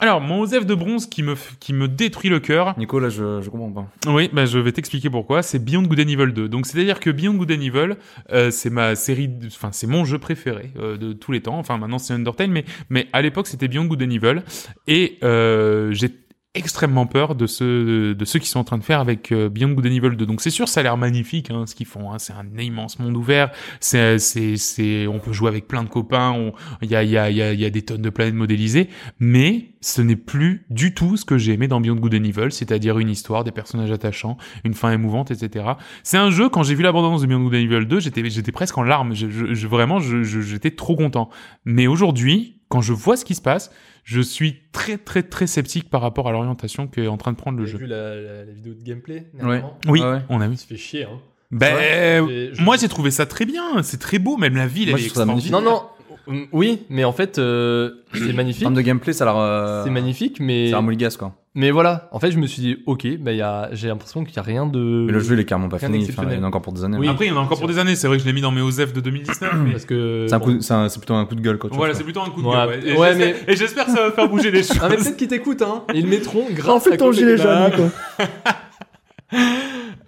Speaker 5: Alors, mon OZEF de bronze qui me, f- qui me détruit le cœur,
Speaker 6: Nico, là, je, je comprends pas.
Speaker 5: oui, bah, je vais t'expliquer pourquoi, c'est Beyond Good and Evil 2. Donc, c'est-à-dire que Beyond Good and Evil, euh, c'est ma série, de- enfin, c'est mon jeu préféré euh, de tous les temps. Enfin, maintenant, c'est Undertale, mais, mais à l'époque, c'était Beyond Good and Evil. Et euh, j'ai extrêmement peur de ce de ceux qui sont en train de faire avec euh, Beyond Good and Evil 2. Donc c'est sûr, ça a l'air magnifique hein, ce qu'ils font. Hein. C'est un immense monde ouvert. C'est c'est c'est on peut jouer avec plein de copains. On il y a il y a il y a, il y a des tonnes de planètes modélisées. Mais ce n'est plus du tout ce que j'ai aimé dans Beyond Good and Evil, c'est-à-dire une histoire, des personnages attachants, une fin émouvante, etc. C'est un jeu quand j'ai vu l'abondance de Beyond Good and Evil 2, j'étais j'étais presque en larmes. Je, je, je- vraiment je- je- j'étais trop content. Mais aujourd'hui quand je vois ce qui se passe, je suis très très très sceptique par rapport à l'orientation qu'est en train de prendre le
Speaker 7: J'ai
Speaker 5: jeu.
Speaker 7: vu la, la- la vidéo de gameplay
Speaker 6: Ouais.
Speaker 7: dernièrement.
Speaker 5: Oui,
Speaker 6: Ah ouais.
Speaker 5: on a vu.
Speaker 7: Il se fait chier. Hein.
Speaker 5: Ben,
Speaker 7: Ouais.
Speaker 6: Eh,
Speaker 5: euh,
Speaker 7: Je-
Speaker 5: moi j'ai trouvé ça très bien, c'est très beau, même la ville
Speaker 6: Moi,
Speaker 5: elle est
Speaker 6: je trouve ça magnifique.
Speaker 7: Non, non. euh, Oui, mais en fait, euh, c'est
Speaker 6: En
Speaker 7: magnifique.
Speaker 6: termes de gameplay, ça a l'air. euh,
Speaker 7: C'est magnifique, mais
Speaker 6: C'est un mulligas quoi.
Speaker 7: mais voilà. En fait, je me suis dit, ok, bah, il y a... j'ai l'impression qu'il n'y a rien
Speaker 5: Euh,
Speaker 7: de.
Speaker 6: Mais le jeu, il est carrément pas
Speaker 7: rien
Speaker 6: fini. Enfin,
Speaker 7: d'exceptionnel.
Speaker 6: il y en a encore pour des années. hein.
Speaker 7: Oui.
Speaker 5: Après, il y en a encore
Speaker 7: Bien
Speaker 5: pour des années, c'est vrai que je l'ai mis dans mes OZEF de 2019, mais
Speaker 7: parce que.
Speaker 6: C'est un
Speaker 7: bon.
Speaker 6: coup- c'est un- c'est plutôt un coup de gueule quoi. tu
Speaker 5: euh, voilà,
Speaker 6: vois.
Speaker 5: c'est plutôt un coup de
Speaker 7: Ouais,
Speaker 5: gueule. Et
Speaker 7: ouais,
Speaker 5: j'espère- Et j'espère que ça va faire bouger les choses.
Speaker 7: Ah mais peut-être qu'ils t'écoutent hein. Ils le mettront grâce à
Speaker 6: Enfile ton
Speaker 7: Côté
Speaker 6: gilet
Speaker 7: Canard.
Speaker 6: jaune quoi.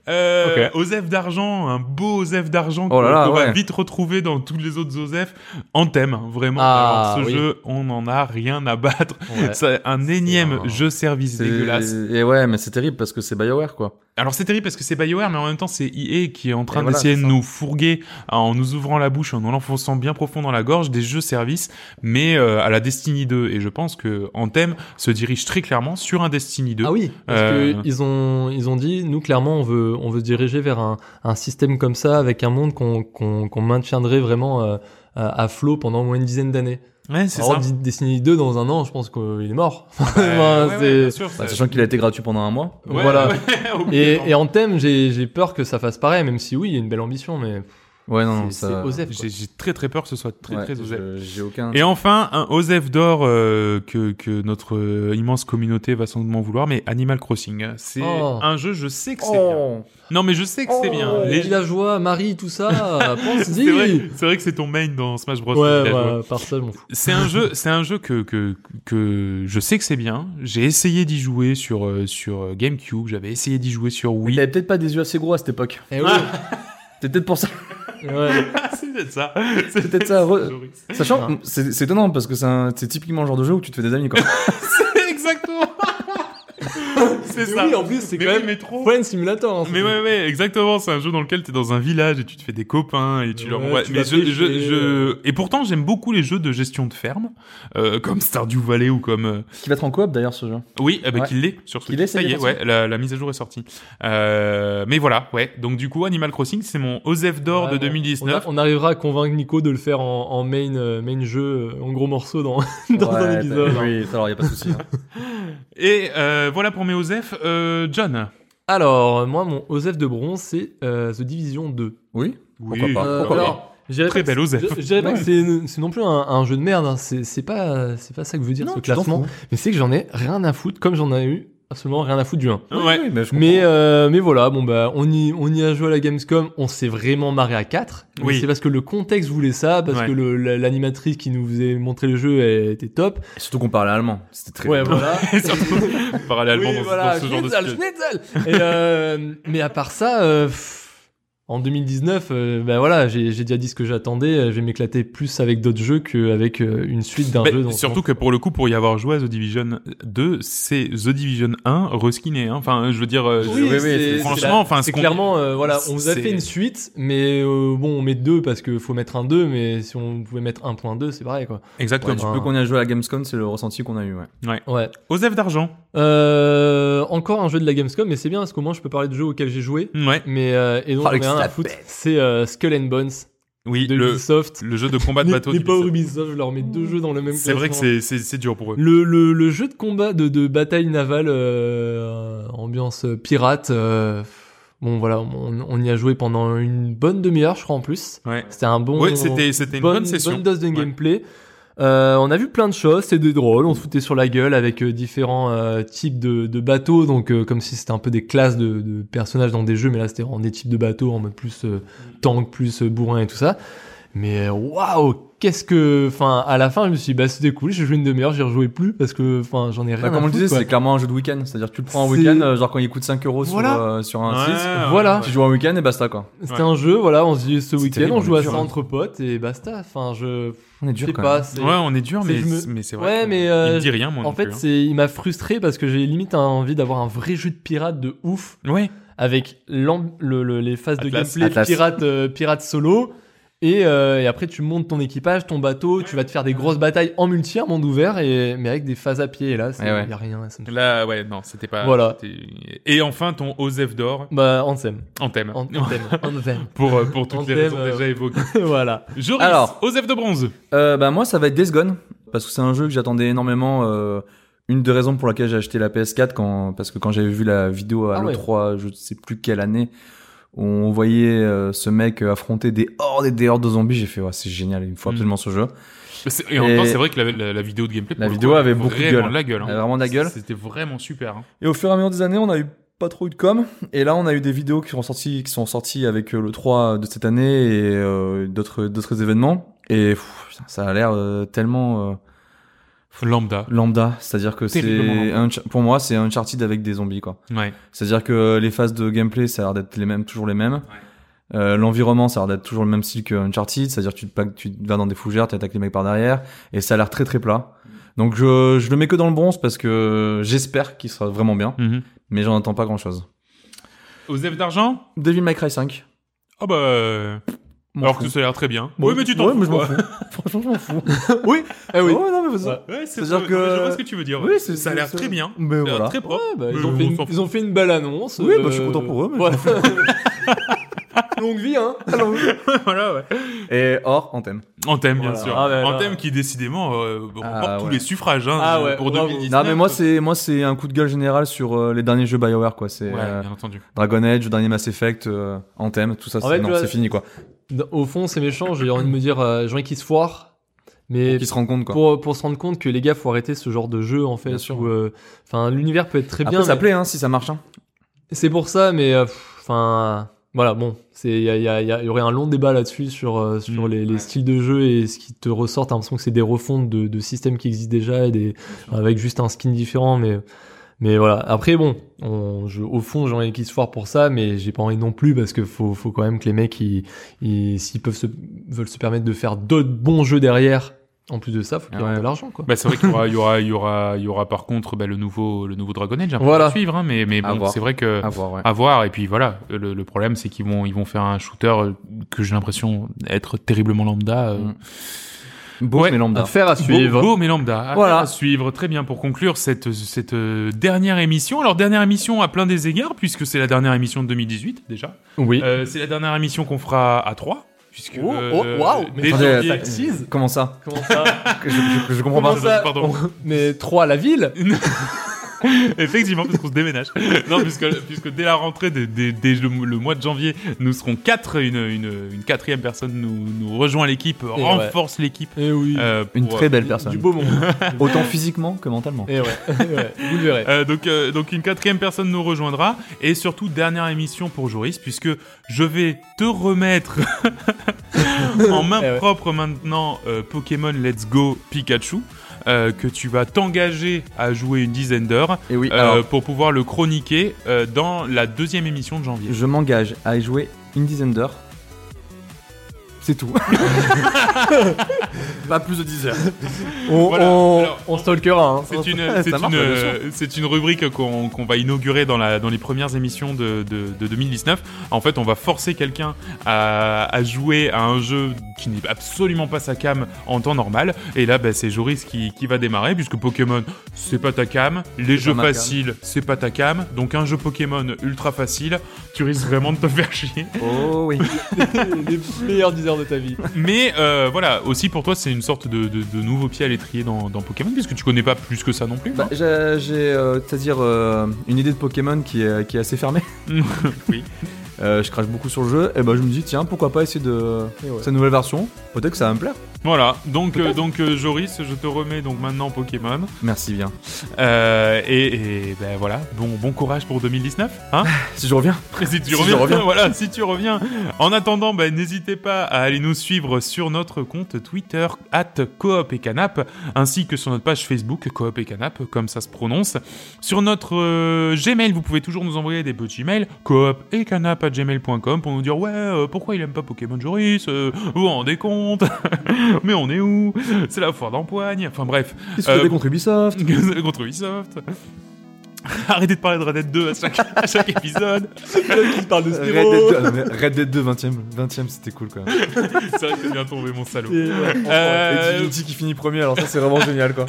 Speaker 5: Euh, OZEF d'argent, un beau OZEF d'argent
Speaker 6: Oh là
Speaker 5: qu'on-
Speaker 6: là,
Speaker 5: qu'on va
Speaker 6: ouais.
Speaker 5: vite retrouver dans tous les autres OZEF en thème, hein, vraiment.
Speaker 7: Ah,
Speaker 5: Alors, ce
Speaker 7: oui.
Speaker 5: jeu, on en a rien à battre.
Speaker 7: Ouais.
Speaker 5: C'est un énième
Speaker 7: un-
Speaker 5: jeu service
Speaker 6: C'est-
Speaker 5: dégueulasse.
Speaker 6: Et ouais, mais c'est terrible parce que c'est Bioware quoi.
Speaker 5: Alors c'est terrible parce que c'est BioWare, mais en même temps c'est EA qui est en train
Speaker 6: Et voilà,
Speaker 5: d'essayer de
Speaker 6: c'est ça.
Speaker 5: nous fourguer en nous ouvrant la bouche, en nous l'enfonçant bien profond dans la gorge des jeux services, mais euh, à la Destiny 2. Et je pense que Anthem se dirige très clairement sur un Destiny 2.
Speaker 7: Ah oui, parce
Speaker 5: Euh.
Speaker 7: que ils ont ils ont dit nous clairement on veut on veut se diriger vers un, un système comme ça avec un monde qu'on qu'on qu'on maintiendrait vraiment euh, à, à flot pendant au moins une dizaine d'années.
Speaker 5: ouais,
Speaker 6: Ah,
Speaker 5: c'est
Speaker 6: oh,
Speaker 7: Alors
Speaker 5: ça.
Speaker 7: dit Destiny 2 dans un an, je pense qu'il est mort.
Speaker 5: Euh,
Speaker 7: Enfin,
Speaker 5: ouais,
Speaker 7: c'est-
Speaker 5: ouais, bien sûr,
Speaker 6: Bah,
Speaker 5: ça-
Speaker 6: sachant qu'il a été gratuit pendant un mois.
Speaker 5: ouais,
Speaker 7: voilà.
Speaker 5: ouais, au
Speaker 7: Et,
Speaker 5: bout
Speaker 7: et en thème, j'ai j'ai peur que ça fasse pareil, même si oui, il y a une belle ambition, mais
Speaker 6: Ouais, non, non,
Speaker 7: c'est c'est
Speaker 6: ça.
Speaker 7: Osef.
Speaker 5: de-
Speaker 7: quoi.
Speaker 5: J'ai j'ai très très peur que ce soit très
Speaker 6: Ouais,
Speaker 5: très osé.
Speaker 6: je- J'ai aucun.
Speaker 5: Et enfin, un Osef d'or euh, que, que notre euh, immense communauté va sans doute m'en vouloir, mais Animal Crossing. hein. C'est
Speaker 7: Oh.
Speaker 5: un jeu, je sais que c'est bien.
Speaker 6: Oh.
Speaker 5: Non, mais je sais que c'est bien.
Speaker 7: Les
Speaker 5: Les-
Speaker 7: villageois, Marie, tout ça, pense-y.
Speaker 5: C'est vrai, c'est vrai que c'est ton main dans Smash Bros.
Speaker 7: Ouais,
Speaker 5: Bien joué.
Speaker 7: bah, par ça, je m'en fous.
Speaker 5: C'est un jeu, c'est un jeu que, que que je sais que c'est bien. J'ai essayé d'y jouer sur euh, sur euh, GameCube, j'avais essayé d'y jouer sur
Speaker 6: Il
Speaker 5: Wii.
Speaker 6: avait peut-être pas des yeux assez gros à cette époque.
Speaker 7: Eh oui.
Speaker 6: C'est peut-être pour ça.
Speaker 7: ouais.
Speaker 5: Ah, c'est peut-être ça.
Speaker 6: C'est peut-être ça. re-
Speaker 5: Joris.
Speaker 6: Sachant, que c'est c'est étonnant parce que c'est un- c'est typiquement le genre de jeu où tu te fais des amis quoi.
Speaker 5: Exactement. c'est
Speaker 7: Mais
Speaker 5: ça.
Speaker 7: oui, en plus, c'est
Speaker 5: Mais
Speaker 7: quand
Speaker 5: oui,
Speaker 7: même
Speaker 5: mais trop.
Speaker 7: Point Simulator. hein,
Speaker 5: Mais
Speaker 7: c'est-
Speaker 5: ouais, ouais, exactement. C'est un jeu dans lequel t'es dans un village et tu te fais des copains et tu
Speaker 7: Ouais,
Speaker 5: leur. envoies-
Speaker 7: tu
Speaker 5: mais
Speaker 7: vas
Speaker 5: je, je,
Speaker 7: pêcher. euh.
Speaker 5: je- et pourtant j'aime beaucoup les jeux de gestion de ferme, euh, comme Stardew Valley ou comme. euh,
Speaker 6: Qui va être en coop d'ailleurs ce jeu.
Speaker 5: Oui, eh ben,
Speaker 6: Ouais.
Speaker 5: qu'il l'est sur ce
Speaker 6: Qu'il l'ait,
Speaker 5: ça
Speaker 6: ça
Speaker 5: y
Speaker 6: y
Speaker 5: est,
Speaker 6: est,
Speaker 5: ouais, la, la mise à jour est sortie. Euh, mais voilà, ouais. Donc du coup, Animal Crossing, c'est mon Osef d'or de
Speaker 7: Vraiment. On,
Speaker 5: 2019.
Speaker 7: a- on arrivera à convaincre Nico de le faire en, en main, euh, main jeu, euh, en gros morceau dans, dans
Speaker 6: Ouais,
Speaker 7: un épisode.
Speaker 6: t'as- Oui, ça, alors y a pas de souci. hein.
Speaker 5: Et euh, voilà pour mes Osef. Euh, John.
Speaker 7: Alors, moi, mon Osef de bronze, c'est euh, The Division 2.
Speaker 6: Oui.
Speaker 5: Oui.
Speaker 6: Pourquoi pas,
Speaker 7: Euh,
Speaker 6: pourquoi
Speaker 7: alors, je dirais
Speaker 5: Très
Speaker 7: pas que
Speaker 5: belle Osef.
Speaker 7: c'est- Je, je dirais pas que c'est c'est non plus un, un jeu de merde. hein. C'est c'est pas, c'est pas ça que veut dire ce classement. Mais c'est que j'en ai rien à foutre, comme j'en ai eu absolument rien à foutre du 1.
Speaker 5: Ouais.
Speaker 6: Oui, mais je
Speaker 7: Mais, euh, mais voilà, bon bah, on y, on y a joué à la Gamescom, on s'est vraiment marré à 4. mais
Speaker 5: Oui.
Speaker 7: C'est parce que le contexte voulait ça, parce
Speaker 5: Ouais.
Speaker 7: que le- la- l'animatrice qui nous faisait montrer le jeu elle était top.
Speaker 6: comprends. Surtout qu'on parlait allemand. C'était très.
Speaker 7: Ouais, voilà.
Speaker 5: Surtout, parallèlement
Speaker 7: Oui,
Speaker 5: dans,
Speaker 7: voilà,
Speaker 5: dans ce genre de
Speaker 7: Schnitzel,
Speaker 5: situation.
Speaker 7: Schnitzel. Et, euh, mais à part ça, euh, pff, en 2019, euh, ben voilà, j'ai j'ai déjà dit ce que j'attendais. euh, Je vais m'éclater plus avec d'autres jeux qu'avec euh, une suite d'un
Speaker 5: Mais
Speaker 7: jeu. dont-
Speaker 5: surtout que pour le coup, pour y avoir joué à The Division 2, c'est The Division 1 reskiné. hein. Enfin, je veux dire, euh,
Speaker 7: Oui,
Speaker 6: oui,
Speaker 7: c'est-
Speaker 6: c'est-
Speaker 7: c'est
Speaker 5: franchement,
Speaker 7: la-
Speaker 5: enfin, ce
Speaker 7: c'est
Speaker 5: qu'on-
Speaker 7: clairement, euh, voilà, on vous a
Speaker 5: c'est-
Speaker 7: fait une suite, mais euh, bon, on met deux parce que faut mettre un 2, mais si on pouvait mettre 1.2, c'est pareil, quoi.
Speaker 5: exactement.
Speaker 6: Tu peux qu'on y a joué à la Gamescom, c'est le ressenti qu'on a eu. Ouais.
Speaker 7: Ouais.
Speaker 5: Osef d'argent.
Speaker 7: Euh, encore un jeu de la Gamescom, mais c'est bien parce qu'au moins je peux parler de jeux auxquels j'ai joué.
Speaker 5: Ouais.
Speaker 7: Mais euh, et donc,
Speaker 6: Oh,
Speaker 7: j'en ai rien à
Speaker 6: la
Speaker 7: foutre. c'est euh, Skull and Bones
Speaker 5: Oui.
Speaker 7: de
Speaker 5: Le,
Speaker 7: Ubisoft.
Speaker 5: le jeu de combat de
Speaker 7: Les-
Speaker 5: bateau.
Speaker 7: Les
Speaker 5: d'Ubisoft.
Speaker 7: pauvres Ubisoft, hein, je leur mets deux jeux dans le même
Speaker 5: C'est vrai que
Speaker 7: classement.
Speaker 5: c'est c'est c'est dur pour eux.
Speaker 7: Le, le, le jeu de combat, de, de bataille navale, euh, ambiance pirate. euh, bon, voilà, on, on y a joué pendant une bonne demi-heure, je crois, en plus.
Speaker 5: Ouais.
Speaker 7: C'était un bon.
Speaker 5: Ouais, c'était c'était une bonne, session.
Speaker 7: dose de
Speaker 5: Ouais.
Speaker 7: gameplay. Euh, on a vu plein de choses, c'était des drôles,
Speaker 5: Mm.
Speaker 7: on se foutait sur la gueule avec euh, différents euh, types de, de bateaux, donc euh, comme si c'était un peu des classes de, de personnages dans des jeux, mais là c'était en des types de bateaux en mode plus euh,
Speaker 5: Mm.
Speaker 7: tank, plus euh, bourrin et tout ça. Mais euh, waouh, qu'est-ce que, enfin, à la fin je me suis dit bah c'était cool, j'ai joué une demi-heure, j'ai rejoué plus parce que, enfin, j'en ai rien.
Speaker 6: Bah,
Speaker 7: à
Speaker 6: comme on le
Speaker 7: foutre,
Speaker 6: disait,
Speaker 7: quoi.
Speaker 6: c'est clairement un jeu de week-end. C'est-à-dire que tu le prends en
Speaker 7: C'est-
Speaker 6: week-end, euh, genre quand il coûte 5 euros sur,
Speaker 7: Voilà.
Speaker 6: euh, sur un
Speaker 5: Ouais,
Speaker 6: site.
Speaker 5: ouais,
Speaker 7: voilà.
Speaker 5: ouais.
Speaker 6: Tu joues un week-end et basta quoi.
Speaker 7: C'était
Speaker 5: Ouais.
Speaker 7: un jeu, voilà, on se dit ce
Speaker 6: C'est
Speaker 7: week-end,
Speaker 6: terrible,
Speaker 7: on joue à
Speaker 6: dur,
Speaker 7: ça
Speaker 6: hein.
Speaker 7: entre potes et basta. Enfin, je.
Speaker 6: On est
Speaker 7: Je
Speaker 6: dur
Speaker 7: sais
Speaker 6: quand
Speaker 7: pas.
Speaker 6: même.
Speaker 7: c'est-
Speaker 5: Ouais, on est dur,
Speaker 7: c'est-
Speaker 5: mais,
Speaker 7: je me-
Speaker 5: mais c'est vrai.
Speaker 7: Ouais,
Speaker 5: qu'on-
Speaker 7: mais euh,
Speaker 5: il dit rien, moi.
Speaker 7: En
Speaker 5: non
Speaker 7: fait,
Speaker 5: plus, hein.
Speaker 7: c'est il m'a frustré parce que j'ai limite envie d'avoir un vrai jeu de pirate de ouf
Speaker 5: Ouais.
Speaker 7: avec l'am- le- le- les phases
Speaker 5: Atlas.
Speaker 7: de gameplay
Speaker 6: Atlas.
Speaker 7: pirate euh, pirate solo et, euh, et après tu montes ton équipage, ton bateau, tu vas te faire des grosses batailles en multi à monde ouvert et mais avec des phases à pied et là il
Speaker 6: Eh Ouais, ouais.
Speaker 7: y a rien. ça me-
Speaker 5: Là, ouais, non, c'était pas.
Speaker 7: Voilà.
Speaker 5: c'était- Et enfin, ton Osef d'or
Speaker 7: Bah Ansem,
Speaker 5: en thème.
Speaker 7: An- Anthem, Anthem.
Speaker 5: Pour, euh, pour toutes les
Speaker 7: Anthem,
Speaker 5: raisons
Speaker 7: euh.
Speaker 5: déjà évoquées.
Speaker 7: voilà.
Speaker 5: Joris,
Speaker 6: Alors.
Speaker 5: Osef de bronze.
Speaker 6: Euh, bah moi ça va être Days Gone parce que c'est un jeu que j'attendais énormément. euh, une des raisons pour laquelle j'ai acheté la PS4 quand parce que quand j'avais vu la vidéo à
Speaker 7: Ah ouais.
Speaker 6: l'E3, je sais plus quelle année, on voyait euh, ce mec affronter des hordes et des hordes de zombies. J'ai fait ouais, c'est génial, il me faut
Speaker 7: Hmm.
Speaker 5: Mm.
Speaker 6: absolument ce jeu.
Speaker 5: C'est- Et en même
Speaker 6: Et-
Speaker 5: temps, c'est vrai que la, la- la vidéo de gameplay.
Speaker 6: La
Speaker 5: pour le
Speaker 6: vidéo
Speaker 5: coup,
Speaker 6: avait beaucoup de
Speaker 5: vraiment
Speaker 6: gueule.
Speaker 5: la
Speaker 7: Ah
Speaker 5: gueule. hein.
Speaker 6: Elle avait Euh, vraiment de la gueule.
Speaker 5: C'était vraiment super. hein.
Speaker 6: Et au fur et à mesure des années, on a eu pas trop eu de com. Et là, on a eu des vidéos qui sont sorties, qui sont sorties avec euh, le 3 de cette année et euh, d'autres d'autres événements. Et pff, putain, ça a l'air euh, tellement euh,
Speaker 5: Lambda.
Speaker 6: lambda, c'est-à-dire que
Speaker 5: Terriblement
Speaker 6: c'est un, pour moi c'est Uncharted avec des zombies quoi.
Speaker 5: Ouais.
Speaker 6: C'est-à-dire que les phases de gameplay, ça a l'air d'être les mêmes, toujours les mêmes. Euh, L'environnement, ça a l'air d'être toujours le même style que Uncharted, c'est-à-dire que tu, te pa- tu vas dans des fougères, tu attaques les mecs par derrière, et ça a l'air très très plat. Donc je, je le mets que dans le bronze parce que j'espère qu'il sera vraiment bien,
Speaker 5: Mhm.
Speaker 6: mais j'en attends pas grand-chose.
Speaker 5: Osef d'argent
Speaker 6: Devil May Cry 5.
Speaker 5: Ah bah. euh,
Speaker 6: M'en
Speaker 5: Alors
Speaker 6: fous.
Speaker 5: que ça a l'air très bien.
Speaker 6: Bon,
Speaker 5: oui, mais tu t'en
Speaker 6: ouais, mais
Speaker 5: fous.
Speaker 6: je m'en
Speaker 5: quoi. Oh.
Speaker 6: fous. Franchement, je m'en fous.
Speaker 7: oui. Eh oui.
Speaker 6: Ouais, Oh, non, mais ça-
Speaker 5: Ouais, c'est
Speaker 6: C'est-à-dire
Speaker 5: non,
Speaker 6: que-
Speaker 5: mais Je vois ce que tu veux dire.
Speaker 6: Oui, c'est-
Speaker 5: ça a l'air
Speaker 6: c'est-
Speaker 5: très bien.
Speaker 6: Mais
Speaker 5: Ça a l'air
Speaker 6: voilà.
Speaker 5: Très propre.
Speaker 7: Ouais, bah,
Speaker 5: Mais
Speaker 7: ils, ont
Speaker 5: on
Speaker 7: fait une,
Speaker 5: s'en fout.
Speaker 7: ils ont fait une belle annonce. euh,
Speaker 6: Oui, bah, je suis content pour eux, mais
Speaker 7: voilà. Longue vie, hein.
Speaker 5: voilà, ouais.
Speaker 6: Et hors antenne.
Speaker 5: En thème, bien
Speaker 7: Voilà.
Speaker 5: sûr.
Speaker 7: Ah, bah,
Speaker 5: en
Speaker 7: là.
Speaker 5: thème qui, décidément, euh, remporte
Speaker 6: Ah,
Speaker 5: tous
Speaker 6: ouais.
Speaker 5: les suffrages hein,
Speaker 7: Ah, ouais,
Speaker 5: pour
Speaker 7: bravo.
Speaker 5: 2019.
Speaker 6: Non mais moi c'est moi c'est un coup de gueule général sur euh, les derniers jeux Bioware quoi. C'est
Speaker 5: Ouais,
Speaker 6: euh,
Speaker 5: bien entendu.
Speaker 6: Dragon Age, le dernier Mass Effect, euh, Anthem, tout ça.
Speaker 7: En
Speaker 6: c'est-
Speaker 7: fait,
Speaker 6: non,
Speaker 7: le-
Speaker 6: c'est fini quoi.
Speaker 7: Dans- Au fond, c'est méchant. J'ai envie de me dire, euh, gens qui se foirent, mais
Speaker 6: Qui se rend compte quoi.
Speaker 7: pour, pour se rendre compte que les gars, faut arrêter ce genre de jeu en fait.
Speaker 6: Bien sûr.
Speaker 7: où, euh, Enfin, l'univers peut être très
Speaker 6: Après,
Speaker 7: bien.
Speaker 6: ça
Speaker 7: mais-
Speaker 6: plaît, hein, si ça marche. Hein.
Speaker 7: C'est pour ça, mais euh, pff, enfin, voilà, bon, c'est il y, a- il y a- il y a- il y aurait un long débat là-dessus sur euh, sur
Speaker 5: Mm,
Speaker 7: les, les styles de jeu et ce qui te ressort. T'as l'impression que c'est des refontes de, de systèmes qui existent déjà et des avec juste un skin différent, mais mais voilà. Après, bon, on, je, au fond, j'ai envie qu'ils se foirent pour ça, mais j'ai pas envie non plus parce que faut faut quand même que les mecs ils ils- s'ils peuvent se veulent se permettre de faire d'autres bons jeux derrière. En plus de ça, faut qu'ils
Speaker 6: Ah
Speaker 7: aient
Speaker 6: ouais.
Speaker 7: de l'argent, quoi.
Speaker 5: Bah, c'est vrai qu'il y aura, il y aura, il y aura, il y aura par contre bah, le nouveau, le nouveau Dragon Age. hein,
Speaker 7: Voilà.
Speaker 5: à suivre, hein, mais mais
Speaker 6: À
Speaker 5: bon,
Speaker 6: voir.
Speaker 5: c'est vrai que
Speaker 6: À voir, ouais.
Speaker 5: à voir. Et puis voilà, le, le problème c'est qu'ils vont, ils vont faire un shooter euh, que j'ai l'impression être terriblement lambda. euh,
Speaker 6: Mm. Beau,
Speaker 5: Ouais.
Speaker 6: mais lambda.
Speaker 7: Affaire à
Speaker 5: Beau, beau, mais lambda. À
Speaker 6: Voilà.
Speaker 5: faire, À suivre. Très bien pour conclure cette, cette euh, dernière émission. Alors, dernière émission à plein des égards, puisque c'est la dernière émission de 2018 déjà.
Speaker 7: Oui.
Speaker 5: Euh, c'est la dernière émission qu'on fera à 3. Puisque.
Speaker 7: Oh, oh,
Speaker 5: euh,
Speaker 7: waouh, mais
Speaker 5: dès
Speaker 6: attendez,
Speaker 5: janvier-
Speaker 6: attendez. Comment ça
Speaker 7: Comment ça
Speaker 6: je, je, je comprends
Speaker 7: Comment
Speaker 6: pas.
Speaker 7: ça
Speaker 5: pardon.
Speaker 7: Mais trois à la ville
Speaker 5: Effectivement, parce qu'on se déménage. Non, puisque, puisque dès la rentrée, dès, dès- dès le, le mois de janvier, nous serons quatre. Une, une, une quatrième personne nous, nous rejoint l'équipe,
Speaker 7: ouais.
Speaker 5: renforce l'équipe.
Speaker 7: Eh oui.
Speaker 5: euh,
Speaker 6: Une
Speaker 5: pour,
Speaker 6: très belle
Speaker 7: Du
Speaker 6: personne.
Speaker 7: beau monde.
Speaker 6: Autant physiquement que mentalement.
Speaker 7: Et Eh ouais, ouais, vous le verrez.
Speaker 5: Euh, donc, euh, donc une quatrième personne nous rejoindra et surtout dernière émission pour Joris puisque je vais te remettre en main
Speaker 7: Eh ouais.
Speaker 5: propre maintenant euh, Pokémon Let's Go Pikachu euh, que tu vas t'engager à jouer une dizaine d'heures
Speaker 6: Et oui,
Speaker 5: euh,
Speaker 6: alors,
Speaker 5: pour pouvoir le chroniquer euh, dans la deuxième émission de janvier.
Speaker 6: je m'engage à y jouer une dizaine d'heures. C'est tout. pas plus de 10 heures.
Speaker 7: On,
Speaker 5: voilà,
Speaker 7: on,
Speaker 5: alors,
Speaker 7: on stalkera. Hein.
Speaker 5: C'est une,
Speaker 6: ça
Speaker 5: c'est
Speaker 6: marche,
Speaker 5: une,
Speaker 6: bien sûr.
Speaker 5: euh, c'est une rubrique qu'on qu'on va inaugurer dans, la, dans les premières émissions de, de, de 2019. En fait, on va forcer quelqu'un à, à jouer à un jeu qui n'est absolument pas sa cam en temps normal. Et là, bah, c'est Joris qui, qui va démarrer, puisque Pokémon, c'est pas ta cam. Les jeux
Speaker 6: ma cam.
Speaker 5: faciles, c'est pas ta cam. Donc, un jeu Pokémon ultra facile, tu risques vraiment de te faire chier.
Speaker 6: Oh oui.
Speaker 7: Les meilleurs 10 heures de ta vie.
Speaker 5: Mais euh, voilà, aussi pour toi, c'est une sorte de, de, de nouveau pied à l'étrier dans, dans Pokémon, puisque tu connais pas plus que ça non plus.
Speaker 6: Bah, j'ai, j'ai, euh, c'est-à-dire euh, une idée de Pokémon qui est, qui est assez fermée.
Speaker 5: Oui.
Speaker 6: Euh, je crache beaucoup sur le jeu. Et bah, je me dis, tiens, pourquoi pas essayer de.
Speaker 7: Et ouais.
Speaker 6: Sa nouvelle version. Peut-être que ça va me plaire.
Speaker 5: Voilà, donc, euh, donc euh, Joris, je te remets donc maintenant Pokémon.
Speaker 6: Merci bien.
Speaker 5: Euh, et et, ben voilà, bon, bon courage pour 2019. Hein
Speaker 6: Si je reviens.
Speaker 5: si tu
Speaker 6: je
Speaker 5: reviens,
Speaker 6: reviens.
Speaker 5: voilà, si tu reviens. En attendant, ben, n'hésitez pas à aller nous suivre sur notre compte Twitter, at Coop et Canap, ainsi que sur notre page Facebook, Coop et Canap, comme ça se prononce. Sur notre euh, Gmail, vous pouvez toujours nous envoyer des petits mails, coop et canap à gmail.com, pour nous dire, ouais, euh, pourquoi il aime pas Pokémon Joris euh, Vous vous rendez compte Mais on est où C'est la foire d'empoigne. Enfin bref.
Speaker 6: Qu'est-ce que
Speaker 5: Euh,
Speaker 6: t'as contre Ubisoft
Speaker 5: contre Ubisoft. Arrêtez de parler de Red Dead 2 à chaque, à chaque épisode.
Speaker 7: Il parle de
Speaker 6: Euh, Red Dead 2, non, mais Red Dead 2 20 e 20 e c'était cool quand même.
Speaker 5: C'est vrai que t'es bien tombé, mon salaud.
Speaker 6: Et
Speaker 5: Euh,
Speaker 6: Divinity qui finit premier, alors ça c'est vraiment génial quoi.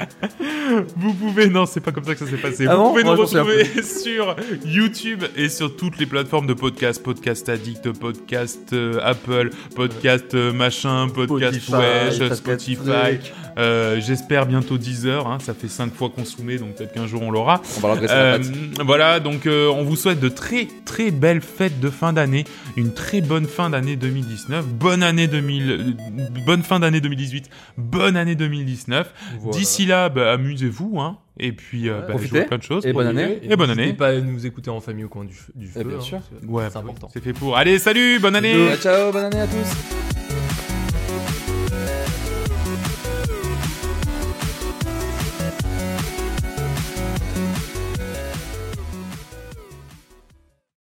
Speaker 5: vous pouvez, non, c'est pas comme ça que ça s'est passé.
Speaker 6: Ah
Speaker 5: vous
Speaker 6: bon
Speaker 5: pouvez nous
Speaker 6: Ouais, je pensais un
Speaker 5: retrouver sur YouTube et sur toutes les plateformes de podcast Podcast Addict, Podcast euh, Apple, Podcast euh, Machin, Podcast Wesh, Spotify. Euh, J'espère bientôt 10 heures. Hein, ça fait 5 fois consommé, donc peut-être qu'un jour on l'aura.
Speaker 9: On va leur dresser la
Speaker 5: Euh,
Speaker 9: patte.
Speaker 5: voilà, donc euh, on vous souhaite de très très belles fêtes de fin d'année, une très bonne fin d'année 2019, bonne année 2000, euh, bonne fin d'année 2018, bonne année 2019.
Speaker 6: Voilà.
Speaker 5: D'ici là, bah, amusez-vous, hein, et puis euh, bah,
Speaker 6: Profitez.
Speaker 5: jouez à plein de choses.
Speaker 6: Et bonne année.
Speaker 5: Et bonne année.
Speaker 7: N'hésitez pas à nous écouter en famille au coin du, f- du feu.
Speaker 9: bien
Speaker 7: hein,
Speaker 9: sûr.
Speaker 7: parce que
Speaker 5: Ouais,
Speaker 7: c'est important.
Speaker 5: c'est fait pour. Allez, salut, bonne année.
Speaker 6: Ciao, bonne année à tous.